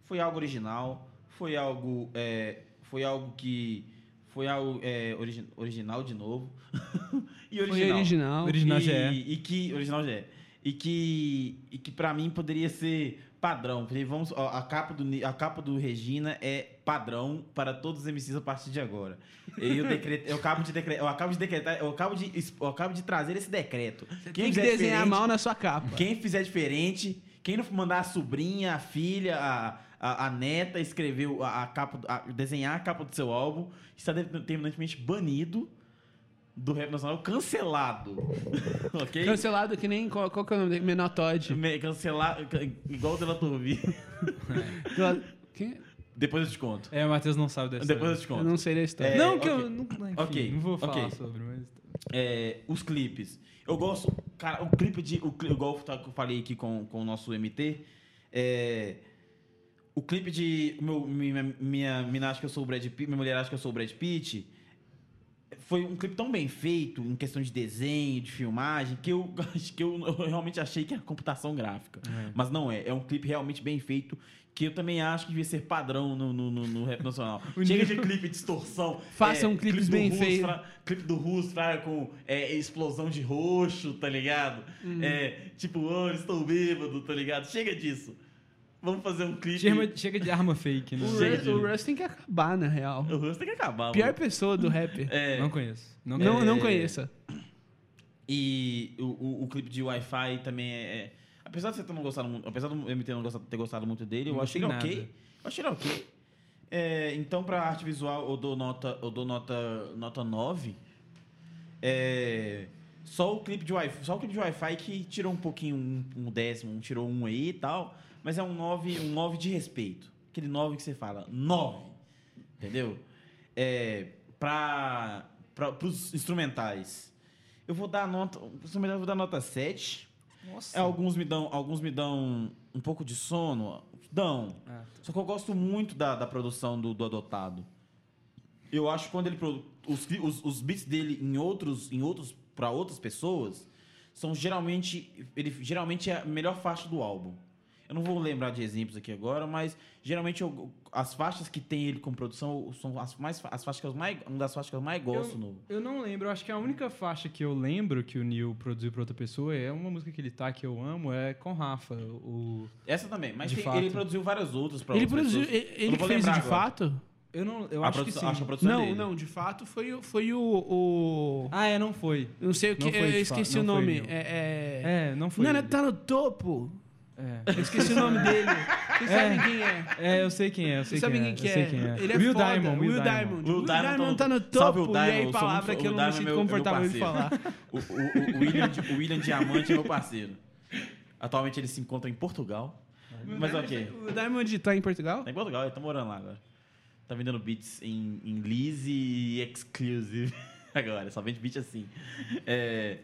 Foi algo original. Foi algo. é, foi algo que. Foi algo é, origi- original de novo. (laughs) e
Foi original.
Original
e,
já é.
E que. Original já é. E que. E que pra mim poderia ser padrão. Porque vamos, ó, a, capa do, Ni- a capa do Regina é padrão para todos os MCs a partir de agora. E Eu, decreto, eu, acabo, de decre- eu acabo de decretar. Eu acabo de, exp- eu acabo de trazer esse decreto.
Tem que
quiser
desenhar
diferente-
mal na sua capa.
quem fizer diferente, quem não mandar a sobrinha, a filha, a, a, a neta escrever o- a, a capa, do- a- desenhar a capa do seu álbum, está determinantemente banido do rap nacional, cancelado. (laughs) ok?
Cancelado que nem... Qual, qual que é o nome dele? Menotod.
Me- Cancelar, ca- igual o Dela Turvi.
Quem?
(laughs) Depois eu te conto.
É, o Matheus não sabe dessa.
Depois eu te
Eu
conto.
não sei da história.
É,
não, que
ok.
eu não, enfim,
Ok,
não vou
ok.
falar sobre, mas.
É, os clipes. Eu gosto. Cara, o clipe de. O, cli- igual que eu falei aqui com, com o nosso MT. É, o clipe de. o Meu, minha, minha mina acha que eu sou o Brad Pitt. Minha mulher acha que eu sou o Brad Pitt. Foi um clipe tão bem feito em questão de desenho, de filmagem, que eu, (laughs) acho que eu, eu realmente achei que era computação gráfica. Mas não é. É um clipe realmente bem feito, que eu também acho que devia ser padrão no, no, no- no rap nacional.
O
Chega
nível-
de clipe de distorção.
Façam
um
clipes bem feitos.
clipe do Russo tá, com é, explosão de roxo, tá ligado? É, tipo, oh, eu estou bêbado, tá ligado? Chega disso. Vamos fazer um clipe.
Chega, chega de arma fake, né?
O,
Chega
Russ,
de-
o Russ tem que acabar, na real.
O Russo Uhum, tem que acabar,
Pior
mano.
pessoa do rap.
É,
Não conheço. Não conheço.
Não, não conheça.
E o, o, o clipe de Wi-Fi também é. é- apesar de você ter não gostado muito. Apesar do MT não gostar- ter gostado muito dele, eu
Não
achei ele
gostei nada.
ok. Eu achei ele ok. É, então, pra arte visual, eu dou nota, eu dou nota, nota 9. É, só o clipe de Wi-Fi. Só o clipe de Wi-Fi que tirou um pouquinho, um, um décimo, um tirou um aí e tal. Mas é um 9, um 9 de respeito. Aquele 9 que você fala. 9. Entendeu? É, pra, pra, pros instrumentais. Eu vou dar nota. Os instrumentais eu vou dar nota 7.
Nossa.
É, alguns me dão, alguns me dão um pouco de sono, dão.
Ah,
Só que eu gosto muito da, da produção do, do adotado. Eu acho que quando ele produ- os, cli- os, os beats dele em outros, em outros para outras pessoas são geralmente ele geralmente é a melhor faixa do álbum. Eu não vou lembrar de exemplos aqui agora, mas geralmente eu- as faixas que tem ele com produção são as mais as faixas que eu mais uma das faixas que eu mais gosto no
Eu não lembro, eu acho que a única faixa que eu lembro que o Neil produziu pra outra pessoa é uma música que ele tá que eu amo, é com Rafa. O...
Essa também, mas
De
tem-
fato.
ele produziu várias outras para
Ele
outras
produziu.
pessoas.
Ele,
Eu não
ele que
vou
fez o
lembrar
de
agora.
fato?
Eu não, eu
A
acho que
produção-
sim.
acho a produção
Não,
dele.
não, de fato foi, foi o, o.
Ah, é, não foi.
Não sei o que.
Não foi
eu
de
esqueci
fato,
o
não foi
nome.
ele.
É. é...
É, não foi.
Não, não,
ele.
tá no topo.
É.
Eu esqueci o nome dele. Vocês
É.
sabem quem é.
É, eu sei quem é, eu sei
Vocês sabem
quem
quem
é. eu
que
sei
é.
quem é.
Ele é
Will
foda.
Diamond,
Will Diamond.
Will Diamond
tá no
tá no- salve,
topo.
Will
e
Diamond, eu
aí,
sou
palavra
muito-
que eu
Will
não me
Diamond é
sinto
meu- é meu
confortável de
parceiro.
falar.
O, o- o- o William, o William Diamante é meu parceiro. Atualmente ele se encontra em Portugal. Mas ok.
O Diamond tá em Portugal?
Tá em Portugal, ele tá morando lá agora. Tá vendendo beats em, em Lise e Exclusive (laughs) agora. Só vende beat assim. É,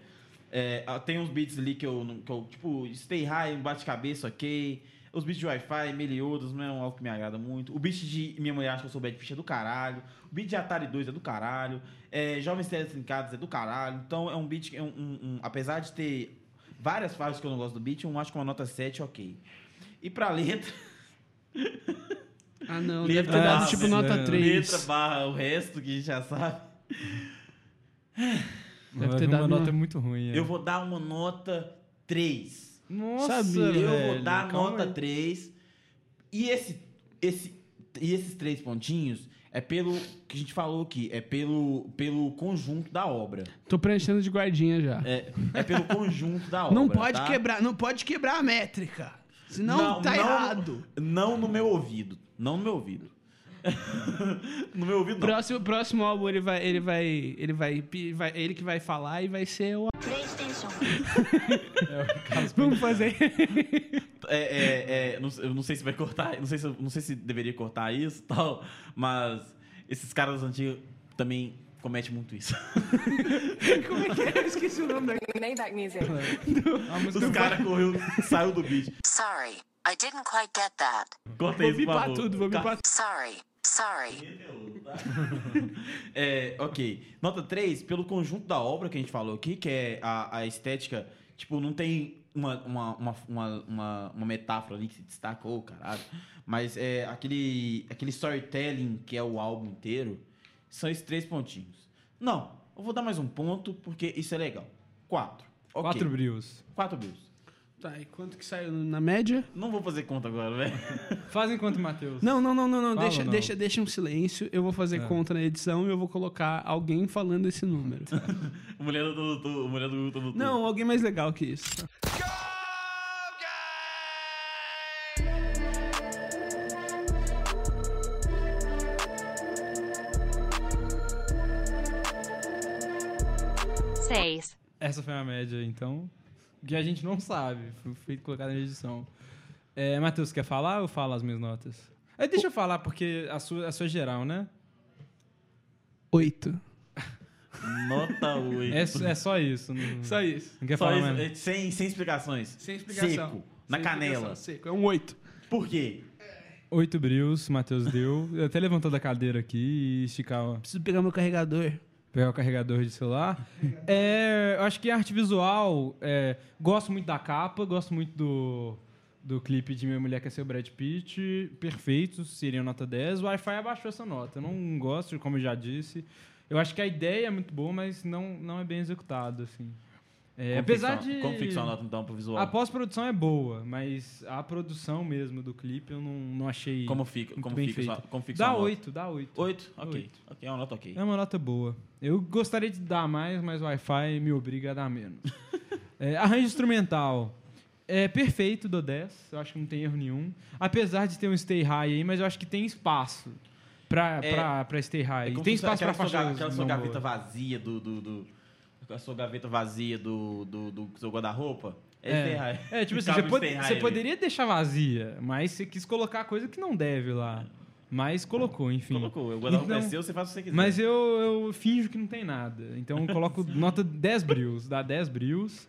é, ah, tem uns beats ali que eu, não- que eu tipo, Stay High, um Bate-Cabeça, ok. Os beats de Wi-Fi, Meliodas, não é algo que me agrada muito. O beat de Minha Mulher Acha Que Eu Sou Bad Fish é do caralho. O beat de Atari 2 é do caralho. É, Jovens Teres Trincados é do caralho. Então é um beat que, é um, um- um- apesar de ter várias fases que eu não gosto do beat, eu acho que uma nota 7 é ok. E pra (laughs) letra,
Ah, não.
Letra
Deve ter dado
básica,
tipo nota
né?
3.
letra barra o resto que a gente já sabe,
Deve ter
uma
dado
nota
uma-
muito ruim. é.
eu vou dar uma nota 3.
Nossa,
Eu
velho,
vou dar
calma
nota
aí.
3. E, esse, esse, e esses três pontinhos é pelo que a gente falou aqui, é pelo, pelo conjunto da obra.
Tô preenchendo de guardinha já.
É, é pelo conjunto da obra.
(laughs) não pode
tá?
quebrar, não pode quebrar a métrica. Senão tá errado.
Não no meu ouvido. Não no meu ouvido. (laughs) no meu ouvido, não.
Próximo, próximo álbum ele vai, ele vai, ele vai, pi- vai- ele que vai falar e vai ser o.
PlayStation.
Vamos fazer. (laughs)
um É, é, é, não, eu não sei se vai cortar, não sei se, eu- não sei se deveria cortar isso (laughs) e tal, mas esses caras antigos também cometem muito isso.
Como é que é? Eu esqueci o nome da.
Maybach music.
A música
Os caras correu, saiu do beat.
Sorry, I didn't quite get that.
Corta
Vou
isso, por
bipar
favor.
tudo, vou bipar
Sorry, sorry.
É, ok. Nota 3, pelo conjunto da obra que a gente falou aqui, que é a, a estética, tipo, não tem uma, uma, uma, uma, uma- uma metáfora ali que se destacou, caralho. Mas é aquele, aquele storytelling que é o álbum inteiro, são esses três pontinhos. Não, eu vou dar mais um ponto, porque isso é legal. Quatro. Ok.
Quatro brios.
Quatro bills.
Tá, e quanto que saiu na média?
Não vou fazer conta agora, velho. (laughs)
Fazem quanto, Matheus?
Não, não, não, não, não.
Fala
Deixa,
não. É.
deixa, deixa um silêncio. Eu vou fazer conta na edição e eu vou colocar alguém falando
(laughs)
esse número.
Tá.
Mulher do... do mulher do... do, do
não, alguém mais legal que isso.
seis,
Essa foi a média, então. Que a gente não sabe. Foi feito colocado na edição. É, Matheus, quer falar ou fala as minhas notas? É, deixa eu falar, porque a sua, a sua é geral, né?
Oito.
Nota 8.
É, s- é só isso. Não,
Hum. Só isso.
não quer
Só
falar
isso,
mais.
é, sem, sem explicações.
Sem explicação.
Seco. Na
Sem
canela.
explicação, Seco. É um oito.
Por quê?
Oito brios, Matheus deu. Eu até levantou da cadeira aqui e esticar, ó,
Preciso pegar meu carregador.
pegar o carregador de celular. É, eu acho que arte visual, é, gosto muito da capa, gosto muito do, do clipe de Minha Mulher Quer Ser o Brad Pitt. Perfeito, seria nota 10. O Wi-Fi abaixou essa nota. Eu não gosto, como eu já disse. Eu acho que a ideia é muito boa, mas não, não é bem executada, assim. É,
Como
apesar
ficção-
de...
Como ficção nota então pro visual?
A pós-produção é boa, mas a produção mesmo do clipe eu não, não achei.
Como fica,
muito
como
bem
fica,
feita.
sua- como fica
Dá
sua nota?
8, dá 8.
8? Ok.
Oito.
Ok, é uma nota ok.
É uma nota boa. Eu gostaria de dar mais, mas o Wi-Fi me obriga a dar menos. É, arranjo instrumental. É perfeito, do 10. Eu acho que não tem erro nenhum. Apesar de ter um stay high aí, mas eu acho que tem espaço pra,
É.
pra, pra stay high.
É como
tem
se fosse
espaço pra
aquela sua,
faixas
ga- aquela sua
não
gaveta
boas.
vazia do... do, do a sua gaveta vazia do, do, do seu guarda-roupa. É,
É,
Ferrari.
é, tipo assim,
Cabe
você,
um
pode-
Ferrari
você
ali.
poderia deixar vazia, mas você quis colocar coisa que não deve lá. Mas colocou, enfim.
Colocou, o guarda-roupa é
Então,
seu, você faz o que você quiser.
Mas eu, eu finjo que não tem nada. Então eu
(laughs)
coloco nota 10 brios, dá 10 brios.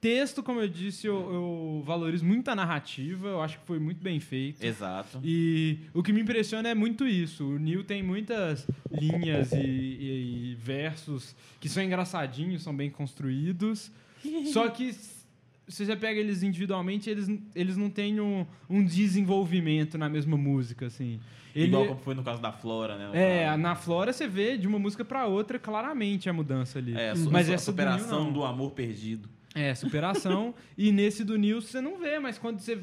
Texto, como eu disse, eu, eu valorizo muito a narrativa, eu acho que foi muito bem feito.
É. Exato.
E o que me impressiona é muito isso. O Neil tem muitas linhas e, e- e versos que são engraçadinhos, são bem
(laughs)
construídos. só que s- se você pega eles individualmente, eles, n- eles não têm um, um desenvolvimento na mesma música, assim. Ele-
Igual como foi no caso da Flora, né? no
é,
caso.
na Flora você vê de uma música pra outra claramente a mudança ali.
É, a su-
mas
a
essa do Nil,
superação
não.
do amor perdido.
É, superação. e nesse do Nilson você não vê, mas quando você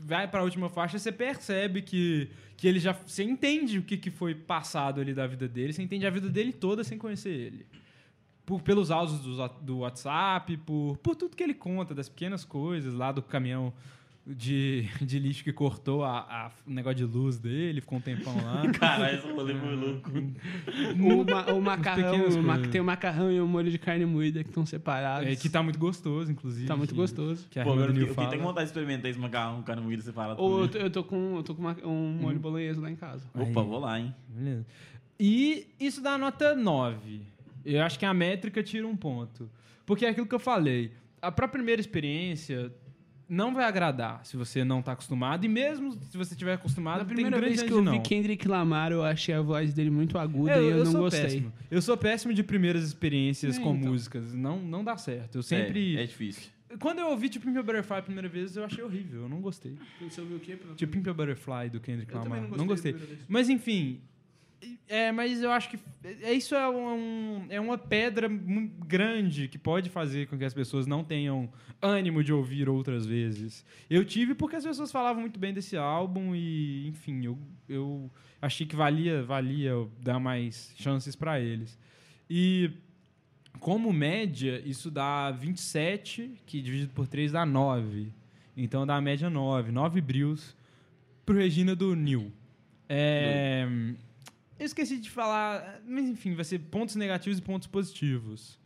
vai pra última faixa, você percebe que, que ele já. Você entende o que, que foi passado ali da vida dele, você entende a vida dele toda sem conhecer ele. Por, pelos áudios do, do WhatsApp, por, por tudo que ele conta, das pequenas coisas lá do caminhão. De, de lixo que cortou a, a- o negócio de luz dele, ficou um tempão lá.
Caralho, esse rolê foi louco.
O, ma- o macarrão,
pequenas
o ma-
coisas.
tem o macarrão e o molho de carne moída que estão separados.
É, que tá muito gostoso, inclusive.
Tá muito
que-
gostoso.
Que a
Pô,
irmã
agora
do
eu
Nil
fiquei- eu
fala.
tenho vontade de experimentar esse macarrão, cara, moído
Tá
separado.
Ou eu tô, eu tô com, eu tô com uma-
Uhum.
um molho bolonhesa lá em casa.
Opa, vou lá, hein?
Beleza. E isso dá nota 9. Eu acho que a métrica tira um ponto. Porque é aquilo que eu falei. A pra primeira experiência, não vai agradar se você não tá acostumado. E mesmo se você tiver acostumado,
Na
Ah, tem
primeira
grande
vez
chance
que
de
eu vi
não.
Kendrick Lamar, eu achei a voz dele muito aguda
É,
e eu, não
sou
gostei.
Péssimo. Eu sou péssimo de primeiras experiências
É,
com
então.
músicas. Não, não dá certo. Eu sempre.
É,
(laughs)
é difícil.
Quando eu ouvi Tipo Pimp a Butterfly a primeira vez, eu achei horrível. Eu não gostei.
Você ouviu o quê? Pronto.
Tipo Pimp a Butterfly do Kendrick
Eu
Lamar.
também
Não
não
gostei.
gostei da primeira vez.
Mas enfim. É, mas eu acho que é isso é, um, é uma pedra mu- grande que pode fazer com que as pessoas não tenham ânimo de ouvir outras vezes. Eu tive porque as pessoas falavam muito bem desse álbum e, enfim, eu, eu achei que valia, valia eu dar mais chances pra eles. E como média, isso dá 27, que é dividido por 3 dá 9. Então dá a média 9, 9 brios pro Regina do Nil. É, eu esqueci de falar, mas enfim, vai ser pontos negativos e pontos positivos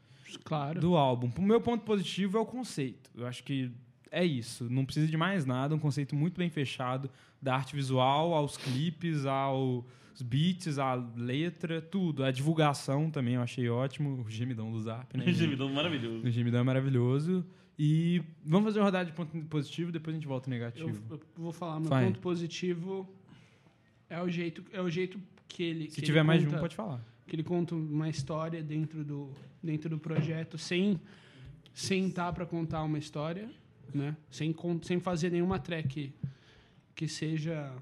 Claro.
do álbum. O meu ponto positivo é o conceito. Eu acho que é isso. Não precisa de mais nada. Um conceito muito bem fechado da arte visual aos clipes, aos beats, à letra, tudo. A divulgação também eu achei ótimo. O gemidão do Zap,
(laughs)
né? gente?
Gemidão maravilhoso.
o gemidão é maravilhoso. E vamos fazer uma rodada de ponto positivo, depois a gente volta ao
Eu,
negativo.
eu vou falar, meu
Fine.
ponto positivo é o jeito, é o jeito que ele.
Se
que ele
tiver mais de um,
conta-
pode falar.
que ele conta uma história dentro do, dentro do projeto sem sem estar para contar uma história, né? Sem con- sem fazer nenhuma track que seja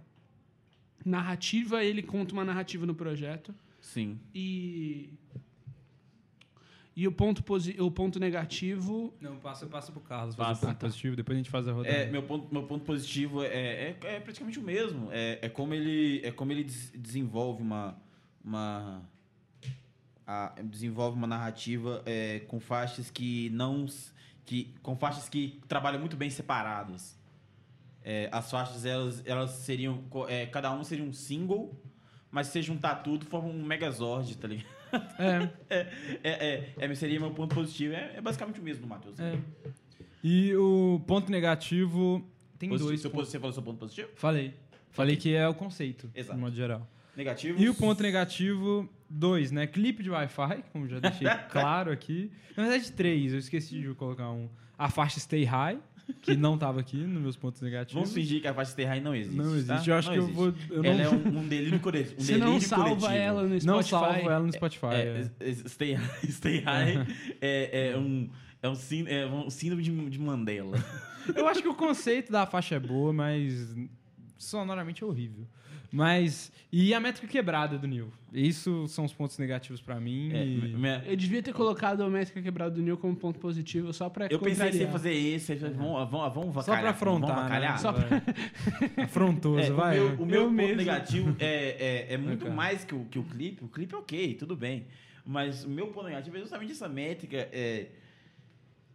narrativa, ele conta uma narrativa no projeto
Sim.
e e o ponto posi- o ponto negativo
Não, passa, passa pro Carlos.
fazer
Passa.
o
Ponto positivo, depois a gente faz a rodada.
É, meu, ponto, meu ponto positivo é, é, é praticamente o mesmo. É, é como ele, é como ele des- desenvolve uma. uma a- desenvolve uma narrativa é, com faixas que não. s- Que, com faixas que trabalham muito bem separadas. É, as faixas, elas, elas seriam. co- é, cada um seria um single, mas se você juntar tudo, forma um megazord, tá ligado? (laughs)
É.
É, é, é, seria meu ponto positivo. É, é basicamente o mesmo do Matheus.
É. E o ponto negativo tem
Posi-
dois.
seu
pontos.
posi- Você falou seu ponto positivo?
Falei. Falei que é o conceito,
Exato.
de modo geral.
Negativo?
E o ponto negativo, dois, né? Clipe de Wi-Fi, como já deixei
(laughs)
claro aqui. Na verdade, três, eu esqueci de colocar um. A faixa Stay High, que não tava aqui nos meus pontos negativos.
Vamos fingir que a faixa terra não existe.
Não
tá?
existe. Eu acho
Não
que
existe.
eu vou. Eu não,
Ela é um, um delírio cole-
(laughs)
um delírio coletivo.
você não salva ela no Spotify
não salvo ela no Spotify.
É,
é.
é, é, stay High, (laughs) Stay High é, é um, é, um, sín- é um síndrome de, de Mandela.
Eu acho que o conceito da faixa é boa, mas sonoramente é horrível. Mas. E a métrica quebrada do Nil. Isso são os pontos negativos pra mim.
É,
e-
minha-
eu devia ter colocado a métrica quebrado do Neil como ponto positivo só para
eu pensei em você fazer esse, aí vamos, vamos, vamos
Só pra
vacalhar,
afrontar.
Vamos
né?
avacalhar.
Só
Vai. (laughs)
É,
Afrontoso, vai.
O meu, o meu
Eu
ponto
mesmo.
negativo é, é, é muito
cara.
mais que o, que o clipe. O clipe é ok, tudo bem. Mas o meu ponto negativo é justamente essa métrica é,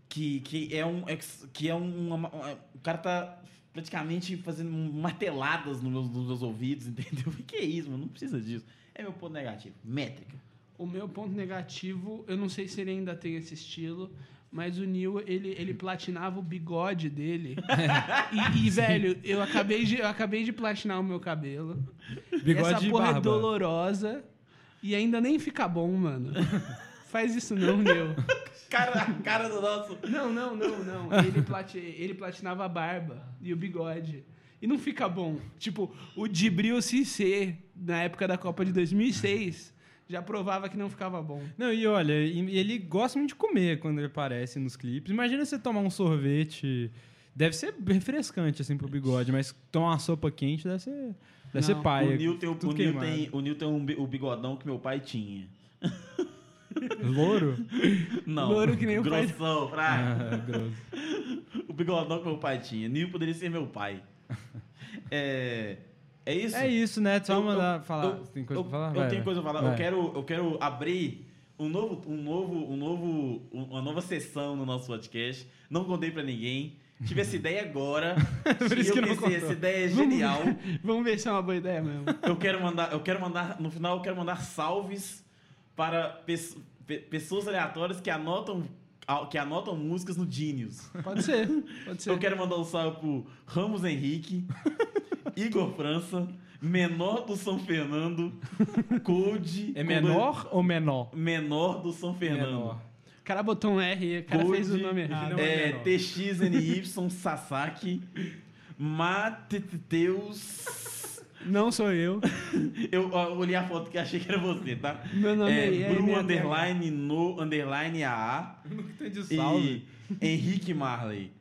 que, que é um. ex- que é um, uma- uma- o cara tá praticamente fazendo marteladas nos meus, nos meus ouvidos, (laughs) entendeu? O que é isso, mano? Não precisa disso. É meu ponto negativo. Métrica.
O meu ponto negativo, eu não sei se ele ainda tem esse estilo, mas o Neil, ele, ele platinava o bigode
(laughs)
dele. e, e, velho, eu acabei, de, eu acabei de platinar o meu cabelo.
Bigode
Essa
e
porra
barba.
é dolorosa e ainda nem fica bom,
(laughs)
mano. Faz isso não, Neil.
Cara, a cara do nosso.
Não, não, não, (laughs) não. Ele, plati- ele platinava a barba e o bigode. E não fica bom. Tipo, o Dibril Cissé, na época da Copa de 2006, já provava que não ficava bom.
Não, e olha, e- e ele gosta muito de comer quando ele aparece nos clipes. Imagina você tomar um sorvete. Deve ser refrescante, assim, pro bigode, mas tomar uma sopa quente deve ser. Deve ser
Não,
paia.
o Nil tem, um, o,
tudo
o Nil
queimado.
tem, o Nil tem um, bi- o bigodão que meu pai tinha.
Louro?
Não.
Louro que nem o pai-
Grossão, fraco.
Ah, grosso.
O bigodão que meu pai tinha. Nil poderia ser meu
(laughs)
pai. É. É isso?
É isso, né? Só
Eu-
mandar
eu-
falar.
eu-
tem coisa
eu,
pra falar?
Eu
Vai,
tenho
vai.
coisa pra falar.
Vai.
Eu quero, eu quero abrir um novo, um novo, um novo, uma nova sessão no nosso podcast. Não contei pra ninguém. Tive
(laughs)
essa ideia agora.
Por isso
E eu
que não
pensei,
contou.
essa ideia é
(laughs)
genial.
Vamos ver se é uma boa ideia mesmo.
Eu quero mandar, eu quero mandar, no final eu quero mandar salves para pes- pe- pessoas aleatórias que anotam, que anotam músicas no Genius.
Pode ser, pode ser.
Eu quero mandar um salve pro Ramos Henrique, Igor França, menor do São Fernando, Code.
É menor ou menor?
(laughs) Menor do São Fernando.
Menor.
O cara botou um R, o cara
Gold,
fez o nome errado. né?
É,
menor.
TXNY Sasaki Mateteus.
Não
(laughs)
sou eu.
Eu ó, olhei a foto que achei que era você, tá?
Meu nome é
é Bru
IMDB.
underline no underline AA
Entendi
e Henrique Marley.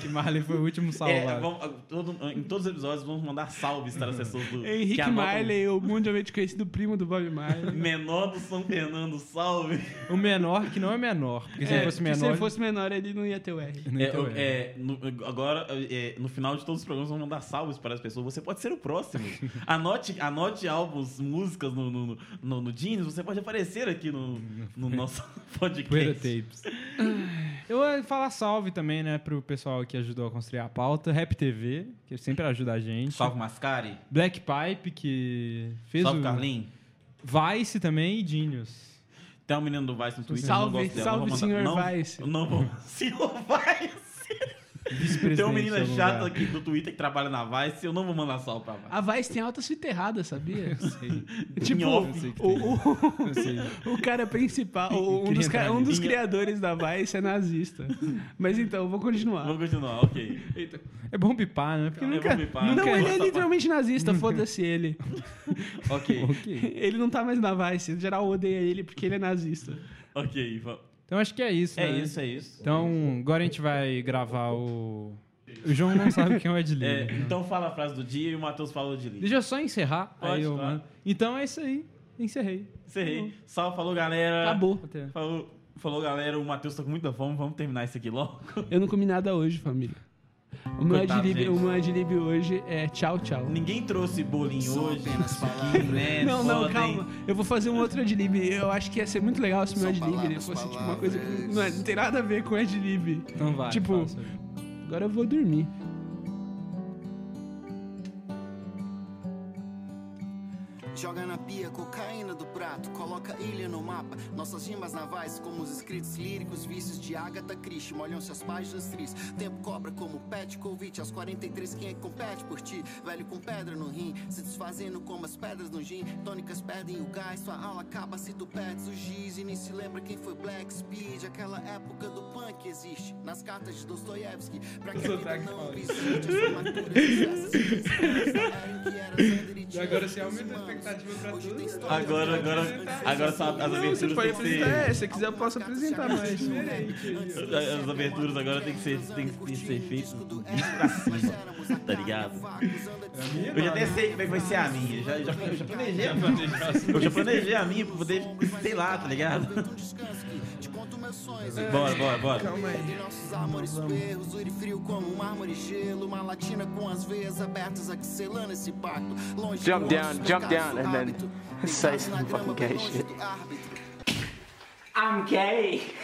Que Marley foi o último
É,
salvado.
vamos- ah, todo- em todos os episódios vamos mandar salves para as pessoas do que
Uhum.
um.
Henrique
anotam-
Marley, o mundialmente conhecido primo do Bob Marley.
Menor do São Fernando, salve.
O menor que não é menor. Porque (laughs) se
É,
ele fosse
Se
menor.
ele fosse menor, ele não ia ter o R.
não
É,
ia ter o
eu-
R.
é, no- agora, é, no final de todos os programas, vamos mandar salves para as pessoas. Você pode ser o
(laughs)
próximo. anote, anote álbuns, músicas no, no, no, no, no jeans. Você pode aparecer aqui no,
Uhum.
no nosso (laughs)
Poeira
podcast.
Tapes. Eu ia falar salve também, né, pro pessoal que ajudou a construir a pauta. Rap TV, que sempre ajuda a gente.
Salve Mascari.
Black Pipe, que fez
salve
o...
Carlinhos.
Vice também e Genius.
Tem uma menina do Vice no Twitter.
Salve,
eu não gosto dela,
salve,
não vou mandar-
senhor
não-
Vice.
Não vou. (laughs) Senhor Vice. Tem
Vice-presidente
uma menina
em algum
chata
lugar.
aqui do Twitter que trabalha na Vice. Eu não vou mandar salve pra Vice.
A Vice tem altas soterrada, sabia?
(laughs)
Em
tipo,
off,
sei que
o,
tem. Eu sei.
o- o cara principal, o- um,
Queria
dos, ca-
entrar
um
nisso.
dos criadores da Vice é nazista. Mas então, eu vou continuar.
Vamos Ah, continuar, ok.
É bom pipar, né? Porque
Não,
nunca...
eu vou pipar.
nunca-
Não, ele é
Essa
literalmente nazista, foda-se ele.
Ok,
(laughs) Ok.
Ele não tá mais na Vice, em geral odeia ele porque ele é nazista.
ok. va-
Então acho que é isso,
É
né?
isso, é isso.
Então, agora a gente vai gravar o... O João não sabe quem é o Ed
É,
Lira.
então fala a frase do dia e o Matheus fala de livro.
Deixa eu só encerrar.
Pode,
aí eu
tá.
mando. Então é isso aí. Encerrei.
Encerrei. Salve, falou, galera.
Acabou.
Até.
Falou, falou, galera. O Matheus tá com muita fome. Vamos terminar isso aqui logo. (laughs)
Eu não comi nada hoje, família. O meu
Coitado,
adlib,
gente.
o meu adlib hoje é tchau, tchau.
Ninguém trouxe bolinho hoje. Né?
Não, não,
Podem.
calma. Eu vou fazer um outro adlib. Eu acho que ia ser muito legal se o meu adlib ele fosse tipo uma coisa que não, é- não tem nada a ver com adlib.
Então vai.
Tipo,
fala sobre.
Agora eu vou dormir.
Joga na pia, cocaína do prato, coloca ilha no mapa. Nossas rimas navais, como os escritos líricos, vícios de Agatha Christie, molham-se as páginas tristes. Tempo cobra como pet, convite aos 43, quem é que compete por ti? Velho com pedra no rim, se desfazendo como as pedras no gin. Tônicas perdem o gás, sua aula acaba se tu perdes o giz. E nem se lembra quem foi Black Speed, aquela época do punk existe. Nas cartas de Dostoiévski, pra que a vida não visite as formaturas. E
agora você aumenta a expectativa pra tudo.
Agora, agora, agora só as aventuras
Você pode
tem que ser.
apresentar, é, se quiser eu posso apresentar, mas.
As aberturas agora tem que ser, tem que ser feitas de pra cima, tá ligado? Eu já até sei como é que vai ser a minha. Já, já, eu já planejei a minha. Eu já planejei a minha pra poder, sei lá, tá ligado? Bora, bora, bora.
Calma aí.
Entre nossos amores ferros, uri frio como mármore e gelo, uma latina com as veias abertas, axelando esse pacto. Longe
Jump
do
down,
ônibus,
jump
do
down,
caso
and then
hábito,
say
deitado na
some
grama,
fucking gay
bem longe
shit.
do árbitro.
I'm gay.